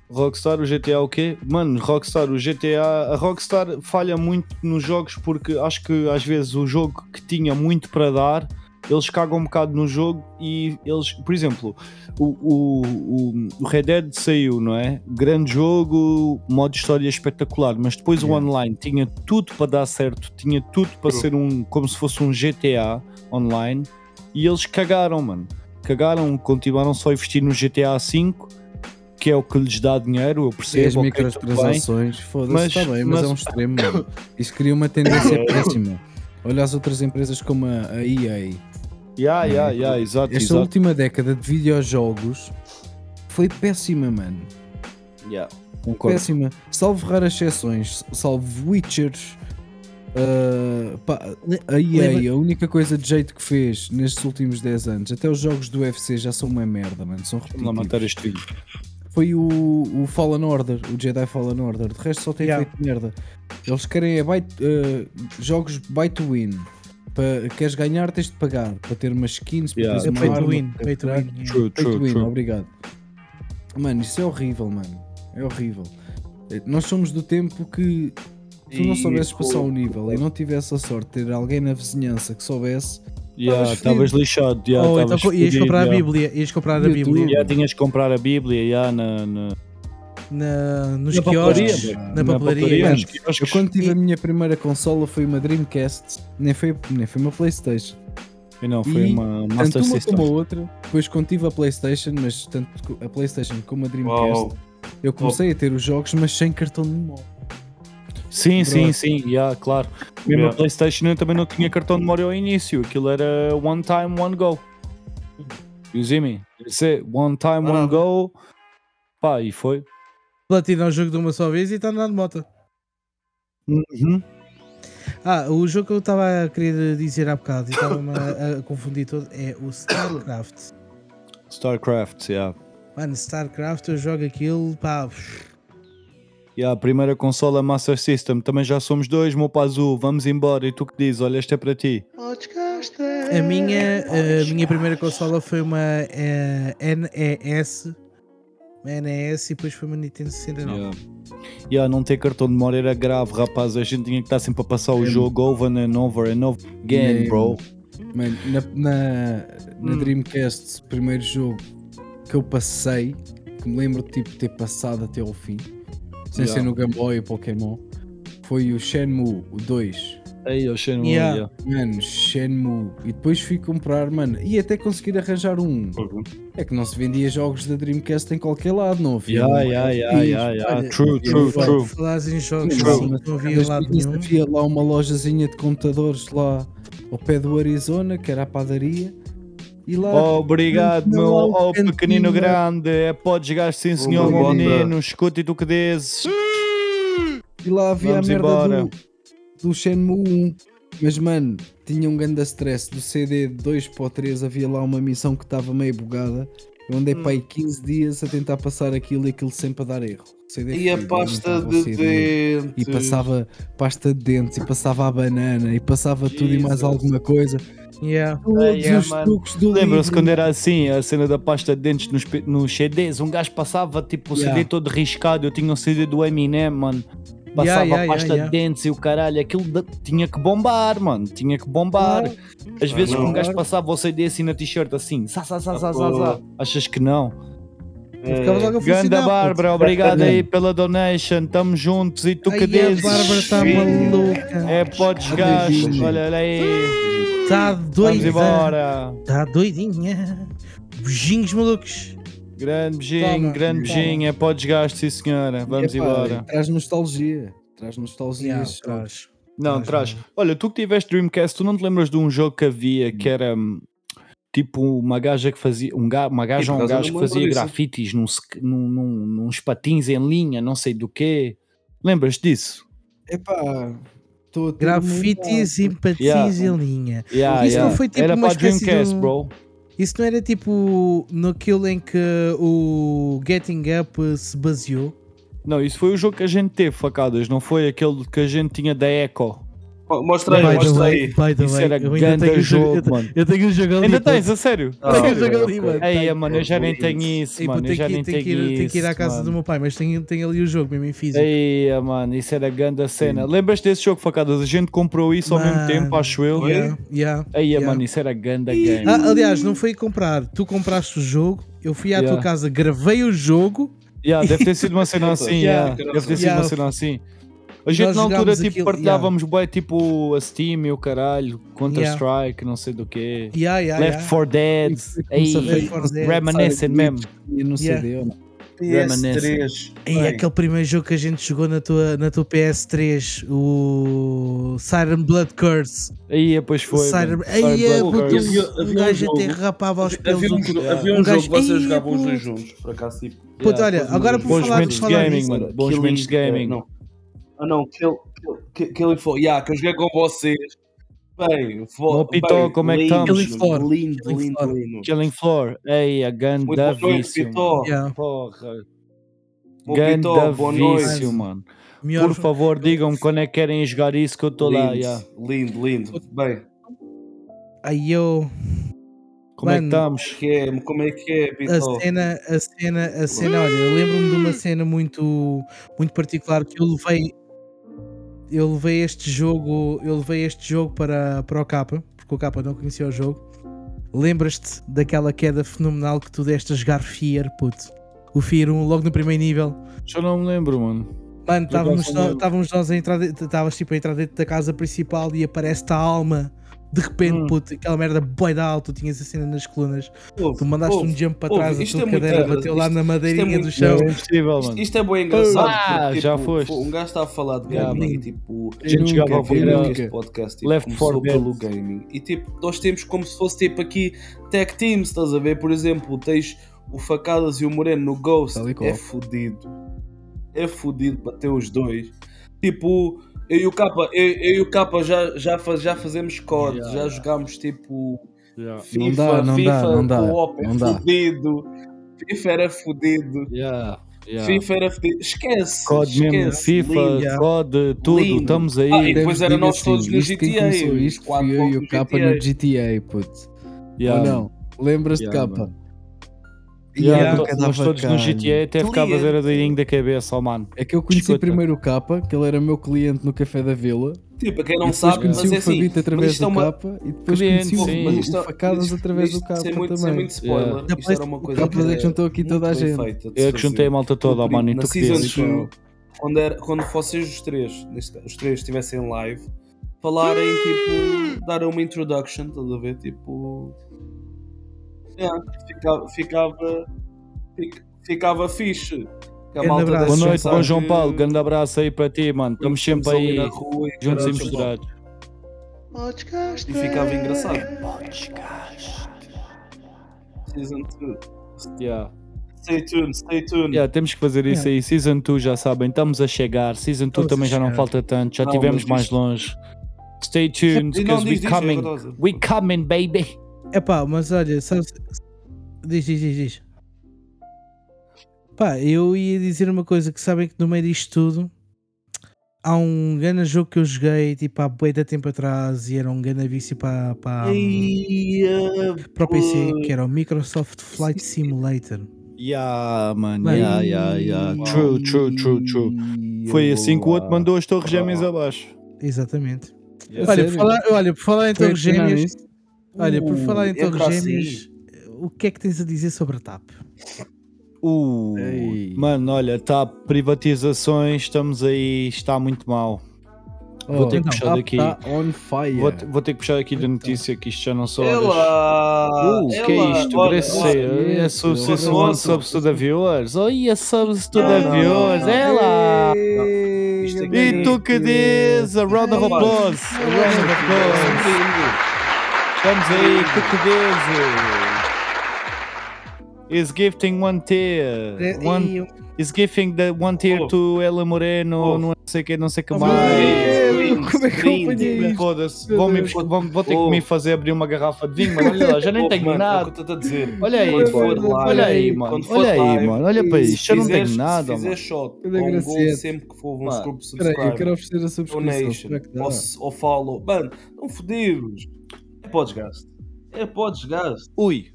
Rockstar, o GTA, o quê? Mano, Rockstar, o GTA. A Rockstar falha muito nos jogos porque acho que às vezes o jogo que tinha muito para dar, eles cagam um bocado no jogo e eles. Por exemplo, o, o, o, o Red Dead saiu, não é? Grande jogo, modo história espetacular, mas depois Yeah. o online tinha tudo para dar certo, tinha tudo para True. ser um. como se fosse um GTA online e eles cagaram, mano. Cagaram, continuaram só a investir no GTA V, que é o que lhes dá dinheiro, eu Sim, as percebo. ok, tudo bem. microtransações, foda-se, Mas- está bem, mas, mas- é um extremo. mano. Isso cria uma tendência péssima. Olha as outras empresas como a, a EA. Yeah, yeah, yeah, exato, Esta exato. última década de videojogos foi péssima, mano. Yeah, concordo. Péssima. Salvo raras exceções, salvo Witchers. ah, pá, a EA, lembra- a única coisa de jeito que fez nestes últimos 10 anos, até os jogos do UFC já são uma merda, mano. São Vamos lá matar repetitivos. este vídeo. foi o, o Fallen Order, o Jedi Fallen Order. De resto só tem Yeah. feito merda. Eles querem é buy- eh, jogos by to win. Pa- queres ganhar, tens de pagar para ter umas skins, para Yeah. teres É uma pay to arma, win, para pay to caralho. win. yeah. Hum, True, Pay to true, win, true. obrigado. Mano, isso é horrível, mano. É horrível. Eh, Nós somos do tempo que tu não E- soubesses passar o nível e não tivesse a sorte de ter alguém na vizinhança que soubesse, Yeah, Estavas estavas lixado. Yeah, Ou então estavas co- ias fodido, comprar a yeah. Bíblia, ias comprar a YouTube. Bíblia Yeah, tinhas de comprar a Bíblia yeah, na, na, na, nos Na quiosques, papelaria, na papelaria. Mano, nos Eu quiosques. quando tive E- a minha primeira consola foi uma Dreamcast, nem foi, nem foi uma Playstation. E não, foi E uma Tanto Master uma System. como a outra, depois quando tive a Playstation, mas tanto co- a Playstation como a Dreamcast, Uau. eu comecei a ter os jogos, mas sem cartão de memória. Sim, sim, Bro. sim, yeah, claro. Mesmo Yeah. a PlayStation eu também não tinha cartão de memória ao início, aquilo era one time, one go. You see me? Isso é one time, one go. Pá, e foi. Platina o jogo de uma só vez e está andando de moto. Uhum. Ah, o jogo que eu estava a querer dizer há bocado e estava-me a, a confundir todo é o StarCraft. StarCraft, yeah. Mano, StarCraft eu jogo aquilo, pá. pff, E a primeira consola Master System, também já somos dois, meu pazu, vamos embora. E tu que dizes, olha, este é para ti. A minha, a minha primeira consola foi uma eh, NES. Uma NES e depois foi uma Nintendo 69. Yeah. Yeah, não ter cartão de memória era grave, rapaz. A gente tinha que estar sempre a passar o Mesmo. jogo over and over and over again, Mesmo. bro. Mano, na, na- Hum. na Dreamcast, o primeiro jogo que eu passei, que me lembro tipo, de ter passado até ao fim, sem Yeah. ser no Game Boy ou Pokémon, foi o Shenmue, o 2. Aí, eu achei Yeah. yeah. Mano, Shenmue. E depois fui comprar, mano, e até conseguir arranjar um. É que não se vendia jogos da Dreamcast em qualquer lado, não havia. Yeah, um yeah, yeah, Fiz, yeah, yeah. olha, True, eu true, vou- true. Falares em jogos Mas, assim, mas, que não havia em lado mas nenhum. havia lá uma lojazinha de computadores lá ao pé do Arizona, que era a padaria. E lá. Oh, Obrigado, Não, meu não, oh, cantinho. pequenino grande. É, pode jogar sim, senhor, Uma meu banda. menino. Escuta e tu que dizes. E lá havia Vamos a merda embora. do, do Shenmue 1. Mas, mano, tinha um grande stress. Do CD de 2 para o 3 havia lá uma missão que estava meio bugada. Eu andei para aí 15 dias a tentar passar aquilo e aquilo sempre a dar erro. CD E a fodido, pasta não de estava a sair. dentes. E passava pasta de dentes, e passava a banana, e passava tudo e mais Jesus. alguma coisa. Yeah. Todos yeah, os mano. truques do Lembram-se livro. quando era assim, a cena da pasta de dentes nos, pe- nos CDs? Um gajo passava tipo o CD Yeah. todo riscado. Eu tinha um CD do Eminem, mano. Passava a yeah, yeah, pasta yeah. de dentes e o caralho. Aquilo da- tinha que bombar, mano. Tinha que bombar. Às Ah, vezes não. um gajo passava o CD assim na t-shirt, assim. Sá, sá, sá, sá, Ah, sá, pô. sá. Achas que não? É, Ficava logo a Ganda funcionar, puto. Bárbara, obrigado Exatamente. aí pela donation. Tamo juntos e tu Ai, que a é, Bárbara dizes? está maluca. É, podes Beijinho. gajo. Olha, olha aí. Está Vamos doida. embora. Está Tá doidinha. Beijinhos malucos. Grande Toma. beijinho, grande beijinho, é para o desgaste, sim senhora. Vamos Epá, embora. Traz nostalgia. Traz nostalgia. Yeah, só. traz. Não, traz. Olha, tu que tiveste Dreamcast, tu não te lembras de um jogo que havia que era hum, tipo uma gaja que fazia. Um ga, uma gaja por ou um acaso eu gajo não me que lembro fazia disso. grafites num, sc- num, num- nos patins em linha, não sei do quê. Lembras disso? Epá, estou a ter uma- Grafites, empatias Yeah. em linha. Yeah, Isso não foi tipo era uma para espécie de Dreamcast, um- bro. Isso não era tipo naquilo em que o Getting Up eh, se baseou? Não, isso foi o jogo que a gente teve, facadas, não foi aquele que a gente tinha da Echo. mo- Mostra aí, By the mostra way, aí. by the Isso way, era eu ainda tenho grande o jogo- jogo, mano. Eu tenho o jogo ali. Ainda puto. tens, a sério? Ah, Tenho o ok, jogo ali, ok. mano. Ei, Tenho. mano, eu já nem tenho isso, Ei, pô, mano. Eu tenho já que, nem ir- tenho tenho que ir, tenho que ir à isso, casa do mano. meu pai, mas tenho, tenho ali o jogo mesmo em físico. Ei, mano, isso era grande a cena. Lembras desse jogo, facadas? A gente comprou isso ao mesmo Mano, tempo, acho eu. yeah, yeah. Ei, yeah. mano, isso era ganda game. Ah, aliás, não foi comprar, tu compraste o jogo, eu fui à Yeah. tua casa, gravei o jogo. Yeah, deve ter sido uma cena assim. Yeah. yeah, Deve ter sido Yeah. uma cena assim. A gente Nós na altura jogámos tipo, aquilo, partilhávamos bué, tipo a Steam e o caralho, Yeah. Counter-Strike, não sei do quê. Yeah, yeah, Left yeah. 4 Dead. Ei, Começa a ver- Left 4 Dead. reminiscent Começar a mesmo. E no Yeah. CD, ou não? PS3. E aquele primeiro jogo que a gente jogou na tua, na tua PS3, o Siren Blood Curse. Aí, pois foi. Siren... mano. Aí, Cyber puto, Blood Curse. Havia- um havia um gajo jogo- até rapava aos pelos. Havia um, do- jogo- Yeah. havia um Um jogo que gajo- vocês Ih, jogavam os puto. dois juntos, por acaso. Tipo, Puto, olha, todos agora os por dois. Bons falar, momentos por de falar gaming, nisso, mano. Bons Killing- momentos de gaming. eh, não. Ah não, Kill, kill, kill, Killing Floor. Yeah, que eu joguei com vocês. Bem, vou, Mopito, bem, como é que lindo, estamos? Killing Floor. Lindo, Killing lindo, Floor. lindo. Killing Floor. Ei, é a Muito boa ganda noite, vício. mano. Pitó. Yeah. Porra. Mopito, Ganda boa noite. vício, mano. Melhor Por favor, digam-me quando é que querem jogar isso que eu estou lá. já. lindo, lindo. Bem, Aí eu. Como é que Mano, estamos? que é, como é que é, A Pitó? cena, a cena, a cena, olha, eu lembro-me de uma cena muito, muito particular que eu levei. Eu levei este jogo, eu levei este jogo para, para o Capa, porque o Capa não conhecia o jogo. Lembras-te daquela queda fenomenal que tu deste a jogar Fear, puto? O Fear 1 logo no primeiro nível. Já não me lembro, mano. Mano, estávamos, gosto nó- muito. estávamos nós a entrar, de- estavas tipo a entrar dentro da casa principal e aparece-te a alma. De repente, Hum. puto, aquela merda boi da alto, tinhas a cena nas colunas. Tu mandaste Ouve, um jump para ouve, trás, a isto tua é muito- cadeira bateu lá isto- na madeirinha muito- do chão. É impossível, Isto, mano. isto é bem engraçado. Ah, porque, tipo, já foste. pô, Um gajo está a falar de Yeah, gaming e tipo. A gente Nunca, jogava Quem com vê nunca. muito o este podcast tipo, Left começou 4 Dead. pelo gaming. E tipo, nós temos como se fosse tipo aqui Tech Teams, estás a ver? Por exemplo, tens o Facadas e o Moreno no Ghost. Tal e qual. É fudido. É fudido bater os dois. Tipo, eu e o Capa, eu, eu e o Capa já, já, faz, já fazemos COD, Yeah, já yeah. jogámos tipo Yeah. FIFA, Não dá, não FIFA, dá, não dá, Co-op, é não dá. fudido. FIFA era fudido. Yeah. Yeah. FIFA era fudido. Esquece. COD mesmo, esquece. FIFA, Lindo. COD, tudo. Lindo. Estamos Ah, e aí. depois Deves era dizer nós todos no isto quem GTA, começou os isto quatro fui eu e no o Capa GTA. no GTA, puto. Yeah. Ou não? Lembras de Yeah, Capa? Yeah, é Yeah, to- nunca nós dava todos no calho. GTA até ficava Cliente. zeradinho da cabeça, oh, mano. É que eu conheci Escuta. primeiro o Capa, que ele era meu cliente no Café da Vila. Tipo, para quem não e depois sabe, conheci mas é o assim, Fabito mas através isto é do uma- Capa e depois Cliente, conheci o, sim. o mas isto é- Facadas isto- através isto- do Capa Isso é muito, isso é também. muito spoiler. Yeah. Isto era uma O coisa Capa que é que juntou era aqui toda a muito bem gente. feita de Eu é que fazer. juntei a malta toda, oh, mano, e Na tu que season dizes. two, quando, era, quando vocês os três, neste caso, os três estivessem live, falarem, tipo, dar uma introduction, estás a ver? Tipo. Yeah, ficava, ficava, fic- ficava fixe. Que a Grande malta abraço. desse Boa noite, pensar bom João que- Paulo. Grande abraço aí para ti, mano. Estamos sempre ali aí, na rua e juntos e caralho, misturados. E ficava engraçado. Season 2. Yeah. Stay tuned, stay tuned. Yeah, temos que fazer isso aí. Season 2, já sabem, estamos a chegar. Season 2 Estamos também a já não chegar. falta tanto, já Não, tivemos mas mais isto- longe. Stay tuned, E não because diz we disso, é o que eu coming. tava a dizer. We coming, baby. Epá, mas olha, sabes. Diz, diz, diz, diz. Pá, eu ia dizer uma coisa que sabem que no meio disto tudo há um grande jogo que eu joguei tipo há bué de tempo atrás e era um grande vício para, para, eh, para o PC que era o Microsoft Flight Simulator. Yeah, mano, Bem, yeah, yeah, yeah. True, true, true, true. Foi assim que o outro mandou as torres gêmeas abaixo. Exatamente. É Yeah. Olha, por sério? falar, olha, por falar em Torres Gêmeas, olha, por Uh, falar em é Torres pra si. Gêmeas, o que é que tens a dizer sobre a TAP? Uh, Ei. mano, olha, tá privatizações, estamos aí, está muito mal. Oh, Vou ter que então, puxar daqui. Está tá, on fire. Vou, te- vou ter que puxar aqui da notícia que isto já não sou. horas. Ela! Uh, que é isto? olha, Graças a olha. Deus. É substituição olha. de substituta viewers. Olha, substituta Não, não, viewers. não. Ela! é Isto aqui- E tu que diz? A round of Ei. applause. A round of applause. Estamos aí, tu que dizes? Is gifting one tear. É, One, E- is gifting the one tear Oh. to Ela Moreno. Oh. Não sei o que, não sei o que Oh, mais. Como é que eu apanhei Brinde. isto? Foda-se, Meu vão, Deus. vou ter que Oh. me fazer abrir uma garrafa de vinho, mano. Olha lá, já nem Oh, tenho mano, é o que nada. eu estou a dizer. Olha aí, Quando for mano. live, Olha aí, mano. quando for Olha aí, live, mano. Olha para se isto, já não fizeres- tenho nada, Se fizer mano. shot Olha ou um gol Graciete. sempre que for um Mano, grupo Espera aí, eu quero subscribe, oferecer a subscrição. donation Será que dá? ou, se- ou follow, mano, não fodidos. É pó desgaste. É pó desgaste. Ui,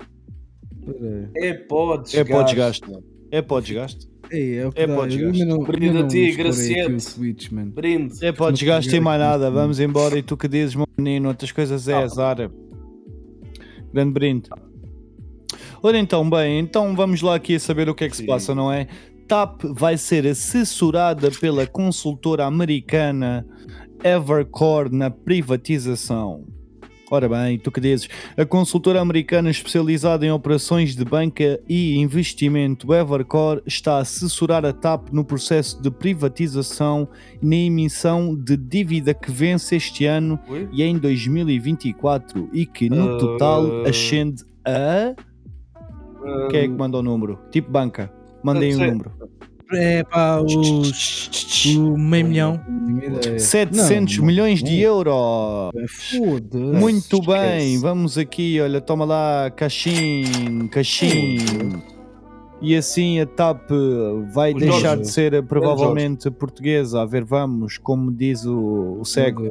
Espera É pó desgaste. é para o desgaste, mano. É para o desgaste. aí. Ei, é o que É dá. pá, Eu desgaste. ainda não- ainda Brinde a não ti, explorei Graciete. aqui o Switch, man. Brinde. É para o Não desgaste pegar e mais aqui. nada. Vamos embora e tu que dizes, meu menino. Outras coisas é Ah. azar. Grande brinde. Ora então, bem, então vamos lá aqui saber o que é que se Sim. passa, não é? TAP vai ser assessorada pela consultora americana Evercore na privatização. Ora bem, tu que dizes? A consultora americana especializada em operações de banca e investimento Evercore está a assessorar a TAP no processo de privatização e na emissão de dívida que vence este ano Oi? e em 2024 e que no total Ah. ascende a. Quem é que manda o número? Tipo banca. Mandem o Sei. número. É pá, os, o meio milhão. Primeira é- 700 Não, não, milhões de não. euros. Foda-se. Muito bem, Esquece. vamos aqui, olha, toma lá, caixinho, caixinho. E assim a TAP vai O deixar Jorge. de ser provavelmente portuguesa. A ver, vamos, como diz o, o cego.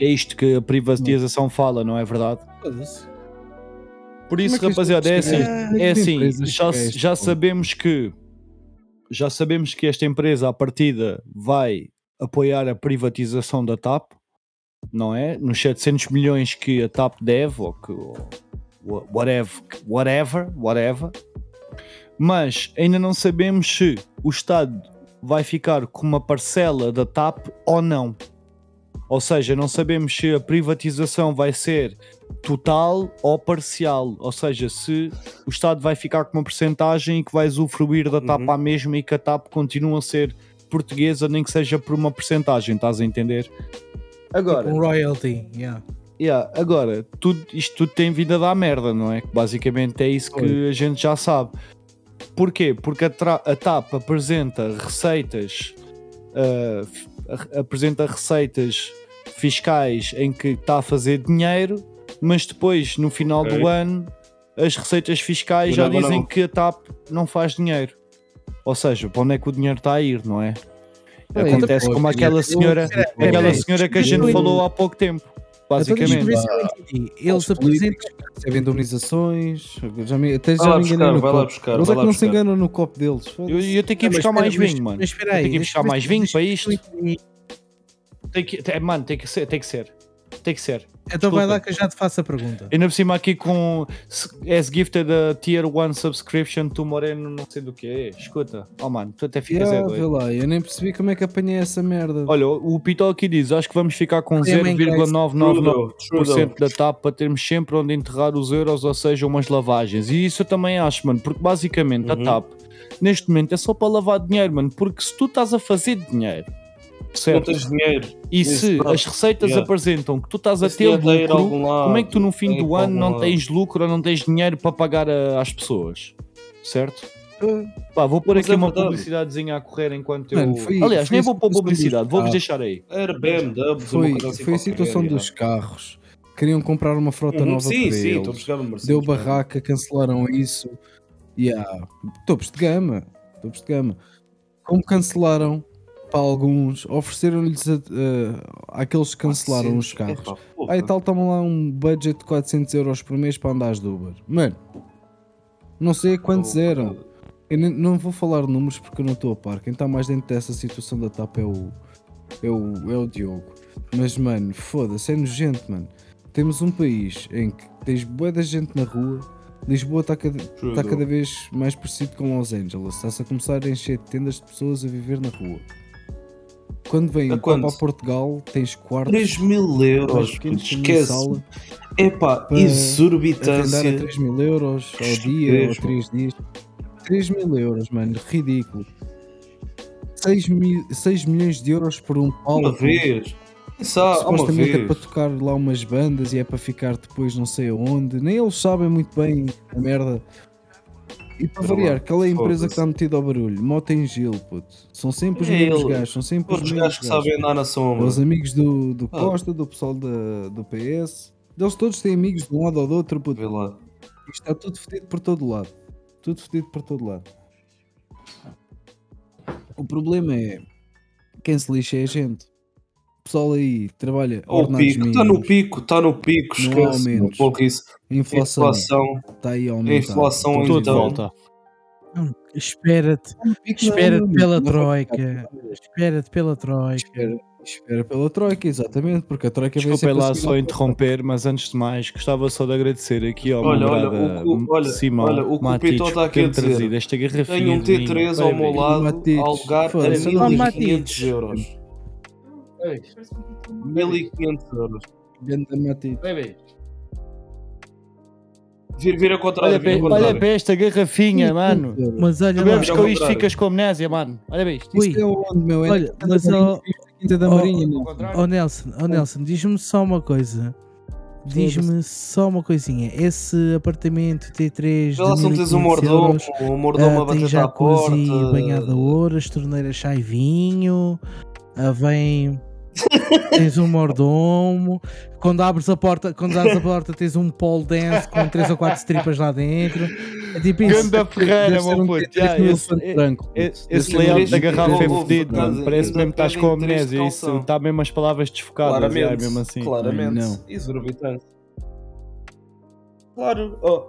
É isto que a privatização fala, não é verdade? Foda-se. Por isso, Como é que isto rapaziada, é assim. esquece? Como que É assim, empresas já, esquece, já pô? sabemos que já sabemos que esta empresa à partida vai apoiar a privatização da TAP, não é? Nos 700 milhões que a TAP deve ou que ou wha- whatever, whatever, whatever. Mas ainda não sabemos se o Estado vai ficar com uma parcela da TAP ou não. Ou seja, não sabemos se a privatização vai ser total ou parcial. Ou seja, se o Estado vai ficar com uma percentagem e que vai usufruir da TAP Uhum. à mesma e que a TAP continua a ser portuguesa, nem que seja por uma percentagem, estás a entender? Agora, Um royalty, yeah. Yeah, agora, tudo, isto tudo tem vindo a dar merda, não é? Que Basicamente é isso que a gente já sabe. Porquê? Porque a, tra- a TAP apresenta receitas ah, f- a- apresenta receitas fiscais em que está a fazer dinheiro, mas depois, no final Ok. do ano, as receitas fiscais já Não, não, dizem não. que a TAP não faz dinheiro. Ou seja, para onde é que o dinheiro está a ir, não é? Olha, Acontece então, como pode- aquela senhora, Peraí, aquela peraí. senhora que a gente Eu- falou há pouco tempo. Então deixa-me Basicamente. ver se eu entendi. Eles Os apresentam. políticos Recebem indemnizações. Já me, até já Vai lá me enganei buscar, no vai lá copo. buscar, Mas é vai que lá não se buscar. enganam no copo deles. Eu, foda-se. eu tenho que ir buscar mais vinho, mano. Mas espera Eu aí. tenho que ir deixa- buscar mais deixa- vinho deixa- para isto. deixa eu entendi. Tem que, é, mano, tem que ser, tem que ser. Tem que ser. Então Desculpa. vai lá que eu já te faço a pergunta. Ainda por cima aqui com s- as gifted a tier 1 subscription tu Moreno não sei do que. Escuta. Oh mano, tu até ficas é Yeah, vê doido. lá, eu nem percebi como é que apanhei essa merda. Olha, o Pitol aqui diz, acho que vamos ficar com Também quero 0,999% Trudeau. da TAP para termos sempre onde enterrar os euros, ou seja, umas lavagens. E isso eu também acho, mano, porque basicamente a Uhum. TAP, neste momento, é só para lavar dinheiro, mano, porque se tu estás a fazer dinheiro, Não certo? tens dinheiro. E se Exato. as receitas Yeah. apresentam que tu estás a Esse dinheiro está ter a ir a lucro, algum lado. como é que tu no fim Tem do para ano algum não lado. tens lucro ou não tens dinheiro para pagar a- às pessoas? Certo? Ah. Pá, vou pôr Mas aqui é uma verdade. publicidadezinha a correr enquanto Mano, eu. foi- Aliás, foi nem isso vou que pôr aconteceu publicidade, no vou-vos Ah. carro. deixar aí. Era BMW, Foi, uma coisa assim foi a qualquer, situação yeah. dos carros. Queriam comprar uma frota Uhum, nova Sim, para sim, eles. estou a buscar no Mercedes. Deu barraca, cancelaram isso. Yeah, topos de gama, topos de gama. Como cancelaram para alguns, ofereceram-lhes a- a- àqueles que cancelaram os carros. Aí tal, toma lá um budget de 400 euros por mês para andares de Uber. Mano, não sei quantos eram. Eu nem- não vou falar de números porque eu não estou a par. Quem está mais dentro dessa situação da TAP é o, é o, é o Diogo. Mas, mano, foda-se, é nojento, mano. Temos um país em que tens bué da gente na rua. Lisboa está cada, Tudo. está tá cada vez mais parecido com Los Angeles. Está-se a começar a encher de tendas de pessoas a viver na rua. Quando vem A um Copa quanto? a Portugal, tens quartos 3 mil mais euros, pequenos que a minha esquece. sala. Epá, Para a vendar a exorbitância. 3 mil euros ao dia Então, ou assim, Mesmo. 3 dias. 3 mil euros, mano, ridículo. 6, mil, 6 milhões de euros por um Uma palco. vez. Só uma supostamente é para vez. tocar lá umas bandas e é para ficar depois não sei aonde. Nem eles sabem muito bem a merda. E para Pera lá, variar, qual é a empresa foda-se. que está metida ao barulho? Mota em Gil, puto. São sempre os É mesmos ele. gajos, são sempre os Todos os mesmos gajos que gajos. sabem andar na sombra. Os amigos do, do Ah. Costa, do pessoal da, do PS. Eles todos têm amigos de um lado ou do outro, puto. Vê lá. Isto está tudo fedido por todo lado. Tudo fedido por todo lado. O problema é quem se lixa é a gente. O pessoal aí trabalha Ao ordenados pico, está no mínimos, pico, está no pico, Não há esquece. aumentos. um Pouco isso. a A inflação inflação. está aí a a aumentar. inflação Tudo então- volta. Tudo volta. Espera-te, No pico não é espera-te nada, pela não vai troika. ficar por aí. espera-te pela Troika. Espera, espera pela troika, exatamente, porque a troika vem Desculpem sempre assim, a lá seguir só ao- interromper, mas antes de mais gostava só de agradecer aqui ao Olha, meu olha, brada o que- olha, Simão olha, o que o Matites Pitó está por ter-me aqui a dizer. trazido esta garrafinha Tenho um de vinho. T3 Vai ao ver. meu lado, Matites, a alugar a foda-se, não há 1500 Matites. euros. 1500 euros. Ganda Matites. Vir, vir ao contrário, Olha vir ao para, olha contrário. para esta garrafinha, mano. Mas olha Tu lá, bebes é o com isto contrário. ficas com amnésia, mano. Olha bem isto. Ui. Isto é onde, meu? É Olha, na Quinta mas da ó- Marinha, isto é na Quinta da ó- Marinha, não. oh Nelson, oh Nelson diz-me só uma coisa. Diz-me só uma coisinha. Esse apartamento T3 de Vê lá se não tens um 1500 mordomo, euros, um ah, mordomo a tem bater à porta. jacuzzi banhado a ouro, as torneiras chá e vinho, ah, vem... tens um mordomo, quando abres a porta, quando abres a porta tens um pole dance com três ou quatro tripas lá dentro. É tipo isso. Ganda Ferreira, um meu puto. Já, esse- é- esse- Esse layout da garrafa é Houve- houve fedido, casos mano. em Parece que mesmo que estás com ainda pedem três de amnésia. Isso calção. está mesmo as palavras desfocadas. Claramente, é, mesmo assim. claramente. não. Exorbitante. Claro. Oh.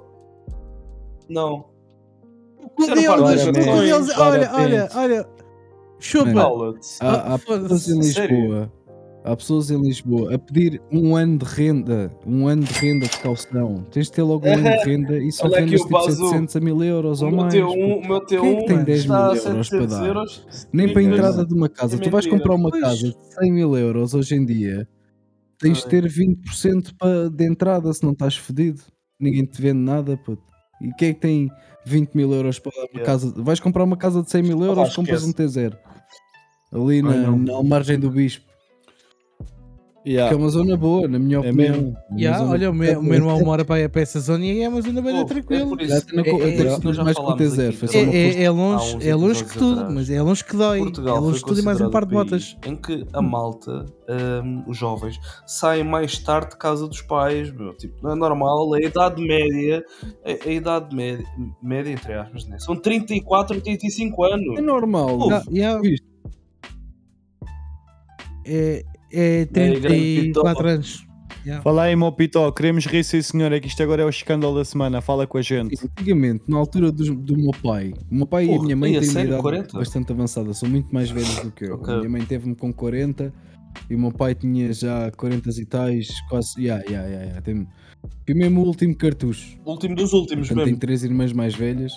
Não. Um Isso era deles- parte da um janela. deles- olha, olha, olha. Chupa. Cala-te. Há, Ah, há pessoas foda-se. em Sério? Lisboa. Há pessoas em Lisboa a pedir um ano de renda, um ano de renda de calção. Tens de ter logo um ano de renda e só Olha aqui rendas o tipo Bazu. um 700 a 1000 euros O ou meu mais. T1, o meu Quem é que tem T1 dez está a mil euros para 700 dar? euros. Nem para a Ninguém- entrada de uma casa. É Tu vais mentira. comprar uma Pois. casa de 100 mil euros hoje em dia, tens Tá de ter 20% pa- de entrada, se não estás fedido. Ninguém te vende nada, puto. E quem é que tem 20 mil euros para dar uma Yeah. casa? Vais comprar uma casa de 100 mil euros, compras um T0. Ali na, na margem do Bispo. Que é Yeah. uma zona boa, na minha Ah. É opinião. mesmo. Uma Ya, zona- olha, o meu, o meu irmão mora para, para essa zona e é uma zona bem Pô, É tranquila. por Já isso. tem na co- É- tem é- estudos mais com o falámos T0. aqui Foi só É, uma é, é há uns longe, é longe que episódios tudo, atrás. mas é longe que dói. Portugal é longe foi que tudo e mais um considerado par de país botas. Em que a malta, hum, os jovens, saem mais tarde de casa dos pais, meu. Tipo, não é normal. A idade média, é, a, a idade média, média entre aspas, né? São 34, 35 É anos. normal. Pô, Ah, ya, Isto. é, é grande 34 anos. Fala aí, meu Pitó. Queremos rir, sim, senhor. É que isto agora é o escândalo da semana. Fala com a gente. Antigamente, na altura dos- do, meu pai, o meu pai e a Porra, minha mãe ei, a têm uma sério? idade 40? bastante avançada, são muito mais velhos do que eu. Ok. A minha mãe teve-me com 40 e o meu pai tinha já 40 e tais, quase. Yeah, yeah, yeah, yeah. Tem, e mesmo o último cartucho. Último dos últimos, Portanto, tem mesmo. três irmãs mais velhas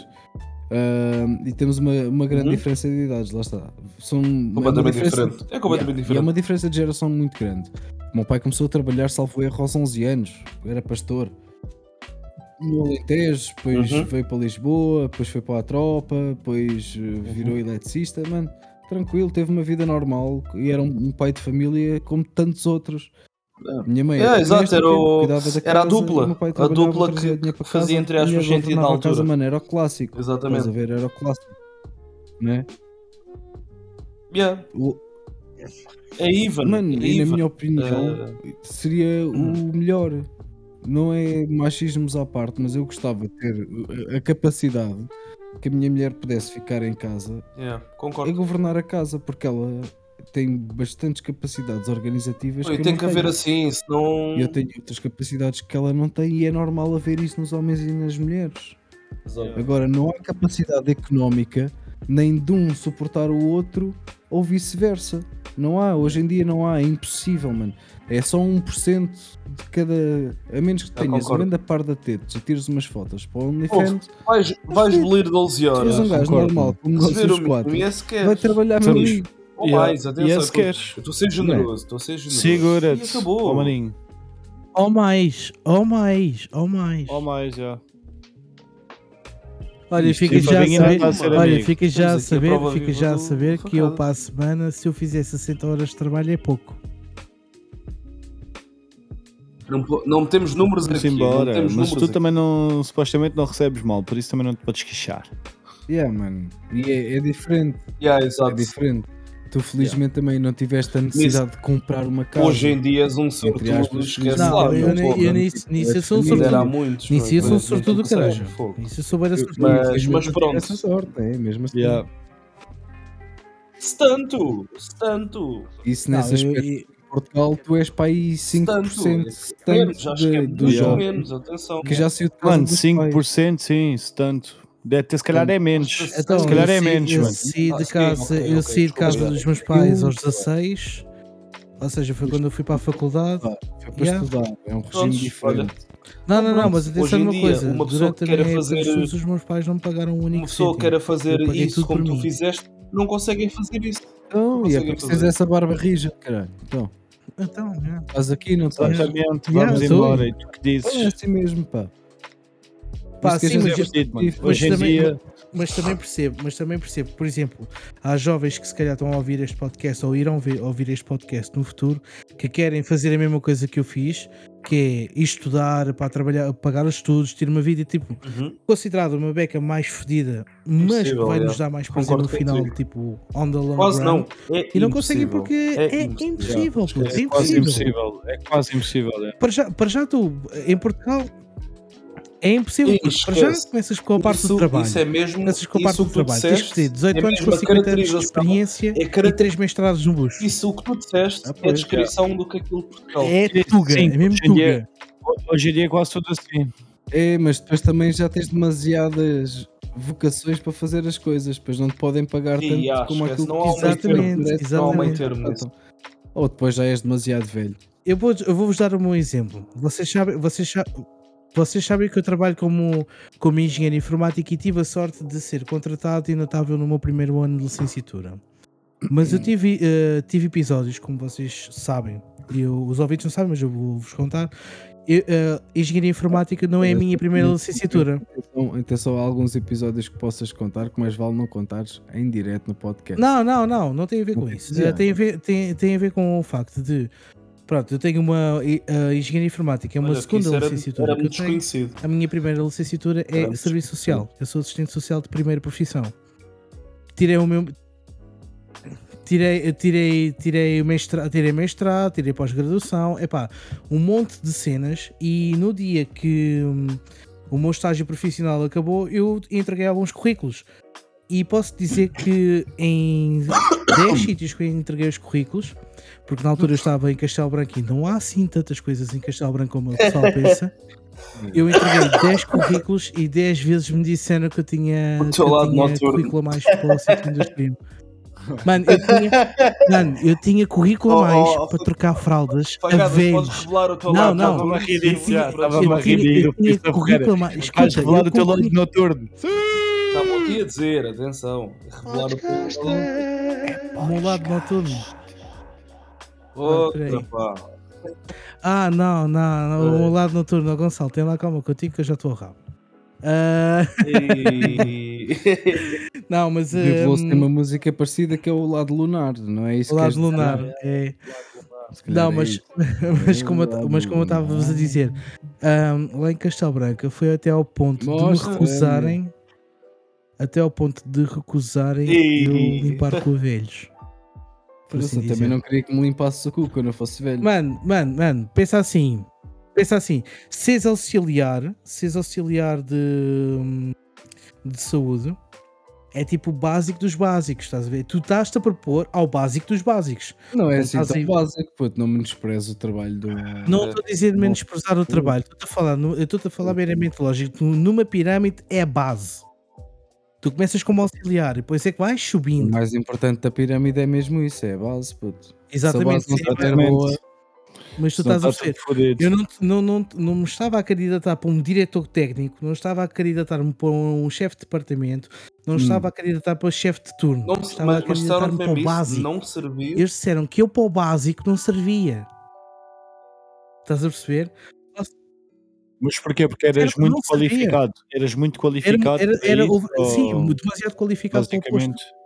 Ahm, e temos uma, uma grande Uhum. diferença de idades, lá está. São, é uma Completamente diferença- diferente. É completamente Yeah, E é diferente. uma diferença de geração muito grande. O meu pai começou a trabalhar, salvo erro, aos 11 anos. Era pastor. No Alentejo, depois Uhum. veio para Lisboa, depois foi para a tropa, depois eh, Uhum. virou eletricista. Mano, tranquilo, teve uma vida normal e era um, um pai de família como tantos outros. É. Minha mãe É, exato, doméstica, era o- cuidava da era a casa, dupla, o meu pai a trabalhava, dupla que- trazia dinheiro para que fazia, casa, entre a minha aspas, avó sentido na governava a casa, altura. mano, era o clássico. Estás a Exatamente. ver, era o clássico. Né? Yeah. O- É Ivan. Mano, é Ah. Hum. e na Ivan. minha opinião seria o melhor. não é machismos à parte, mas eu gostava de ter a capacidade que a minha mulher pudesse ficar em casa Yeah, a concordo. governar a casa, porque ela tem bastantes capacidades organizativas. E eu tem não que haver tenho. assim, senão. E eu tenho outras capacidades que ela não tem, e é normal haver isso nos homens e nas mulheres. Exato. Agora, não há capacidade económica nem de um suportar o outro ou vice-versa. Não há, hoje em dia não há, é impossível, mano. É só 1% de cada. A menos que tenhas uma concordo. grande par da tetes e tires umas fotos para o Ouve, OnlyFans, Vais, vais bolir 12 tu és um horas. gajo concordo, normal, como nós Receber os o quatro, mínimo e é sequer. vai trabalhar no Sim. meio. Ou mais, Yeah. atenção. E é eu tô- sequer. Eu estou a ser generoso, estou a ser generoso. é? Segura-te, E acabou. ó maninho. Ou mais, ou mais, ou mais. Ou mais já. Olha, Isto fica é já a para ganhar, saber, está a ser olha, amigo. fica já a Temos aqui a saber, prova fica viva já a do- saber do que eu facado. para a semana, se eu fizer 60 horas de trabalho é pouco. Não, po- não metemos números Vamos aqui. não embora. metemos Mas tu números também não, supostamente não recebes mal, por isso também não te podes queixar. Yeah, mano. E é, é diferente, aqui. Yeah, é exato. diferente. Tu felizmente também não tiveste a necessidade de comprar uma casa. Hoje em dia és um sortudo, aspas, esquece não, lá. eu meu nem- povo. eu nisso- nisso eu sou um Ainda sortudo. há muitos. Nisso eu mas- sou um mas sortudo do tu que caralho. seja, é fogo. Isso eu souber a sortudo. mas- mas pronto. Essa sorte, né? é mesmo assim. Yeah. Se tanto, se tanto. Isso Não, nesse eu- aspecto, eu- em Portugal, tu és para aí 5%, Tanto, menos, tanto acho que é de, do muito jovem menos, é? atenção. que já saiu de casa Mano, dos 5%, sim, se tanto. Deve ter, se calhar é menos. Então, Então, Se calhar eu é saí- menos, eu mano. saí Ah, de sim, casa, ok, eu ok, saí de desculpa, casa já. dos meus pais Eu- aos 16, ou seja, foi quando eu fui para a faculdade. Ah. pais. Foi para Yeah. estudar, é um regime Prontos, diferente. Não, não, não, Pronto, mas hoje atenção em numa dia, coisa. uma pessoa Durante que a queira minha época fazer- eh, de estudos, os meus pais não me pagaram um único Uma pessoa cêntimo. queira fazer Eu paguei isso tudo como por tu mim. fizeste, não conseguem fazer isso. Então, e é conseguem porque tens fazer. essa barba rija, caralho. Então, Então, é. estás aqui, não estás? É Exatamente, Yeah, então, vamos eu sou. embora. E tu que dizes? assim mesmo, pá. Por Pá, isso que a sim, gente mas é eu- fudido, mano. mas Hoje em também- dia, mas também percebo, mas também percebo, por exemplo, há jovens que se calhar estão a ouvir este podcast ou irão ver- ouvir este podcast no futuro que querem fazer a mesma coisa que eu fiz, que é estudar para trabalhar, pagar os estudos, ter uma vida tipo Uhum. considerada uma beca mais fedida, mas que Impossível, vai nos é. dar mais prazer Concordo no final, contigo. tipo on the long Quase run. não. É E não conseguem impossível. porque é, impossível, puto, é é quase impossível. impossível. É quase impossível. é. Para já, para já tu, em Portugal, é impossível. Ih, porque Para já esquece. começas com a parte isso, do trabalho. Isso é mesmo. começas com a parte isso do que tu trabalho. Tens que disseste ter 18 é anos com mesmo a 50 anos de caracterização- experiência É e característico. 3 mestrados no bucho. Isso que tu disseste Ah, é a pois, descrição do que aquilo de Portugal. É Sim, tuga, é mesmo hoje em dia- tuga. Hoje em dia é quase tudo assim. É, mas depois também já tens demasiadas vocações para fazer as coisas, pois não te podem pagar E, tanto ah, como esquece, aquilo não há que quiseres, meio termo. merece, Exatamente, Não há não há meio meio termo termo. nisso. Ou depois já és demasiado velho. Eu vou- eu vou-vos dar um exemplo. Vocês sabem, vocês sabem, vocês sabem que eu trabalho como, como engenheiro informático e tive a sorte de ser contratado e notável no meu primeiro ano de licenciatura. Mas Hum. eu tive, eh, tive episódios, como vocês sabem, e eu- os ouvintes não sabem, mas eu vou-vos contar. Eu, eh, engenharia informática não é a minha primeira licenciatura. Então, atenção há alguns episódios que possas contar, que mais vale não contares em direto no podcast. Não, não, não, não tem a ver com isso. Yeah. Eh, Tem a ver, tem, tem a ver com o facto de. Pronto, eu tenho uma. eh, eh, engenharia informática é uma Olha, que segunda isso era, licenciatura. era que eu muito tenho. desconhecido. A minha primeira licenciatura é Caramba, Serviço Social. Eu sou assistente social de primeira profissão. Tirei o meu. Tirei, tirei, tirei mestrado, tirei, mestrado, tirei pós-graduação, epá, um monte de cenas. E no dia que hum, o meu estágio profissional acabou, eu entreguei alguns currículos. E posso dizer que em 10 sítios que eu entreguei os currículos, porque na altura eu estava em Castelo Branco e não há assim tantas coisas em Castelo Branco como o pessoal pensa. Eu entreguei 10 currículos e 10 vezes me disseram que eu tinha, O que teu eu lado tinha noturno. currículo a mais para o sítio onde eu escrevi. Mano, eu tinha, mano, eu tinha currículo Oh, a mais oh, para trocar fraldas a Pagadas, podes velhos. revelar o teu Não, lado. não. Estava-me a rir Eu disso, tinha- já, pronto. estava-me Eu a rir tinha, eu do Cristo tinha Ferreira. currículo a mais. Vais Escuta, revelar eu o teu lado concluí- noturno. Estava aqui a dizer, atenção. Revelar o teu lado. o meu lado noturno. Outra, peraí. pá. Ah, não, não, não, o É. meu lado noturno, Gonçalo, tem lá calma contigo que eu já estou a rabo. Ah, E- não, mas. ah, Revelou-se tem uma música parecida que é o lado lunar, não é isso? o que queres lado dizer? lunar. É. Se calhar Não, é mas, isso. mas, como, eu- mas como eu estava-vos a dizer, ahm, lá em Castelo Branco foi até ao ponto de Mostra, me recusarem até ao ponto de recusarem Ei. eu limpar com velhos. por Nossa, assim também dizer. não queria que me limpasse o cu quando eu fosse velho. Mano, mano, mano, pensa assim. Pensa assim, se és auxiliar, se és auxiliar de, de saúde, é tipo o básico dos básicos, estás a ver? Tu estás-te a propor ao básico dos básicos. Não é assim Estás tão aí. básico, puto. Não menosprezo o trabalho do. Não É, estou a dizer de menosprezar o trabalho, estou a falar, no- eu estou a falar meramente lógico. Numa pirâmide é a base. Tu começas como auxiliar e depois é que vais O subindo. mais importante da pirâmide é mesmo isso, é a base, puto. Exatamente, Se a base não sim, é estiver boa, mas tu Senão estás a tá tudo perceber. fodido. Eu não, não, não, não me estava a candidatar para um diretor técnico, não estava a candidatar-me para um chefe de departamento, não estava a candidatar para chefe de turno. Hum. Não, mas, estava mas a disseram candidatar-me para mesmo o isso, básico. não serviu. Eles disseram que eu para o básico não servia. Estás a perceber? Mas porquê? Porque eras Era que muito não sabia. qualificado. Eras muito Era, qualificado. era, para era isso, over- sim, ou- demasiado qualificado para o posto. basicamente.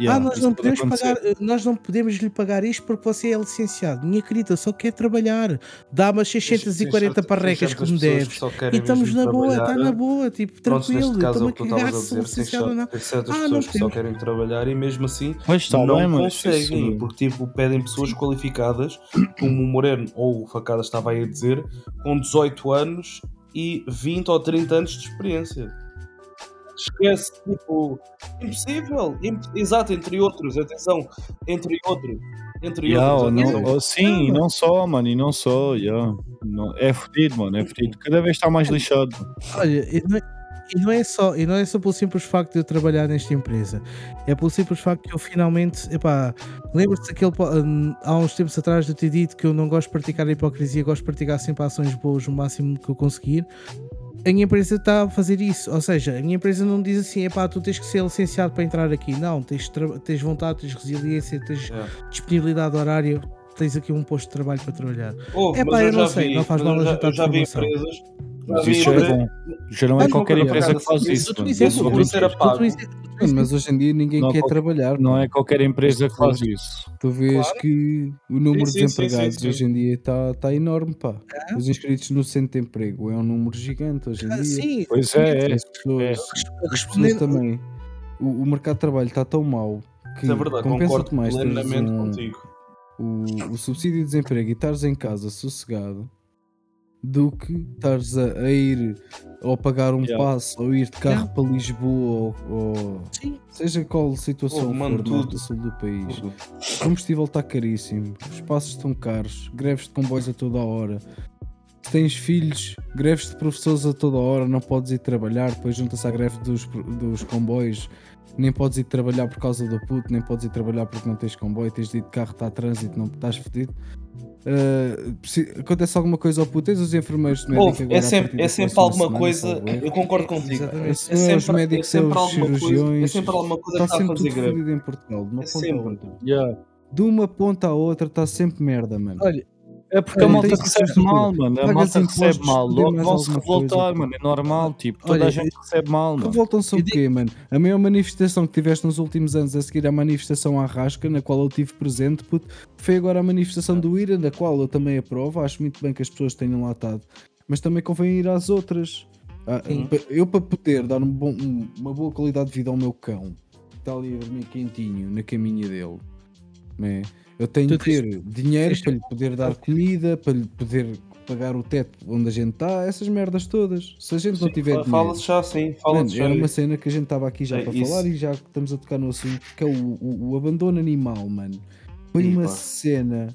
Yeah, ah, nós isso é não, pode podemos pagar, eh, acontecer. nós não podemos lhe pagar isto porque você é licenciado. Minha querida, só quer trabalhar. Dá-me as 640 parrecas que me deves. E estamos na boa, está na boa, tipo, tranquilo. né? neste caso é o Estamos a que tu estavas a cagar se dizer, sou licenciado ou não. tem certas Ah, não pessoas que só temos. querem trabalhar e mesmo assim Pois está não bem, mas conseguem, isso- porque tipo, pedem pessoas qualificadas, como o Moreno ou o Facada estava aí a dizer, com 18 anos e 20 ou 30 anos de experiência. Esquece, tipo, impossível, imp- exato, entre outros, atenção, entre outros, entre Yeah, ou outros, não- atenção. ou sim, e não só, mano, e não só. yeah. Não- é fodido, mano, é fodido. Cada vez está mais lixado. Olha, e não, é- e não é só, e não é só pelo simples facto de eu trabalhar nesta empresa. É pelo simples facto que eu finalmente, epá, lembro-te daquele po- hum, há uns tempos atrás de eu ter dito que eu não gosto de praticar a hipocrisia, gosto de praticar sempre ações boas o máximo que eu conseguir. A minha empresa está a fazer isso, ou seja, a minha empresa não diz assim, epá, tu tens que ser licenciado para entrar aqui. Não, tens, de tra- tens vontade, tens resiliência, tens É. disponibilidade horária, tens aqui um posto de trabalho para trabalhar. Houve, É mas pá, eu eu já não sei, vi, não faz mas eu mal já- ajeitar eu já vi informação. empresas. já Mas vi isso já é empresas- bom. Já não é Mas não qualquer quero empresa que faz ficar isso. Outro mano. um exemplo, Isso é outro outra era coisa. pago. Outro exemplo, outro Mano, mas hoje em dia ninguém Não quer qualquer- trabalhar. Não mano. é qualquer empresa que faz isso. Tu vês Claro. que o número Sim, de sim, sim, empregados sim, sim. hoje em dia está tá enorme, pá. Os inscritos no centro de emprego é um número gigante hoje em Ah, dia. sim, Pois é, é. As pessoas, as pessoas respondendo, também. O, o mercado de trabalho está tão mau que Isso é verdade, compensa-te concordo mais teres plenamente um, contigo. o, o subsídio de desemprego e estares em casa sossegado do que estares a, a ir ou pagar um Yeah. passo ou ir de carro para Lisboa ou, ou- sim, seja qual situação Oh, mano, for do norte tudo. ou sul do país. O combustível está caríssimo, os passos estão caros, greves de comboios a toda a hora. Se tens filhos, greves de professores a toda a hora, não podes ir trabalhar, depois junta-se à greve dos, dos comboios, nem podes ir trabalhar por causa do puto, nem podes ir trabalhar porque não tens comboio, tens de ir de carro, está a trânsito, não estás fedido. acontece alguma coisa ao puto, tens os enfermeiros de médico Ouve, agora é a sempre, partir é da sempre próxima alguma semana, coisa, salvo erro. eu concordo contigo. exatamente. É Se não é os sempre- médicos, é é sempre os alguma coisa- cirurgiões. é sempre alguma coisa Está que está sempre a fazer tudo greve. fodido em Portugal, de uma É ponta a sempre. outra. Yeah. De uma ponta à outra está sempre merda, mano. Olha, É porque a Olha, malta tem que ser recebe mal, tudo. mano. A Pagas malta impostos, recebe mal. dê Logo mais vão se alguma revoltar, coisa. mano. É normal, tipo. Toda Olha, a gente recebe mal, mano. Revoltam-se Eu o digo- quê, mano? A maior manifestação que tiveste nos últimos anos a seguir à manifestação à Rasca, na qual eu tive presente, puto, foi agora a manifestação do IRA, da qual eu também aprovo. Acho muito bem que as pessoas tenham lá estado. Mas também convém ir às outras. Ah, Sim. pa- eu, para poder dar um bom- um- uma boa qualidade de vida ao meu cão, que está ali a dormir quentinho na caminha dele, né? eu tenho Tu que ter dinheiro tens- para lhe poder dar comida, para lhe poder pagar o teto onde a gente está, essas merdas todas. Se a gente não tiver dinheiro. Fala-se já assim, Mano, fala-se já. era uma cena que a gente estava aqui já É, para isso. falar e já que estamos a tocar no assunto, que é o, o- o abandono animal, mano. Foi Ih, uma pá. cena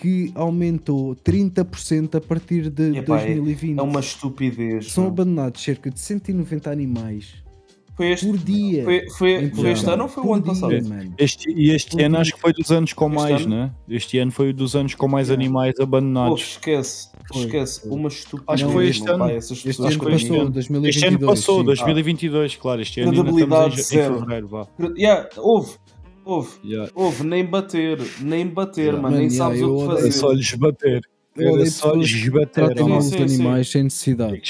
que aumentou 30% a partir de Epá, é- 2020. É uma estupidez. São meu. abandonados cerca de 190 animais Foi este, por dia. foi, foi, em foi este Portugal. ano ou foi o Por ano dia, passado? mano. Este, e este Por ano dia. acho que foi dos anos com Este mais, ano? né? Este ano foi dos anos com mais Yeah. animais Oh, abandonados. esquece, Foi. esquece. Uma estupidez. Acho que foi este meu ano. pai, essas Este pessoas ano que hoje em dia- passou, 2022. este ano passou, sim. 2022, claro. Este ano ainda Credibilidade estamos em, em zero. fevereiro, vá. Yeah, houve, houve, Yeah. houve, nem bater, nem bater, Yeah. mano, nem Mano, yeah, sabes eu o que odeio fazer. Era É só lhes bater. Eu Era odeio só lhes bater. Tratam Sim, mal mano. os sim, sim. animais sem necessidade.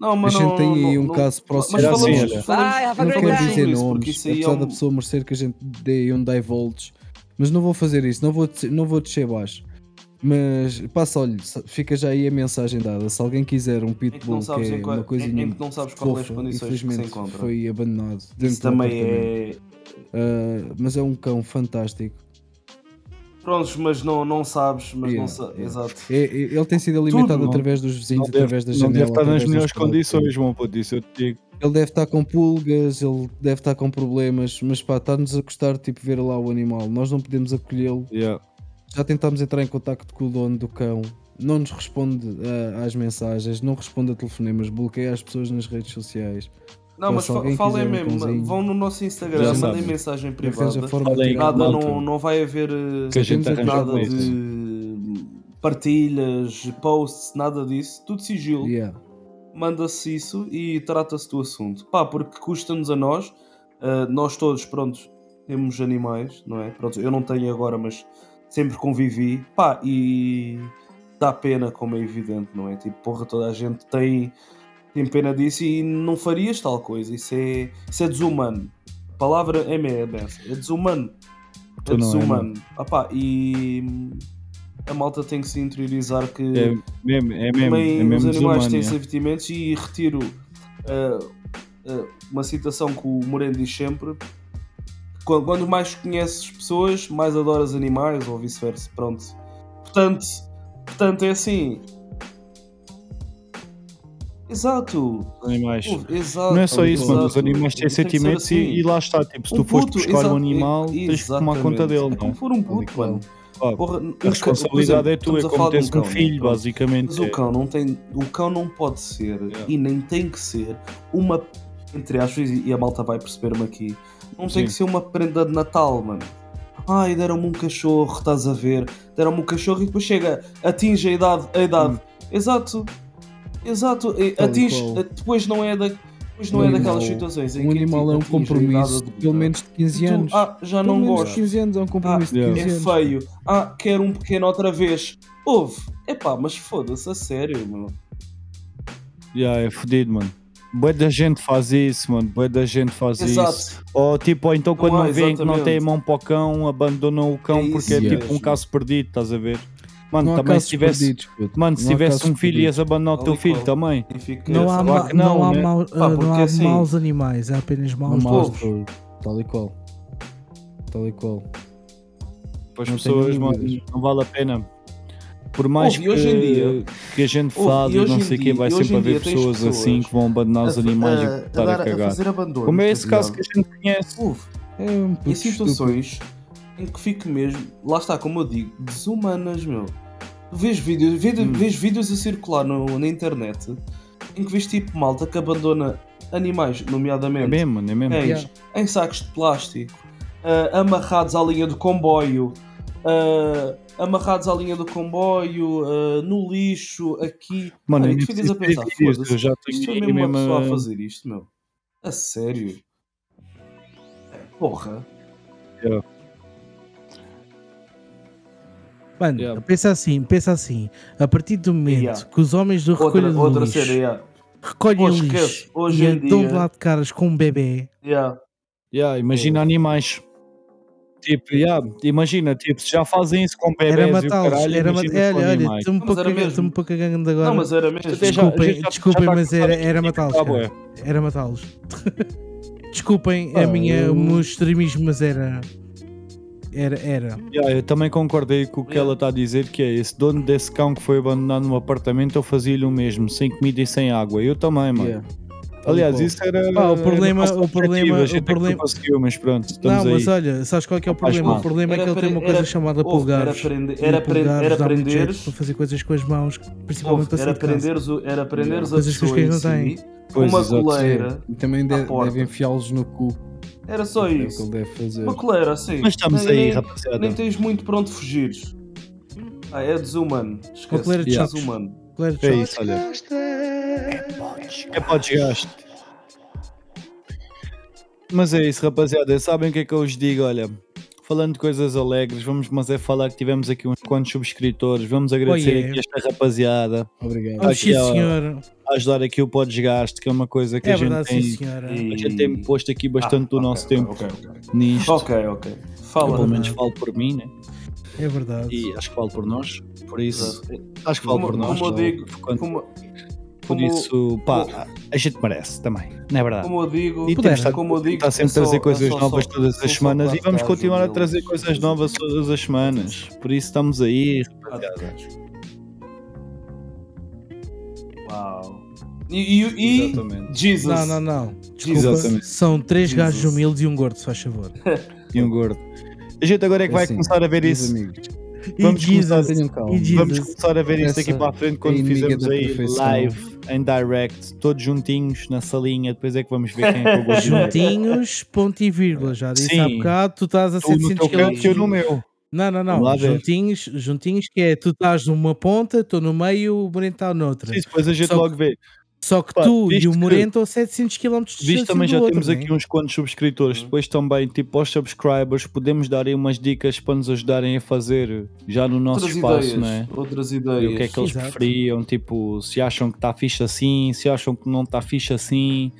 Não, A mas gente não- tem aí não- um não- caso próximo. Mas Era falamos, assim, falamos, olha. Bye, have a não great quero falamos time. dizer sobre isso, porque nomes, isso aí é apesar da um- pessoa merecer que a gente dê um volts mas não vou fazer isso, não vou, descer- não vou descer baixo. Mas passa, olha, sa- fica já aí a mensagem dada. Se alguém quiser um Em que pitbull não que, sabes é em qual- uma coisa em- em que não sabes qual é as condições que se infelizmente encontra. foi abandonado. Isso dentro é do também apartamento. é. Ah, mas é um cão fantástico. Prontos, mas não, não sabes, mas Yeah, não sa- yeah. Exato. É- é- Ele tem sido alimentado Tudo. através dos vizinhos, Não deve- através das Não janelas. deve estar nas através das melhores portas. condições, João Puto, isso eu te digo. Ele deve estar com pulgas, ele deve estar com problemas, mas pá, está-nos a custar tipo ver lá o animal. Nós não podemos acolhê-lo. Yeah. Já tentámos entrar em contacto com o dono do cão. Não nos responde ah, às mensagens, não responde a telefonemas, bloqueia as pessoas nas redes sociais. Não, Ou mas se fa- alguém falem quiser um mesmo, cãozinho. vão no nosso Já Instagram, mandem sabem. mensagem Arranja privada. forma de Falem tirar Nada, Malta. não, não vai haver eh, Que a gente temos arranja nada com isso. de partilhas, posts, nada disso. Tudo sigilo. Yeah. manda-se isso e trata-se do assunto. Pá, porque custa-nos a nós, ah, nós todos, prontos, temos animais, não é? Pronto, eu não tenho agora, mas sempre convivi. Pá, e dá pena, como é evidente, não é? Tipo, porra, toda a gente tem, tem pena disso e não farias tal coisa. Isso é, isso é desumano. A palavra é mesmo essa. É desumano. É Tu não é, desumano. Ah, pá, e a malta tem que se interiorizar que É mesmo, é mesmo. também é os mesmo animais desumano, têm é. sentimentos e retiro ah, ah, uma citação que o Moreno diz sempre quando, quando mais conheces pessoas mais adoras animais ou vice-versa pronto portanto portanto é assim exato Os animais. Pô, exato Não é só isso, mano. Os exato. animais Tem têm que ser sentimentos e- assim. e, lá está. Tipo, se tu Um fores puto, buscar exato, um animal, e- tens que tomar exatamente. conta dele, É não como for um puto, mano. Claro. Porra, um A cão- responsabilidade é por exemplo, tua, é estamos a falar como de um tens um cão, filho, pronto. Mas basicamente. é. o cão não tem. O cão não pode ser Yeah. e nem tem que ser uma. Entre aspas, e e a malta vai perceber-me aqui. Não Sim. tem que ser uma prenda de Natal, mano. Ai, deram-me um cachorro, estás a ver? Deram-me um cachorro e depois chega, atinge a idade. A idade. Hum. Exato. Exato. E Tal e Atinge. qual. Depois não é, da, depois não Um é daquelas animal- situações em Um que. tipo, animal é um atinge a idade compromisso de adulta. pelo menos de 15 Tu, anos. Ah, já Pelo não menos gosto. 15 anos é um compromisso Ah, de yeah. 15 É anos. feio. Ah, quero um pequeno outra vez. Houve. Epá, mas foda-se, a sério, meu. Yeah, é fodido, mano. Boa da gente faz isso, mano. Boa da gente faz isso. Exato. Ou tipo, ou então quando há, não veem que não exatamente. tem mão para o cão, abandonam o cão É porque é isso tipo mesmo. um caso perdido, estás a ver? Mano, Não há também se casos tivesse, perdidos, puto. mano, se Não há tivesse casos um filho, ias abandonar o Tal teu e filho qual. também. E fica Não há, essa ma- vaca. não, não há, né? mau- Pá, ah, não porque há assim- maus animais, há apenas maus. há- Maus, ovos. puto. Tal e qual. Tal e qual. Para as Não tenho pessoas, mano, dúvidas. não vale a pena. Por mais Ouve, que, e hoje em dia- que a gente Ouve, fale e e hoje não em sei o quê, dia- vai e hoje sempre em haver dia tens pessoas, assim pessoas que vão abandonar os a- animais a- e estar dar- a cagar. fazer abandono. Como é esse caso que a ligado? gente conhece? Houve. É um puto E situações em que fico mesmo, lá está, como eu digo, desumanas, meu. Tu Vês vídeos, vê- Hum. vês vídeos a circular no- na internet em que vês tipo malta que abandona animais, É nomeadamente mesmo, mano, é mesmo. cães em sacos de plástico, ah, amarrados à linha do comboio, ah, amarrados à linha do comboio, ah, no lixo, aqui. Mano, Olha, tu eu nem ficas a preciso ver pensar, vídeos, foda-se, eu já isto tenho é foi aí mesmo uma mesmo pessoa a a- fazer isto, meu. A sério? Porra. Mano, Yeah. pensa assim, pensa assim. A partir do momento Yeah. que os homens do recolha Outra, do outra lixo cena, recolhem Hoje o esquece, lixo hoje e em andam dia- de lado de caras com um bebê, yeah, yeah. Yeah, É. imagina animais. Tipo, yeah, imagina, tipo, se já fazem isso com bebês era e o matá-los. caralho, Era imagina matá com Olha, olha, animais. estou-me Não, mas era mesmo. para pouco cagando agora. Não, mas era mesmo. Até já- tá Desculpem, já- já- já desculpem, está mas cortado era, aqui, era tá matá-los. bué. cara. Era matá-los. desculpem Ah, a minha, eu- o meu extremismo, mas era. Era, era. Yeah, eu também concordei com o que ela está a dizer, que é esse dono desse cão que foi abandonado num apartamento, eu fazia-lhe o mesmo, sem comida e sem água. Eu também, mano. Yeah. Tal e Aliás, qual. isso era. Pá, o era problema- nossa o problema- perspectiva, a o gente é que problema- Não conseguiu, mas pronto, estamos não, mas aí. olha, sabes qual é, que é o Faz problema? mal. O problema é que Era ele tem uma apre- coisa era- chamada Ouve, era pulgares. aprender, E era aprender, pulgares era dá muito jeito aprenderes, para fazer coisas com as mãos, ouve, principalmente para era sair de casa. aprenderes, o- era aprenderes a Coisas que os pessoa em cães não si, Pois, uma exato. coleira, E também de, à porta. deve enfiá-los no cu. era só É o que ele isso. deve fazer. Uma coleira, assim. Mas estamos Nem- aí, nem- rapaziada. Nem tens muito para onde fugires. Ah, é desumano. Esquece. coleira de é chaves. desumano. Claro, É tchau. isso, olha. É para o desgaste. Mas é isso, rapaziada. Sabem o que é que eu vos digo? Olha, falando de coisas alegres, vamos mas é falar que tivemos aqui uns quantos subscritores. Vamos agradecer Oh, yeah. aqui esta rapaziada Obrigado. Oh, sim, Aqui, ó, senhor. a ajudar aqui o desgaste, que é uma coisa que É a gente verdade, tem. sim, senhora. E- A gente tem posto aqui bastante do Ah, ok, nosso ok, tempo Ok, ok. nisto. Ok, ok. Eu, Fala. pelo menos verdade. falo por mim, né? É verdade. E acho que falo por nós. Por isso, Exato. acho que falo Como- por nós. como eu não. digo, Quanto- Como, Por Como- isso, pá, a gente merece também, não é verdade? Como eu digo, E Puder, temos estado- como eu digo, está sempre é a trazer só- coisas é só- novas só- todas são as só semanas e quatro vamos gajos, continuar a eles- trazer coisas novas todas as semanas. Por isso estamos aí, rapaziada. Uau. E, e, e Exatamente. Jesus. Não, não, não. Desculpa. Exatamente. São três Jesus. gajos humildes e um gordo, se faz favor. E um gordo. A gente agora é que É vai assim, começar a ver meus isso. amigos, Vamos e Jesus. começar- tenham calma. E Jesus. Vamos começar a ver isso daqui Essa para a frente quando inimiga fizermos da aí perfeição. live em direct, todos juntinhos na salinha. Depois é que vamos ver quem é que eu gosto mais. Juntinhos, ponto e vírgula. Já disse Sim. há bocado, tu estás a assim, Tu no 700 teu canto e eu no meu. Não, não, não. Vamos lá ver. Juntinhos, juntinhos, que é tu estás numa ponta, estou no meio, o Moreno está noutra. Sim, depois a gente Só que- logo vê. Só que Pá, tu e visto o que- Moreno estão a 700 km de distância. Visto também um já do outro, temos né? aqui uns quantos subscritores. Uhum. Depois também, tipo, aos subscribers, podemos dar aí umas dicas para nos ajudarem a fazer já no nosso Outras espaço, ideias, não é? Outras E ideias. o que é que eles Exato. preferiam, tipo, se acham que está fixe assim, se acham que não está fixe assim.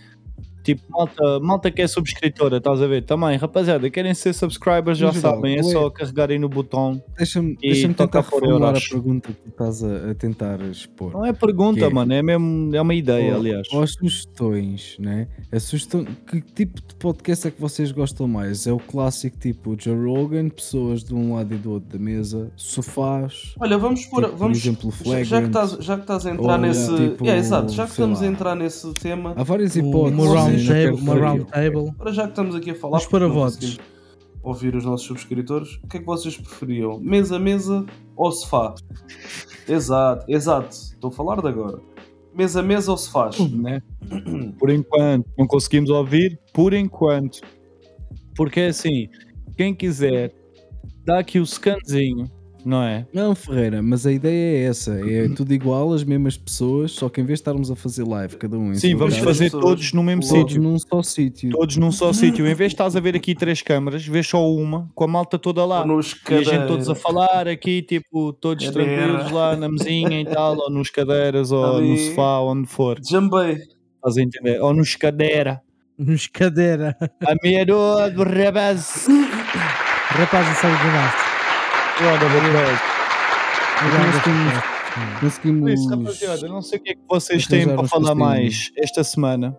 Tipo, malta, malta que é subscritora, estás a ver? Também, rapaziada, querem ser subscribers, já No geral, sabem, é qual é? só carregarem no botão. Deixa-me E deixa tentar toca por reformular euros. a pergunta que tu estás a, a tentar expor. Não é pergunta, Ok. mano, é mesmo, é uma ideia, Ou- aliás. Ou as sugestões, né? A sugestão, que tipo de podcast é que vocês gostam mais? É o clássico tipo Joe Rogan, pessoas de um lado e do outro da mesa, sofás. Olha, vamos pôr. Tipo, por vamos, já, exemplo, já que Flagrant. estás, já que estás a entrar Ou, nesse. tipo, é, exato, já que sei estamos lá. a entrar nesse tema, Há várias um hipóteses. né? Uma Sim, round não quero table, uma fazer round aquilo. table. agora já que estamos aqui a falar. Vamos pôr a porque não votos. conseguimos Ouvir os nossos subscritores, o que é que vocês preferiam? Mesa, mesa ou sofá? Exato, exato. Estou a falar de agora. Mesa, mesa ou sofás? né? Por enquanto, não conseguimos ouvir, por enquanto. Porque é assim, quem quiser, dá aqui o scanzinho, não é? Não, Ferreira, mas a ideia é essa: é Uhum. tudo igual, as mesmas pessoas, só que em vez de estarmos a fazer live, cada um em Sim, seu vamos lugar, As fazer pessoas, todos no mesmo o todos sítio. num só sítio. Todos num só sítio. Em vez de estás a ver aqui três câmaras, vês só uma, com a malta toda lá. Ou nos E a gente cadeira? todos a falar aqui, tipo, todos Cadeira. tranquilos lá na mesinha e tal, ou nos cadeiras, ou Ali. no sofá, onde for. Jambei. Estás a entender? Ou nos cadeira. Nos cadeira. A meia-noite, rebase. Rapaz, não sabe é do nosso. Ora, rebase. Nós assim temos- Por Conseguimos. isso, rapaziada, eu não sei o que é que vocês têm arranjar para uns falar pastinhos. mais esta semana.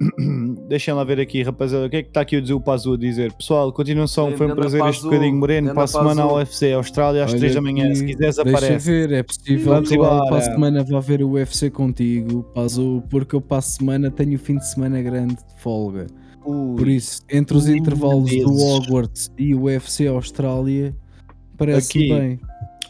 Deixem lá ver aqui, rapaziada, o que é que está aqui o Zil Pazu a dizer? Pessoal, continuação, Ei, foi um ganda prazer este Pazu, bocadinho moreno. ganda Para a semana Pazu. ao UFC, Austrália, às Olha 3 da manhã. aqui, Se quiseres, Deixa aparece. ver, é possível Vamos que eu embora. para a semana vá ver o UFC contigo, Pazu, porque eu para a semana tenho o fim de semana grande de folga. Por isso, entre os Ui, intervalos do meses. Hogwarts e o UFC Austrália, parece Aqui. bem.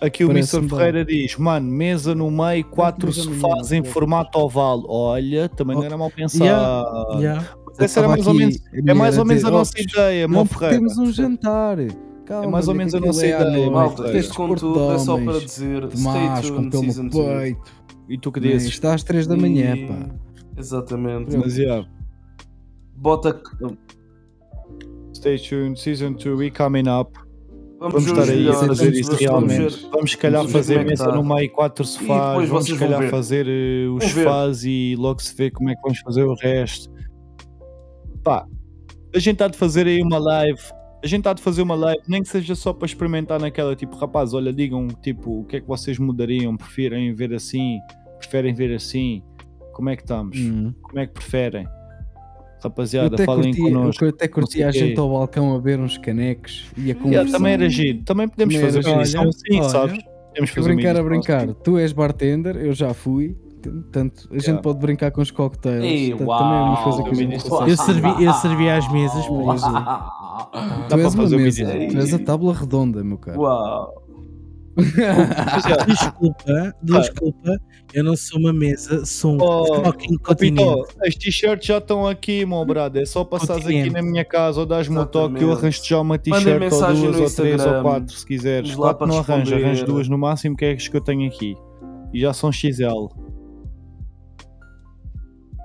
Aqui o parece-me Mr. Ferreira diz: Mano, mesa no meio, quatro Mesa no meio, é. sofás em ok. formato oval. Olha, também não Oh, era mal pensado. um yeah, yeah. Mas Essa era Estava mais ou aqui menos, a é minha mais ou ideia menos a de- nossa ideia, oh, Não, Mão porque Ferreira. temos um jantar. Calma, mais ou olha menos que a nossa aquilo é à ideia, noite, Malta, Este isto desporto de contudo é só para homens, dizer Tomás, stay com tuned pelo season 2. peito. E tu que Né, dizes? Isto às 3 da manhã, pá. é Exatamente. Mas yeah. Bota. Stay tuned, Season 2, we coming up. Vamos, Vamos ver estar os aí a melhores, fazer isso vamos ver- realmente. Vamos, se calhar, vamos ver fazer como é que mesa tá. no meio, quatro E sofás. depois Vamos, se vocês vão calhar, ver. fazer eh, os Vão ver. faz e logo se vê como é que vamos fazer o resto. Pá, a gente está de fazer aí uma live. A gente está de fazer uma live, nem que seja só para experimentar naquela, tipo, rapaz, olha, digam, tipo, o que é que vocês mudariam? Preferem ver assim? Preferem ver assim? Como é que estamos? Hum. Como é que preferem? Eu Rapaziada, até, falem curti, eu connosco. até curti Não a sei gente quê. ao balcão a beber uns canecos e a Yeah, conversar. um também era giro, também podemos Também fazer era uma giro. edição Olha, assim, olha. sabes? Podemos A fazer uma brincar, a edição brincar. assim. Tu és bartender, eu já fui. Portanto, a gente pode brincar com os cocktails. Ei, Portanto, também é uma uau, coisa que a gente Dominique. consegue. Eu servi, eu servi às mesas, por isso. Uau! Dá Tu para és uma fazer o mesa, vídeo. tu és a tábua redonda, meu caro. Uau! Desculpa, desculpa. Eu não sou uma mesa, sou um Oh, fucking Ó, Pitó, continente. as t-shirts já estão aqui, meu brother. É só passares aqui Continente. na minha casa ou dás-me o toque que eu Exatamente. arranjo-te já uma t-shirt Mandem ou mensagem duas no ou três ou Instagram. quatro, se quiseres. Vamos lá Quatro para não arranjo, responder. arranjo duas no máximo, que é as que eu tenho aqui. E já são XL.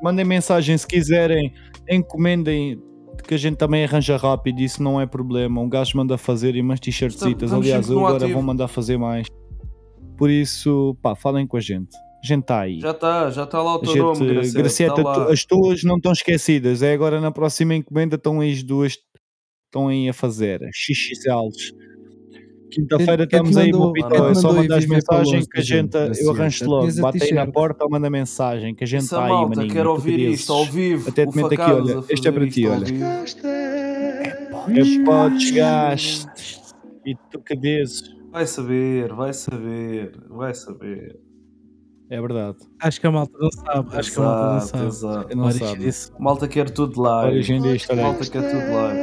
Mandem mensagem se quiserem, encomendem que a gente também arranja rápido, isso não é problema. Um gajo manda fazer e umas t-shirtzitas. Estamos Aliás, sempre eu no agora ativo. vou mandar fazer mais. Por isso, pá, falem com a gente. A gente está aí. Já está, já está lá o A teu nome, gente, Gracieta. Gracieta, tá lá. tu- as tuas não estão esquecidas. É agora na Hum. próxima encomenda estão aí as duas estão aí a fazer. XXLs. Quinta-feira Quem- quem te estamos aí, mandou- Bobito. quem te É só mandou mandar as e vi-me para mensagens longe, que a gente. assim, Eu arranjo-te logo. tens a Bate aí na t-shirt. porta, manda mensagem que a gente Essa está tá aí, malta maninho. quer tu ouvir dizes. isto ao vivo. Até te o meto aqui, Facadas olha, a este é para fazer ti, isto ao olha. vivo. É podcast. E tu que dizes. Vai saber, vai saber, vai saber. É verdade. Acho que a malta não sabe. Acho que a malta não Exato, sabe. exato. Eu não Origem sabe. disso. A Malta quer tudo lá. Origem disto, A olha. aí. Malta quer tudo lá.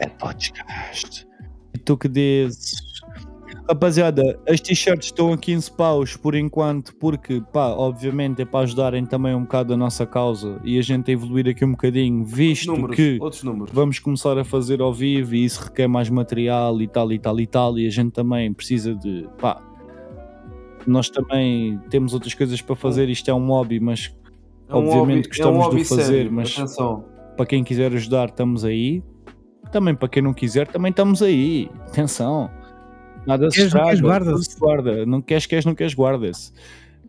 É podcast. E tu que dizes. Rapaziada, as t-shirts estão a 15 paus por enquanto, porque, pá, obviamente é para ajudarem também um bocado a nossa causa e a gente a evoluir aqui um bocadinho, visto Números, que outros números. vamos começar a fazer ao vivo e isso requer mais material e tal e tal e tal e a gente também precisa de pá nós também temos outras coisas para fazer isto é um hobby mas É um obviamente hobby- gostamos é um de hobby fazer, sério, mas- Atenção. para quem quiser ajudar estamos aí também para quem não quiser também estamos aí atenção nada se Queres, não estraga queres, guarda-se. tudo se guarda não queres queres não queres guarda-se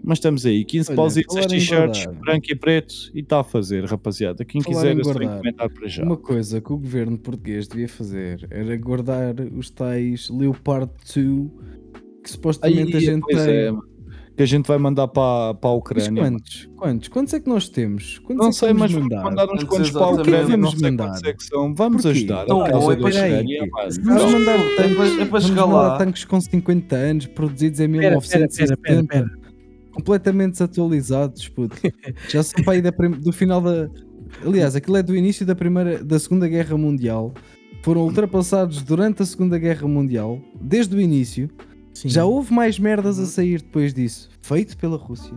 mas estamos aí 15 Olha, pausitos falar em t-shirts guardar. branco e preto e está a fazer rapaziada quem Falar quiser em eu só guardar. encomendar para já Uma coisa que o governo português devia fazer era guardar os tais Leopard 2 que supostamente a Aí, gente pois tem. é, mano. que a gente vai mandar para, para a Mas Ucrânia. mano. quantos? Quantos? Quantos é que nós temos? Quantos é Não que sei, vamos mas vamos mandar uns Antes quantos para a exatamente. Ucrânia. Não Vamos sei mandar. quantos é que são. Vamos Porquê? ajudar. Então, a causa bom, é da para aí. Ucrânia, mano. Se Não, vamos mandar é tanques, para- é para vamos chegar mandar lá. tanques com 50 anos, produzidos em Pera, pera, pera, 1970, pera, pera. completamente desatualizados, puto. Já são para aí da prim- do final da. Aliás, aquilo é do início da primeira, da Segunda Guerra Mundial. Foram ultrapassados durante a Segunda Guerra Mundial, desde o início. Sim. Já houve mais merdas Uhum. a sair depois disso, feito pela Rússia,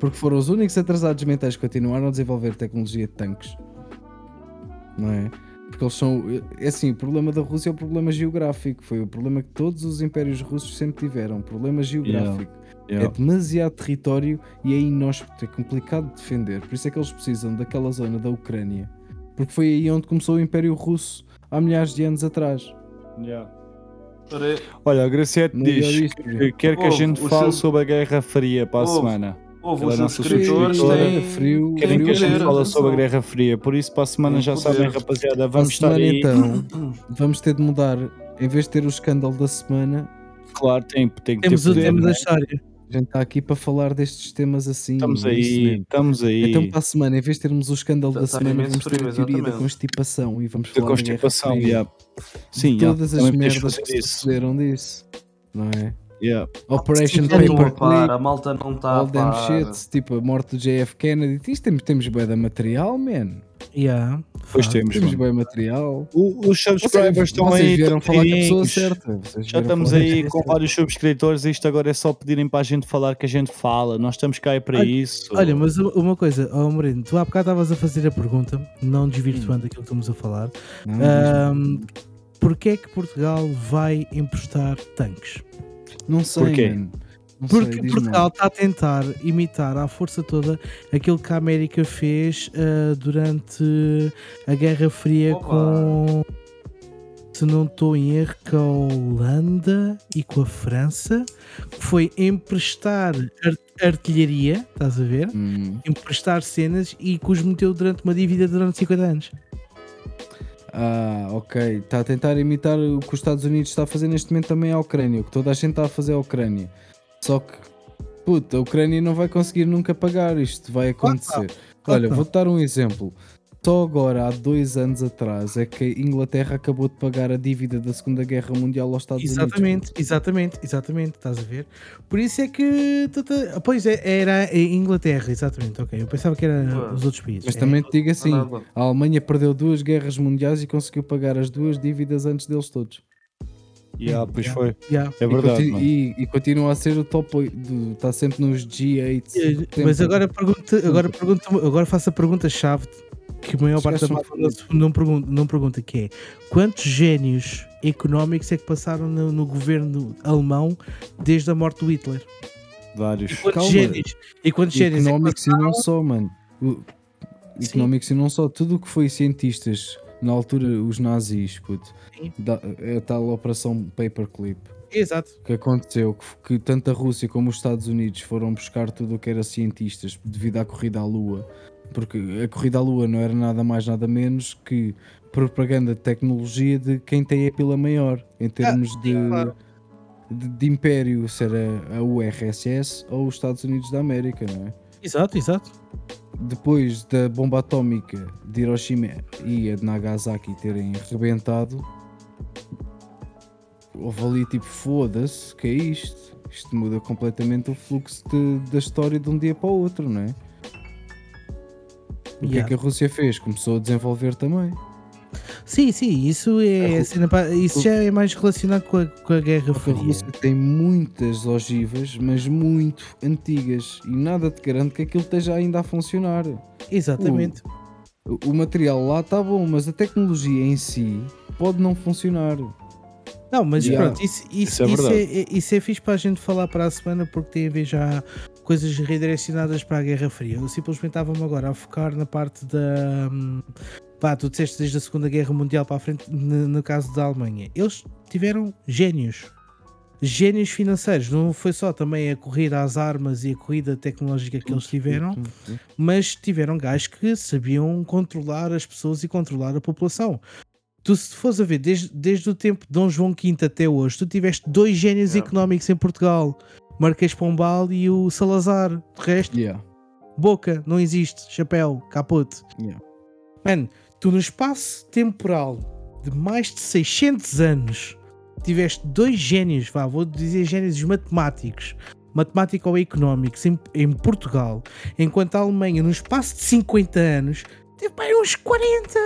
porque foram os únicos atrasados mentais que continuaram a desenvolver tecnologia de tanques, não é? Porque eles são. É assim, o problema da Rússia é o problema geográfico, foi o problema que todos os impérios russos sempre tiveram problema geográfico. Yeah. É demasiado território e é inóspito, é complicado de defender. Por isso é que eles precisam daquela zona da Ucrânia. Porque foi aí onde começou o Império Russo há milhares de anos atrás. Espera aí. Olha, a Graciete Não diga diz isto, que quer que a Ouve, gente o fale seu- sobre a Guerra Fria para a Ouve. semana. Houve Ela os é nossa subscritores, subscritora, têm... frio, têm Querem que a gente poder, fale sobre a atenção. Guerra Fria. Por isso, para a semana Tem já poder. sabem, rapaziada. Vamos Para a estar semana, aí. então, vamos ter de mudar. Em vez de ter o escândalo da semana, Claro, tem, tem que ter Temos o poder. tema né? da história. a gente está aqui para falar destes temas assim. Estamos isso aí. mesmo. Estamos aí. Então, para a semana, em vez de termos o escândalo Tá- da tá semana, imenso vamos ter frio, a teoria da exatamente. constipação e vamos Da falar da Guerra constipação. Fria, yeah. Sim, de yeah. né? todas as Também podes merdas fazer que se isso. Ah, fizeram disso, não é? Yeah. Operation Não estão a par, Paperclip, a malta não está a all them par. shit, tipo a morte do JF Kennedy. Isto temos, temos bué da material, man. Yeah. Pois Ah, temos, Temos mano. bué material. O- Os subscribers estão vocês aí. vieram estão falar com a pessoa pequenininhos. certa. Vocês Já vieram estamos falar- aí com vários subscritores. Isto agora é só pedirem para a gente falar que a gente fala. Nós estamos cá aí para Olha- isso. Olha, mas uma- uma coisa, oh Moreno, tu há bocado estavas a fazer a pergunta, não Hum. desvirtuando aquilo que estamos a falar. Não, Ahm, Porquê é que Portugal vai emprestar tanques? Não sei, Porquê? mano. Não sei, Porque diz-me Portugal lá. está a tentar imitar à força toda aquilo que a América fez ah, durante a Guerra Fria Opa. com, se não estou em erro, com a Holanda e com a França, que foi emprestar ar- artilharia, estás a ver? Hum. Emprestar cenas e que os meteu durante uma dívida durante 50 anos. Ah, ok. Está a tentar imitar o que os Estados Unidos está a fazer neste momento também à Ucrânia. O que toda a gente está a fazer à Ucrânia. Só que, puta, a Ucrânia não vai conseguir nunca pagar. Isto vai Claro que acontecer. Claro que Olha, não. vou-te dar um exemplo. Só agora, há dois anos atrás, é que a Inglaterra acabou de pagar a dívida da Segunda Guerra Mundial aos Estados Unidos. Exatamente, exatamente, exatamente, estás a ver? Por isso é que. tu te- ah, Pois é, era a Inglaterra, exatamente, ok. Eu pensava que era Ah. os outros países. Mas É. também te digo assim: Nada. a Alemanha perdeu duas guerras mundiais e conseguiu pagar as duas dívidas antes deles todos. Yeah, pois Yeah. foi. Yeah. É E verdade, conti- mano. e, e continua a ser o top 8, está sempre nos G8. sempre. É, Mas agora pergunto, agora pergunto, agora faço a pergunta-chave que a maior Os parte da gajos malta são não, se- não pergunta, não pergunta, que é quantos génios económicos é que passaram no, no governo alemão desde a morte do Hitler? E Vários. quantos Calma. génios? E quantos E génios é que económicos e não só, mano. O- Sim. Económicos e não só, tudo o que foi cientistas, na altura os nazis, puto, Sim. da- é a tal operação Paperclip passaram? Exato. que aconteceu, que, f- que tanto a Rússia como os Estados Unidos foram buscar tudo o que era cientistas devido à corrida à Lua Porque a corrida à lua não era nada mais, nada menos que propaganda de tecnologia de quem tem a pila maior em termos de, claro. de, de império, se era a URSS ou os Estados Unidos da América, não é? Exato, exato. depois da bomba atómica de Hiroshima e a de Nagasaki terem rebentado, houve ali tipo foda-se, que é isto? Isto muda completamente o fluxo de- da história de um dia para o outro, não é? O que é Yeah. que a Rússia fez? Começou a desenvolver também. Sim, sim, isso é cena pa- isso já é mais relacionado com a, com a Guerra Porque a Fria. Rússia tem muitas ogivas, mas muito antigas, e nada te garante que aquilo esteja ainda a funcionar. Exatamente. Uh. O- O material lá está bom, mas a tecnologia em si pode não funcionar. Não, mas Yeah. pronto, isso, isso, Isso é isso, é verdade. é, isso é fixe para a gente falar para a semana porque tem a ver já coisas redirecionadas para a Guerra Fria. Eu simplesmente estava-me agora a focar na parte da. hum, Pá, tu disseste desde a Segunda Guerra Mundial para a frente, no, no caso da Alemanha. Eles tiveram génios. Génios financeiros. Não foi só também a corrida às armas e a corrida tecnológica que eles tiveram, mas tiveram gajos que sabiam controlar as pessoas e controlar a população. Tu, se fores a ver, desde, desde o tempo de Dom João V até hoje, tu tiveste dois génios Yeah. económicos em Portugal: Marquês Pombal e o Salazar. De resto, Yeah. boca, não existe. Chapéu, capote. Yeah. Mano, tu no espaço temporal de mais de 600 anos tiveste dois génios, vá, vou dizer génios matemáticos, matemático ou económicos, em, em Portugal, enquanto a Alemanha, no espaço de 50 anos, teve pá, uns 40.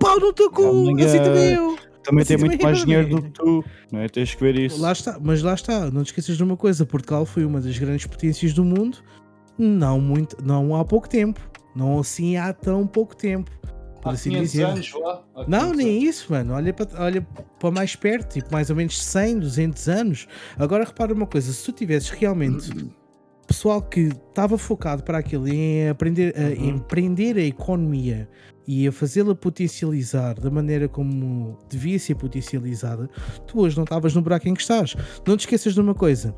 Pau no teu A cu, Alemanha- assim te deu. Também tem Sim, muito também, mais também. dinheiro do que tu, não é? Tens que ver isso. Lá está, mas lá está, não te esqueças de uma coisa: Portugal foi uma das grandes potências do mundo, não, muito, não há pouco tempo, não assim há tão pouco tempo, por Há assim 500 dizer. anos lá. Há 500 Não, anos. nem isso, mano. Olha para, olha para mais perto, tipo mais ou menos 100, 200 anos. Agora repara uma coisa: se tu tivesses realmente pessoal que estava focado para aquilo em aprender a Uhum. empreender a economia e a fazê-la potencializar da maneira como devia ser potencializada, tu hoje não estavas no buraco em que estás. Não te esqueças de uma coisa.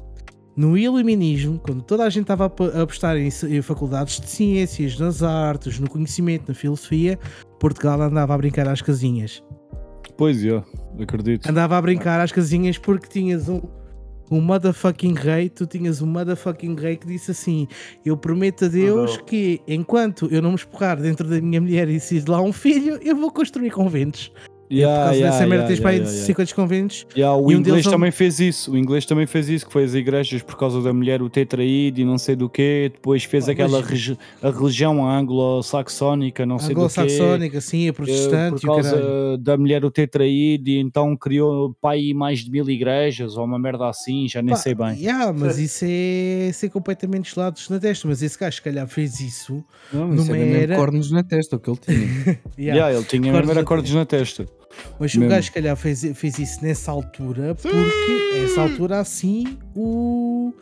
No iluminismo, quando toda a gente estava a p- a apostar em ci- em faculdades de ciências, nas artes, no conhecimento, na filosofia, Portugal andava a brincar às casinhas. Pois é, acredito. Andava a brincar às casinhas porque tinhas um, um motherfucking rei, tu tinhas um motherfucking rei que disse assim: Eu prometo a Deus Adoro. que enquanto eu não me espurrar dentro da minha mulher e se de lá um filho, eu vou construir conventos. É Por Yeah, causa yeah, dessa merda, yeah, tens para aí yeah, yeah. 50 conventos. Yeah, E um o deles inglês é um- também fez isso. O inglês também fez isso, que foi as igrejas por causa da mulher, o tetraído e não sei do quê. Depois fez Ah, aquela mas- regi- a religião anglo-saxónica, não sei do quê. Anglo-saxónica, assim, é eh, protestante Por e o caralho. causa da mulher o tetraído e então criou pai mais de mil igrejas ou uma merda assim, já nem Pá, sei bem. yeah, mas isso é ser completamente gelados na testa. Mas esse gajo, se calhar, fez isso. Não, Numa isso era mesmo era- cornos na testa, o que ele tinha. Yeah. Yeah, ele tinha Cortes mesmo na era cortes na testa. Mas o Mesmo. gajo, se calhar, fez, fez isso nessa altura, porque nessa altura, assim, o,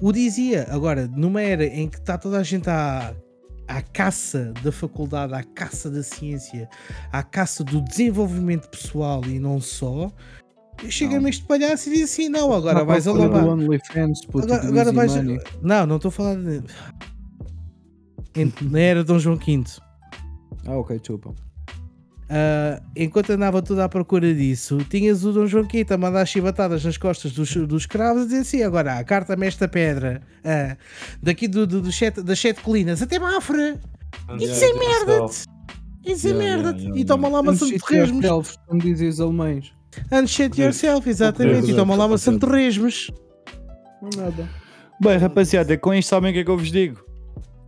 o dizia. Agora, numa era em que está toda a gente à, à caça da faculdade, à caça da ciência, à caça do desenvolvimento pessoal e não só, chega-me este palhaço e diz assim: não, agora Não, vais a pá, foi o lavar. OnlyFans, puto, Agora- do agora Easy vais- Money. Não, não estou a falar de. Em- Na era Dom João V. Ah, ok, chupa. Ah, enquanto andava tudo à procura disso, tinhas o Dom João Quinta a mandar chibatadas nas costas dos, dos escravos e dizer assim: agora, ah, carta-me esta pedra, ah, daqui do, do- dos sete- das sete colinas até Mafra, Isso é merda-te! isso é Yeah, merda yeah, yeah, e toma lá uma maçã de torresmos, como dizem os alemães. unshit yourself, exatamente, e Exato, toma lá uma maçã de exato. torresmos. Nada. Bem, rapaziada, com isto sabem o que é que eu vos digo.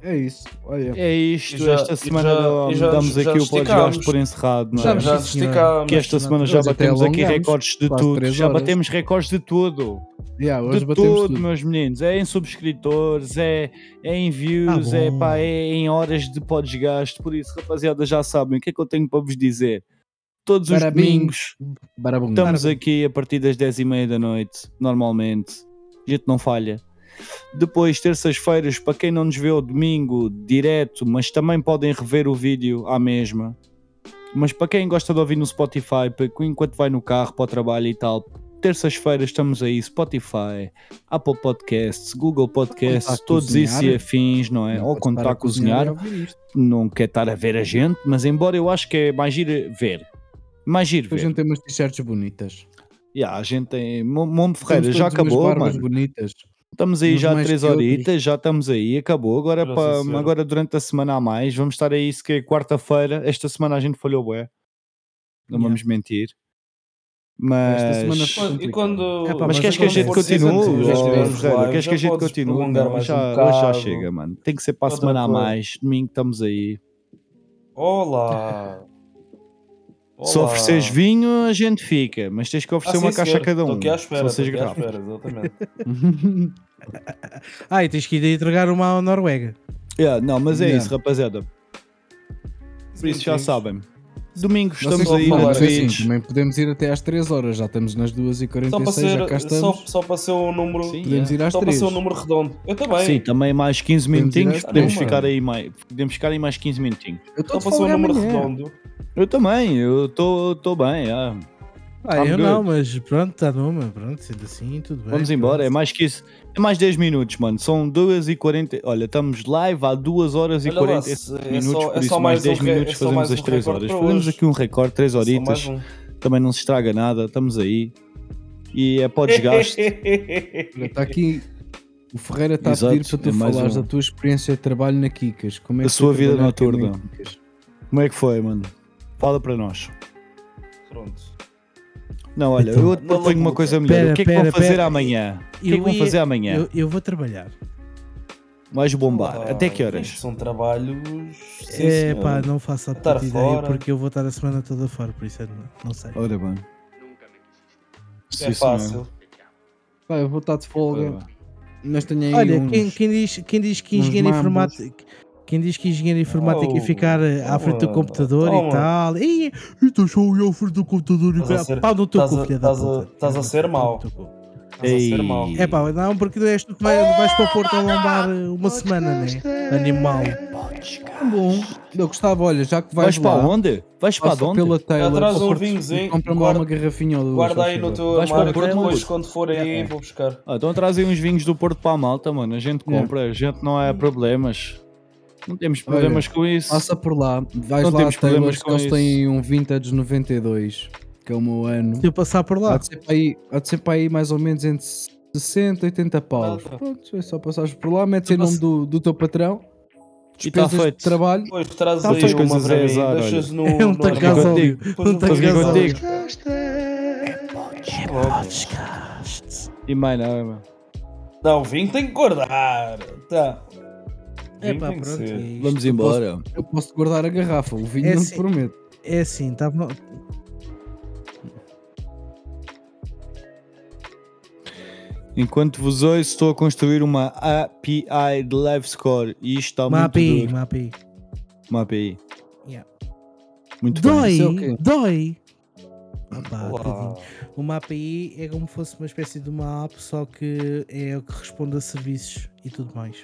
É isso. Olha. É isto, E já- esta e semana já- e já- damos já aqui o esticámos. podcast por encerrado, não é? Já nos Sim, senhora. esticámos. que esta semana já Mas até batemos aqui alongamos, recordes de quase tudo. três Já horas. batemos recordes de tudo. Yeah, hoje de batemos tudo, tudo. meus meninos. É em subscritores, é, é em Tá views, bom. é, pá, é em horas de podesgasto. Por isso, rapaziada, já sabem o que é que eu tenho para vos dizer. Todos os Parabéns. domingos Barabum. estamos aqui a partir das 10h30 da noite, normalmente. A gente não falha. Depois, terças-feiras, para quem não nos vê ao domingo, direto, mas também podem rever o vídeo à mesma. Mas para quem gosta de ouvir no Spotify, para que enquanto vai no carro para o trabalho e tal, Terças-feiras estamos aí, Spotify, Apple Podcasts, Google Podcasts, Contacto todos isso e Cozinhar. afins, não é? Não Ou podes quando parar está a cozinhar, e ouvir isto. não quer estar a ver a gente, mas embora eu acho que é mais giro ver. Mais giro ver. Depois não tem umas t-shirts bonitas. Yeah, a gente tem. Mo- Momo Ferreira, Temos já todos umas acabou, barbas mano. bonitas. Estamos aí Uns já mais três que outros. horitas, já estamos aí, acabou. Agora, Nossa pá, Senhora. agora durante a semana a mais, vamos estar aí, se que quarta-feira, esta semana a gente falhou bué. Não Yeah. vamos mentir. Mas Esta semana E quando- E Complicado. quando. É mas, pá, mas queres que a quando gente for continue? season two, já ó, tivemos Ferreira? live, Queres já que a gente podes continue? prolongar Não, mais já- um hoje já bocado. chega, mano. Tem que ser para a Outra semana a coisa. mais. Domingo estamos aí. Olá! Olá. Se ofereceres vinho, a gente fica, mas tens que oferecer Ah, sim, uma caixa senhor. a cada um. Estou aqui à espera, só seis estou aqui à garrafas. espera, exatamente. Ah, e tens que ir entregar uma à Noruega. Yeah, não, mas é Yeah. isso, rapaziada. Por isso já Sim, sim. sabem. Domingo Vocês estamos só aí falar, na mas é assim, Twitch. também podemos ir até às 3 horas, já estamos nas 2h46, Só para, já cá ser, só, estamos. só para ser um número. Sim, Podemos ir às Só para 3. ser um número redondo. Eu também. Sim, também mais Podemos 15 ir minutinhos. às Podemos três, ficar, mano. aí mais, podemos ficar aí mais 15 minutinhos. Eu estou Só de para ser um folga número amanhã. redondo. Eu também, eu estou bem. ah. Ah, I'm eu good. não, mas pronto, está numa. Pronto, sendo assim, tudo bem. Vamos embora, é pronto. mais que isso. É mais 10 minutos, mano. São 2 e 40. Olha, estamos live há 2 horas e Olha lá, 40 se- é minutos. só- por é isso, só mais mais 10 um re- minutos é só fazemos mais as um 3 recorde horas. para Fazemos hoje. aqui um recorde, 3 Só horitas. mais um. Também não se estraga nada. Estamos aí. E é para o desgaste. Olha, Está aqui, o Ferreira está Exato, a pedir para tu é mais falares um. da tua experiência de trabalho na Kikas. Como é Da que foi sua vida trabalhar noturna. aqui na Kikas? Como é que foi, mano? Fala para nós. Pronto. Não, olha, Então, eu te na proponho uma labuta. coisa melhor. Pera, o que é que pera, vão fazer pera. amanhã? O que é que Eu vão ia- fazer amanhã? Eu, eu vou trabalhar. Mais bombar. Ah, Até que horas? isto São trabalhos. Sim, é senhor. pá, não faço a Estar puta ideia fora. porque eu vou estar a semana toda fora, por isso é, não, não sei. Ora bem. Sim, É senhor. fácil. Pá, eu vou estar de Ora folga, bem. mas tenho aí Olha, uns... quem, quem diz, quem diz que uns engenheiro mambos. informático. Quem diz que engenheiro informático e Oh, ficar eh, à frente do toma, computador toma. e tal. Ih, então sou eu à frente do computador e Estás a tal. ser- Pau no teu estás cu, a- filha da estás a- puta. estás a ser mau. Pau no teu cu. Estás a ser Ei. mau. É pá, não, porque és tu que vai- vais para o Porto a lombar eh, uma semana, né? Animal. é Bom, eu gostava, olha, já que vais, Vais para lá, onde? Vais para passa onde? pela Taylor, Atrás um ao Porto, vinhozinho, e compra-me lá guarda- uma garrafinha ou duas, Guarda faz aí no favor. teu Vais para o armário que Porto, depois, Luz. quando for aí, vou buscar. Ah, então trazem uns vinhos do Porto para a malta, mano. A gente compra, a gente não é problemas. Não temos problemas com isso. tá Passa por lá, vais Não lá temos à Taylor, problemas que com eles isso. têm um vintage 92, que é o meu ano. Se eu passar por Há Tá, lá. de ser para aí, há de ser para aí mais ou menos entre 60 e 80 paus. Ah, tá. Pronto, é só passares por lá, metes Eu em nome passo- do, do teu patrão, E tá despesas de feito. trabalho. Depois trazes Tá, aí faz uma coisas para a mim. azar, Deixas no. É um no tacazo armário. ali. Depois Um um é Estás aqui tacazo tacazo. ali. contigo. E mais nada, mano. Não, o vinho tem que guardar. Tá. É Vinho pá, tem que pronto. é ser. isto. Vamos embora. Eu posso guardar a garrafa, o vinho É não assim. te prometo. É assim, estava. Tá Enquanto vos ouço, estou a construir uma API de Live Score e isto está Uma muito API, duro. uma API. Uma API. Yeah. Muito bem. dói, isso é o quê? dói. Ah pá, Olá. tadinho. uma API é como fosse uma espécie de uma app, só que é o que responde a serviços e tudo mais.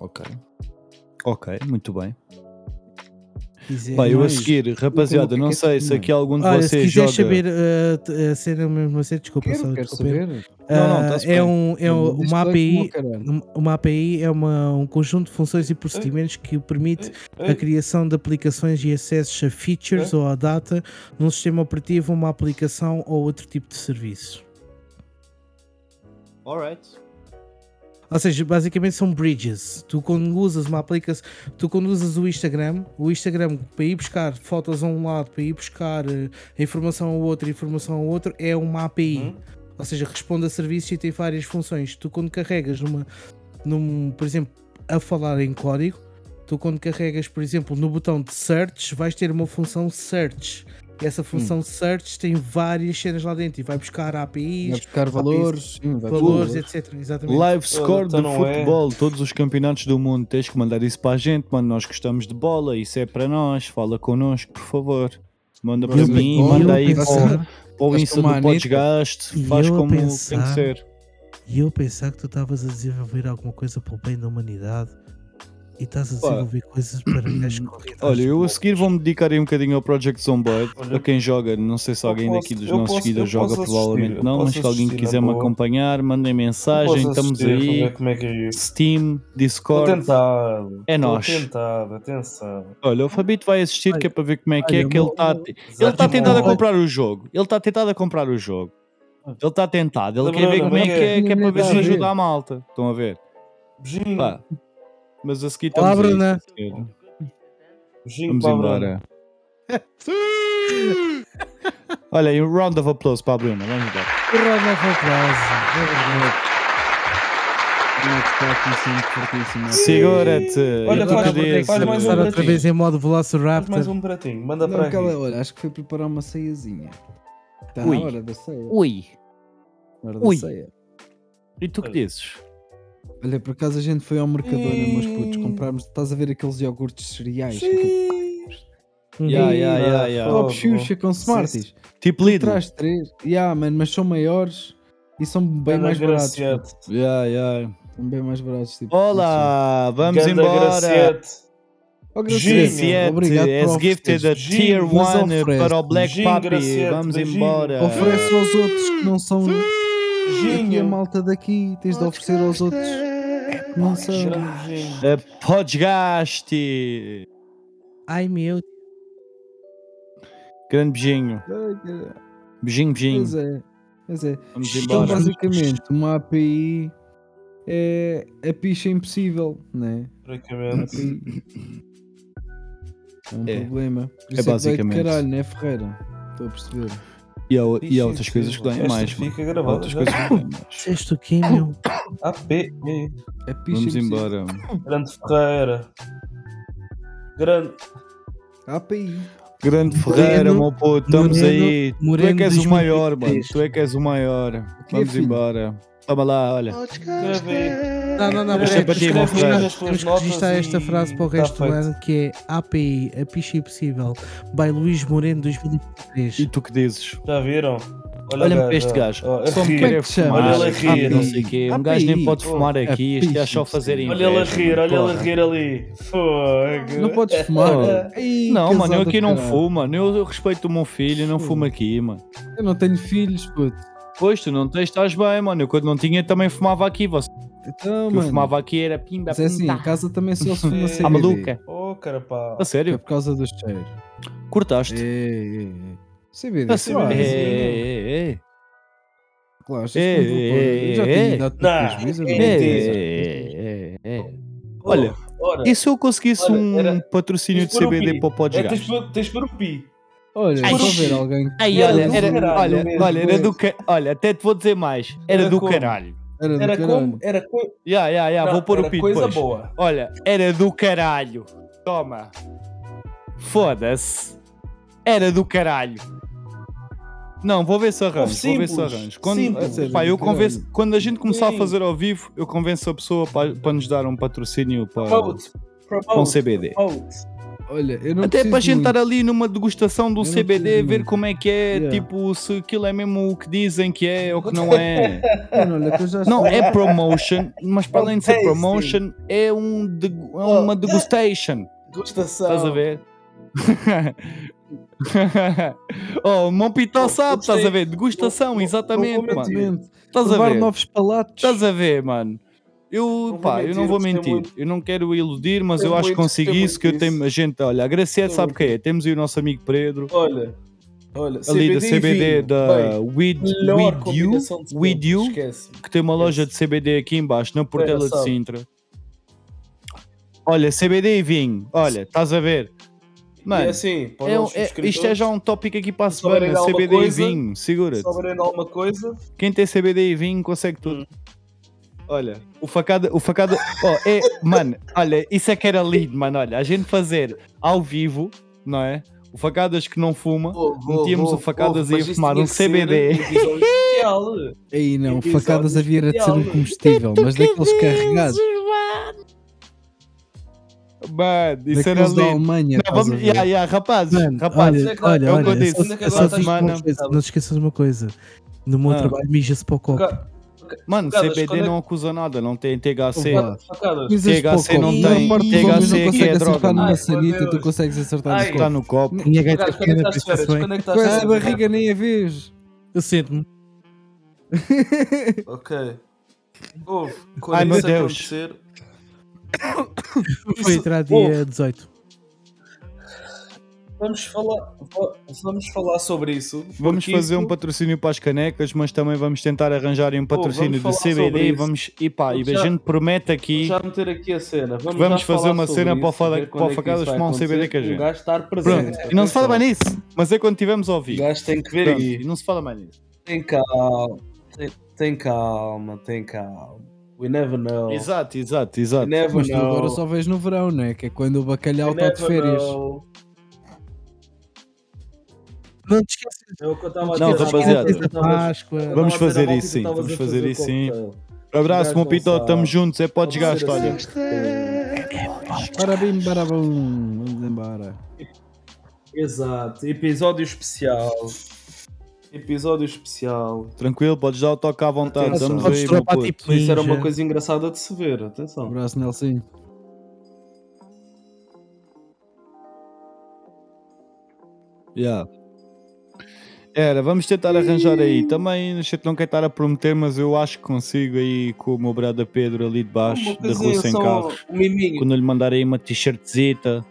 Ok. Ok, muito bem. Dizer- Bem, eu a mais. seguir, rapaziada, Como é que não é sei isso, se aqui algum de Olha, se vocês quiser joga. saber uh, t- a cena mesmo assim, desculpa, só Quero, quero interromper. saber. Não, não, Ah, tá-se bem. é um, é Diz um- uma que é como API. o caralho. um- Uma API é uma, um conjunto de funções e procedimentos que permite a Ei, criação de aplicações e acessos a features É? ou a data num sistema operativo, uma aplicação ou outro tipo de serviço. Alright. Ou seja, basicamente são bridges. Tu quando usas uma aplicação, tu quando usas o Instagram, o Instagram para ir buscar fotos a um lado, para ir buscar eh, informação ao outro, informação ao outro, é uma API. Uhum. Ou seja, responde a serviços e tem várias funções. Tu quando carregas numa, num, por exemplo, a falar em código, tu quando carregas, por exemplo, no botão de search, vais ter uma função search. Essa função search tem várias cenas lá dentro e vai buscar Vai APIs, buscar valores, sim, vai buscar valores, etc. Exatamente. Live score então de não é. futebol, todos os campeonatos do mundo. Tens que mandar isso para a gente, mano. Nós gostamos de bola, isso é para nós. Fala connosco, por favor. Manda para Eu mim, pensava- manda eu aí para o- pensava- para o Faz Insta do como a Anitta. Podgaste. E Faz eu a como tem que pensar. ser. E eu pensar que tu estavas a desenvolver alguma coisa pelo bem da humanidade e estás a desenvolver coisas para as corridas. Olha, eu a seguir vou-me dedicar aí um bocadinho ao Project Zomboid. Olha, a quem joga, não sei se eu alguém posso- daqui dos eu nossos posso- seguidores eu joga, posso provavelmente assistir, eu não, mas posso se alguém assistir, na quiser me boa. acompanhar, mandem mensagem, Posso estamos assistir, vou aí. ver Como é que é isso? Steam, Estou Discord, tentado. é Estou nós. tentado, atenção. Olha, o Fabito vai assistir que é para ver como é que é olha, que ele eu- está. eu- Ele está Exato. Ah. tentado a Olha, comprar o jogo. Ele está tentado a comprar o jogo. Ele está tentado. Ele quer Lembrando, ver como é que é, lembrando. que é para ver se Lembrando. ajuda a malta. Estão a ver? Beijinho. Pá. Mas a seguir Olá, estamos aí, Bruna. sim, senhor. Beijinho Vamos para a Bruna. embora. Olha, e um round of applause para a Bruna. Vamos embora. O Ronald Roplaza. Segura-te. Olha, eu tô faz- te dizendo. faz mais um Começar outra pratinho. vez em modo Faz mais Velociraptor. um pratinho. Manda Não, é para aqui. aquela hora, acho que foi preparar uma ceiazinha. Está Ui. na hora da ceia. Ui. na hora Ui. da ceia. E tu que dizes? Olha, por acaso a gente foi ao Mercadona, meus putos, Ih. comprámos, estás a ver aqueles iogurtes de cereais, Sim. Ya, ya, ya, Ih, ya. fogo. top Xuxa com Smarties, Tipo Lidl. traz três, yeah, mano, mas são maiores e são bem Ganda mais baratos, Graciete. Ya, ya. puto. são bem mais baratos, tipo, Olá, vamos Ganda embora. é Graciete. Oh, Graciete, Graciete obrigado por As gifted a ofereceres. Gin, tier mas 1 oferece. para o Black Gin, Papi. Graciete, Vamos beijinho. embora. Oferece aos outros que não são aqui a Beijinho. malta daqui, tens de oferecer aos outros que não são. Grande beijinho. A Podgaste. Ai meu. Grande beijinho. Beijinho, Pois beijinho. é, pois é. Vamos Então, embora. basicamente, uma API é a picha impossível, né? Uma Francamente. API. É um É. problema. Por É isso é, basicamente. basicamente. Que vai de caralho, né, Ferreira? Estou a perceber. E há, e há outras coisas que ganham Esta mais. mano. Fica Há gravada. Outras já. coisas que ganham mais. Disseste o quê, meu? AP. A picha Vamos impossível. embora. Grande Ferreira. Grande. API. Grande Ferreira, Moreno, meu puto, estamos Moreno, aí. tu é Moreno que és o 2023. maior, mano. Tu é que és o maior. é, Vamos filho? embora. Toma lá, olha. Não, não, não. Deixa peraí, para ti, temos que Mofra. registrar- Temos que registrar esta frase para o Tá resto do feito. ano que é API, a picha impossível, by Luís Moreno E 2023. tu que dizes? Já viram? Olha-me o para este gajo. ó, Só me rir. querer Como é que fumar. chama? Olha ele a Ah, rir. não sei o quê. Um Ah, gajo nem pi. pode Oh, fumar é aqui. Isto é só picha, fazer sim. Olha ele a inveja. rir, olha ele a porra. rir ali. Fogo. Não podes fumar. Oh. Ai, Não, mano, eu casado aqui do não caralho. fumo, mano. Eu, eu respeito o meu filho, eu não fumo aqui, mano. Eu não tenho filhos, puto. Pois, tu não tens, estás bem, mano. Eu quando não tinha também fumava aqui. Você Então, que eu mano. fumava aqui era pimba, Mas é assim, pimba. em casa também só se fuma Ah, CBD. Ah, maluca. Oh, cara, pá. A É sério? por causa do cheiro. É, Cortaste? Ei, ei, ei. CBD, A claro. sério? Ei, ei, ei, ei. Claro, achas É, que não vou pôr? é, Eu já é, tinha dado tanto Não, prejuízo, eu é, não vou é, usar. É, é, é. Olha, Oh, Ora, E se eu conseguisse Olha, um era- patrocínio de Tens por um CBD pi. para o é, podcast? tens, por- tens por um pi. Olha, Ai, eu vou ver xi. alguém. Ai, Não, olha, não, era, caralho, olha, mesmo, olha, era mesmo. do ca... olha, até te vou dizer mais, era, Era do como? caralho. Era do Era caralho. como? Era, coi- Ya, ya, ya, não, vou pôr era o pi coisa depois. boa. Olha, era do caralho. Toma. Foda-se. Era do caralho. Não, vou ver se arranjo, vou ver simples, se arranjo. Quando, simples. eh, pá, eu convenço, quando a gente começar Sim. a fazer ao vivo, eu convenço a pessoa para, para nos dar um patrocínio para, Promote. para um Promote. CBD. Promote. Olha, eu não Até preciso para a gente muito. estar ali numa degustação um do Eu não CBD, preciso ver muito. como é que é, Yeah. tipo, se aquilo é mesmo o que dizem que é ou que não é. Mano, olha, que eu já não, é promotion, mas para além de ser Tasting. promotion, é, um degu- é Oh. uma degustation. Gostação. Estás a ver? oh, o Mão Pitó Oh, sabe, estás a ver? Eu- Degustação, eu- exatamente, eu- eu- mano. Exatamente. Estás a Provar ver? novos palatos. Estás a ver, mano? Eu, vou pá, eu não mentir, vou gostei mentir. é muito. Eu não quero iludir, mas Gostei eu acho que muito, consegui gostei isso. Que eu muito tenho. disso. A gente, olha, a Graciete Gostei sabe muito quem é. Temos aí o nosso amigo Pedro, Olha, olha, ali da CBD e CBD vinho. da Bem, With, melhor With You, combinação de With sempre, You, Esquece. que tem uma loja de CBD aqui embaixo, na Portela de sabe. Sintra. Olha, CBD e vinho. Olha, estás a ver? e é Mano, assim, para é um- os é- subscritores, isto é já um tópico aqui para a Se souberem semana. alguma CBD coisa, e vinho, se segura-te. souberem de alguma coisa, Quem tem CBD e vinho consegue Hum. tudo. Olha, o facada, o facada, ó, é, mano, olha, isso é que era lindo, mano, olha, a gente fazer ao vivo, não é? O facadas que não fuma, metíamos o facadas e ia um fumar um né, CBD. Aí não, Episódio facadas havia era de ser um especial. comestível, mas daqueles carregados. Mano, isso era Daqueles da lindo. Alemanha. Não, um estás a vamos, ver? ya, ya, rapazes, Mano, rapazes, olha, olha, é o que eu olha, disse. só- Ainda que só agora digo uma semana- coisa, não te esqueças de uma coisa. No meu Ah. trabalho mija-se para o copo. Mano, Facadas, CBD quando é- não acusou nada, não tem THC. Vá. Facadas. Dizes THC pouco. não E tem- a parte do THC homem é não consegue droga, acertar mano. numa Ai, sanita, meu tu Deus. consegues acertar Ai, no Está copo. no copo. Minha gaita Facadas, Quando é que pequena estás de pensa férias? bem. Quando é que estás Com de essa férias? barriga nem a vês. é Eu sento-me. Ok. Ouve, quando Ai, meu isso Deus. acontecer, Foi entrar dia 18. vamos falar, va- vamos falar sobre isso. Vamos porque fazer um isso- patrocínio para as canecas, mas também vamos tentar arranjar um patrocínio falar de sobre CBD e isso. vamos. E pá, e Porque a já- gente promete aqui. Já meter aqui a cena. Vamos, Vamos já fazer falar uma sobre cena isso, para o Fada- ver para quando o é que isso Facadas vai tomar um CBD acontecer, que a o gente. gajo estar presente. Pronto, e não se fala Atenção. mais nisso, mas é quando tivermos ao O vivo. gajo tem que ver Pronto, aí. e não se fala mais nisso. Tem calma, tem, tem calma, tem calma. We never know. Exato, exato, We exato. never Mas tu know. agora só vês no verão, né? Que é quando o bacalhau We está de never férias. know. Não te esqueças É o que eu estava a Não, dizer. é rapaziada. Eu da tava a dizer Páscoa. à Vamos fazer malta que isso, sim, tu estavas vamos a fazer isso, sim. cocktail. Um Abraço, Gajo meu não pito, sabe. estamos juntos, é pó Vamos fazer desgaste, olha. assim. Barabim, barabum. Vamos embora. Exato, episódio especial. Episódio especial. Tranquilo, podes dar o toque à vontade, Atenção. estamos Podes aí, meu dropar puto. tipo Isso era ninja. uma coisa engraçada de se ver, atenção. Um Abraço, Nelson. Yeah. Era, vamos tentar arranjar aí. Também a gente não quer estar a prometer, mas eu acho que consigo aí com o meu brada Pedro ali de baixo, Uma da rua coisinha sem só, carros. Um miminho. Quando eu lhe mandar aí uma t-shirtzita,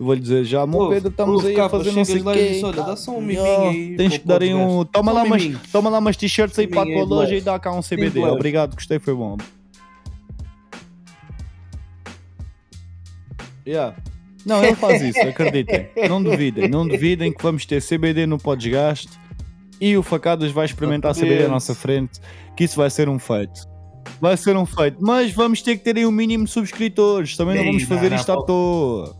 eu vou-lhe dizer já, meu Ouve, Pedro, estamos ouve, aí a capa, fazer não sei chegas lá e dizes, quê. Olha, dá só um miminho Yeah, aí. Tens pô, que dar aí pode um. gastar. Toma Só lá, um umas, miminho. toma lá umas t-shirts aí para a Miminho é tua de loja e leve. dá cá um CBD. leve. Obrigado, gostei, foi bom. Yeah. Não, ele faz isso, acreditem. Não duvidem, não duvidem que vamos ter CBD no podesgaste e o Facadas vai experimentar CBD à Exatamente. nossa frente, que isso vai ser um feito. Vai ser um feito, mas vamos ter que ter aí um mínimo de subscritores. Também não Ei, vamos fazer não, isto à não. toa.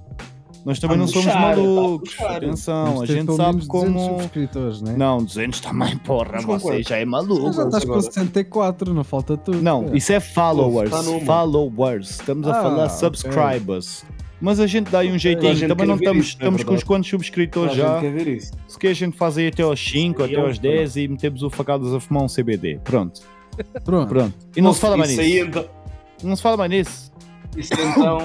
Nós também não Tá somos puxar, tá malucos. puxar. Atenção, a Vamos ter gente pelo sabe menos 200 como. subscritores, né? Não, 200 também, porra, Mas com você quantos? já é Tu já maluco. estás com agora. 64, não falta tu. Não, cara. isso é followers. Tá numa. Followers. Estamos a Ah, falar ok. subscribers. Mas a gente dá aí um A jeitinho. gente Também quer não ver estamos, isto, não é estamos com uns verdade? quantos Toda subscritores Ah, a já. gente quer ver isso. Se quer, a gente faz aí até aos 5, até Eu, aos 10 e metemos o facadas a fumar um CBD. Pronto, Pronto. pronto. E não se fala mais Ah. Isso aí, nisso. então- Não se fala mais nisso. Isso então.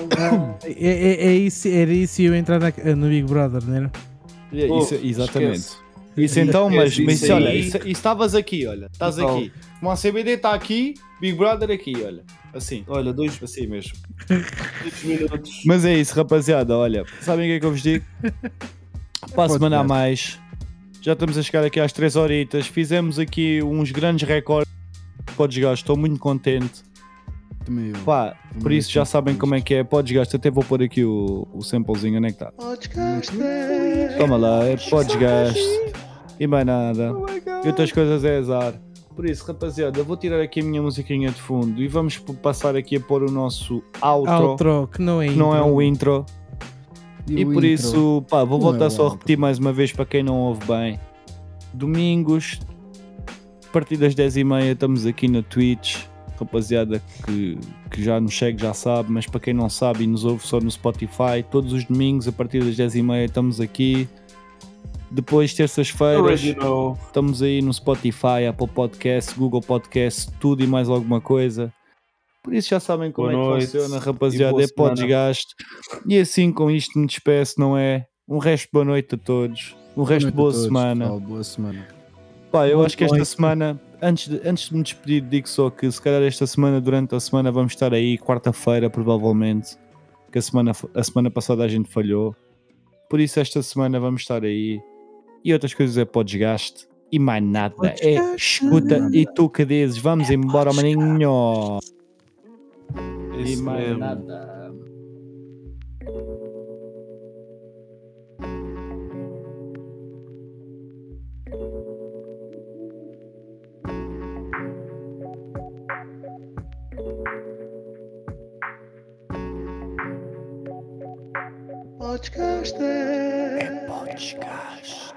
É, é, é isso, era isso e eu entrar na- no Big Brother, não era? É, Oh, isso- exatamente. esquece. Isso então, mas, Esquece mas isso olha, aí. isso- isso estavas aqui, olha. Estás Então. aqui. Uma CBD está tá aqui, Big Brother aqui, olha. Assim. Olha, dois, Assim mesmo. dois minutos. Mas é isso, rapaziada. Olha, sabem o que é que eu vos digo? Para a semana a mais. Já estamos a chegar aqui às 3 horitas. Fizemos aqui uns grandes recordes. Podes gasto, estou muito contente. Também eu. Pá, por isso já sabem como é que é. Podes gasto, até vou pôr aqui o, o samplezinho onde é que está. Toma lá, é podes gasto. E mais nada. E outras coisas é azar. Por isso, rapaziada, vou tirar aqui a minha musiquinha de fundo e vamos p- passar aqui a pôr o nosso outro, Outro, que não é que não é intro. um intro. E, o por intro? isso, pá, vou Não é voltar o só a álbum. repetir mais uma vez para quem não ouve bem. Domingos, a partir das 10h30, estamos aqui na Twitch. Rapaziada que, que já nos segue já sabe, mas para quem não sabe e nos ouve só no Spotify, todos os domingos a partir das 10h30 estamos aqui. Depois, terças-feiras, Original. Estamos aí no Spotify, Apple Podcast, Google Podcast, tudo e mais alguma coisa. Por isso já sabem como Boa é que noite funciona, e rapaziada. boa É pó semana. desgaste. E assim com isto me despeço, não é? Um resto de boa noite a todos. Um resto de Boa boa noite a todos, semana. pessoal, boa semana. Pá, eu Boa acho que esta noite. semana, antes de, antes de me despedir, digo só que se calhar esta semana, durante a semana, vamos estar aí, quarta-feira, provavelmente. Que a semana, a semana passada a gente falhou. Por isso, esta semana vamos estar aí. E outras coisas é para o desgaste. E mais nada. É escuta. E tu que dizes, vamos É embora, maninho. E Isso mais mesmo. nada. Podcast. um- Desgaste.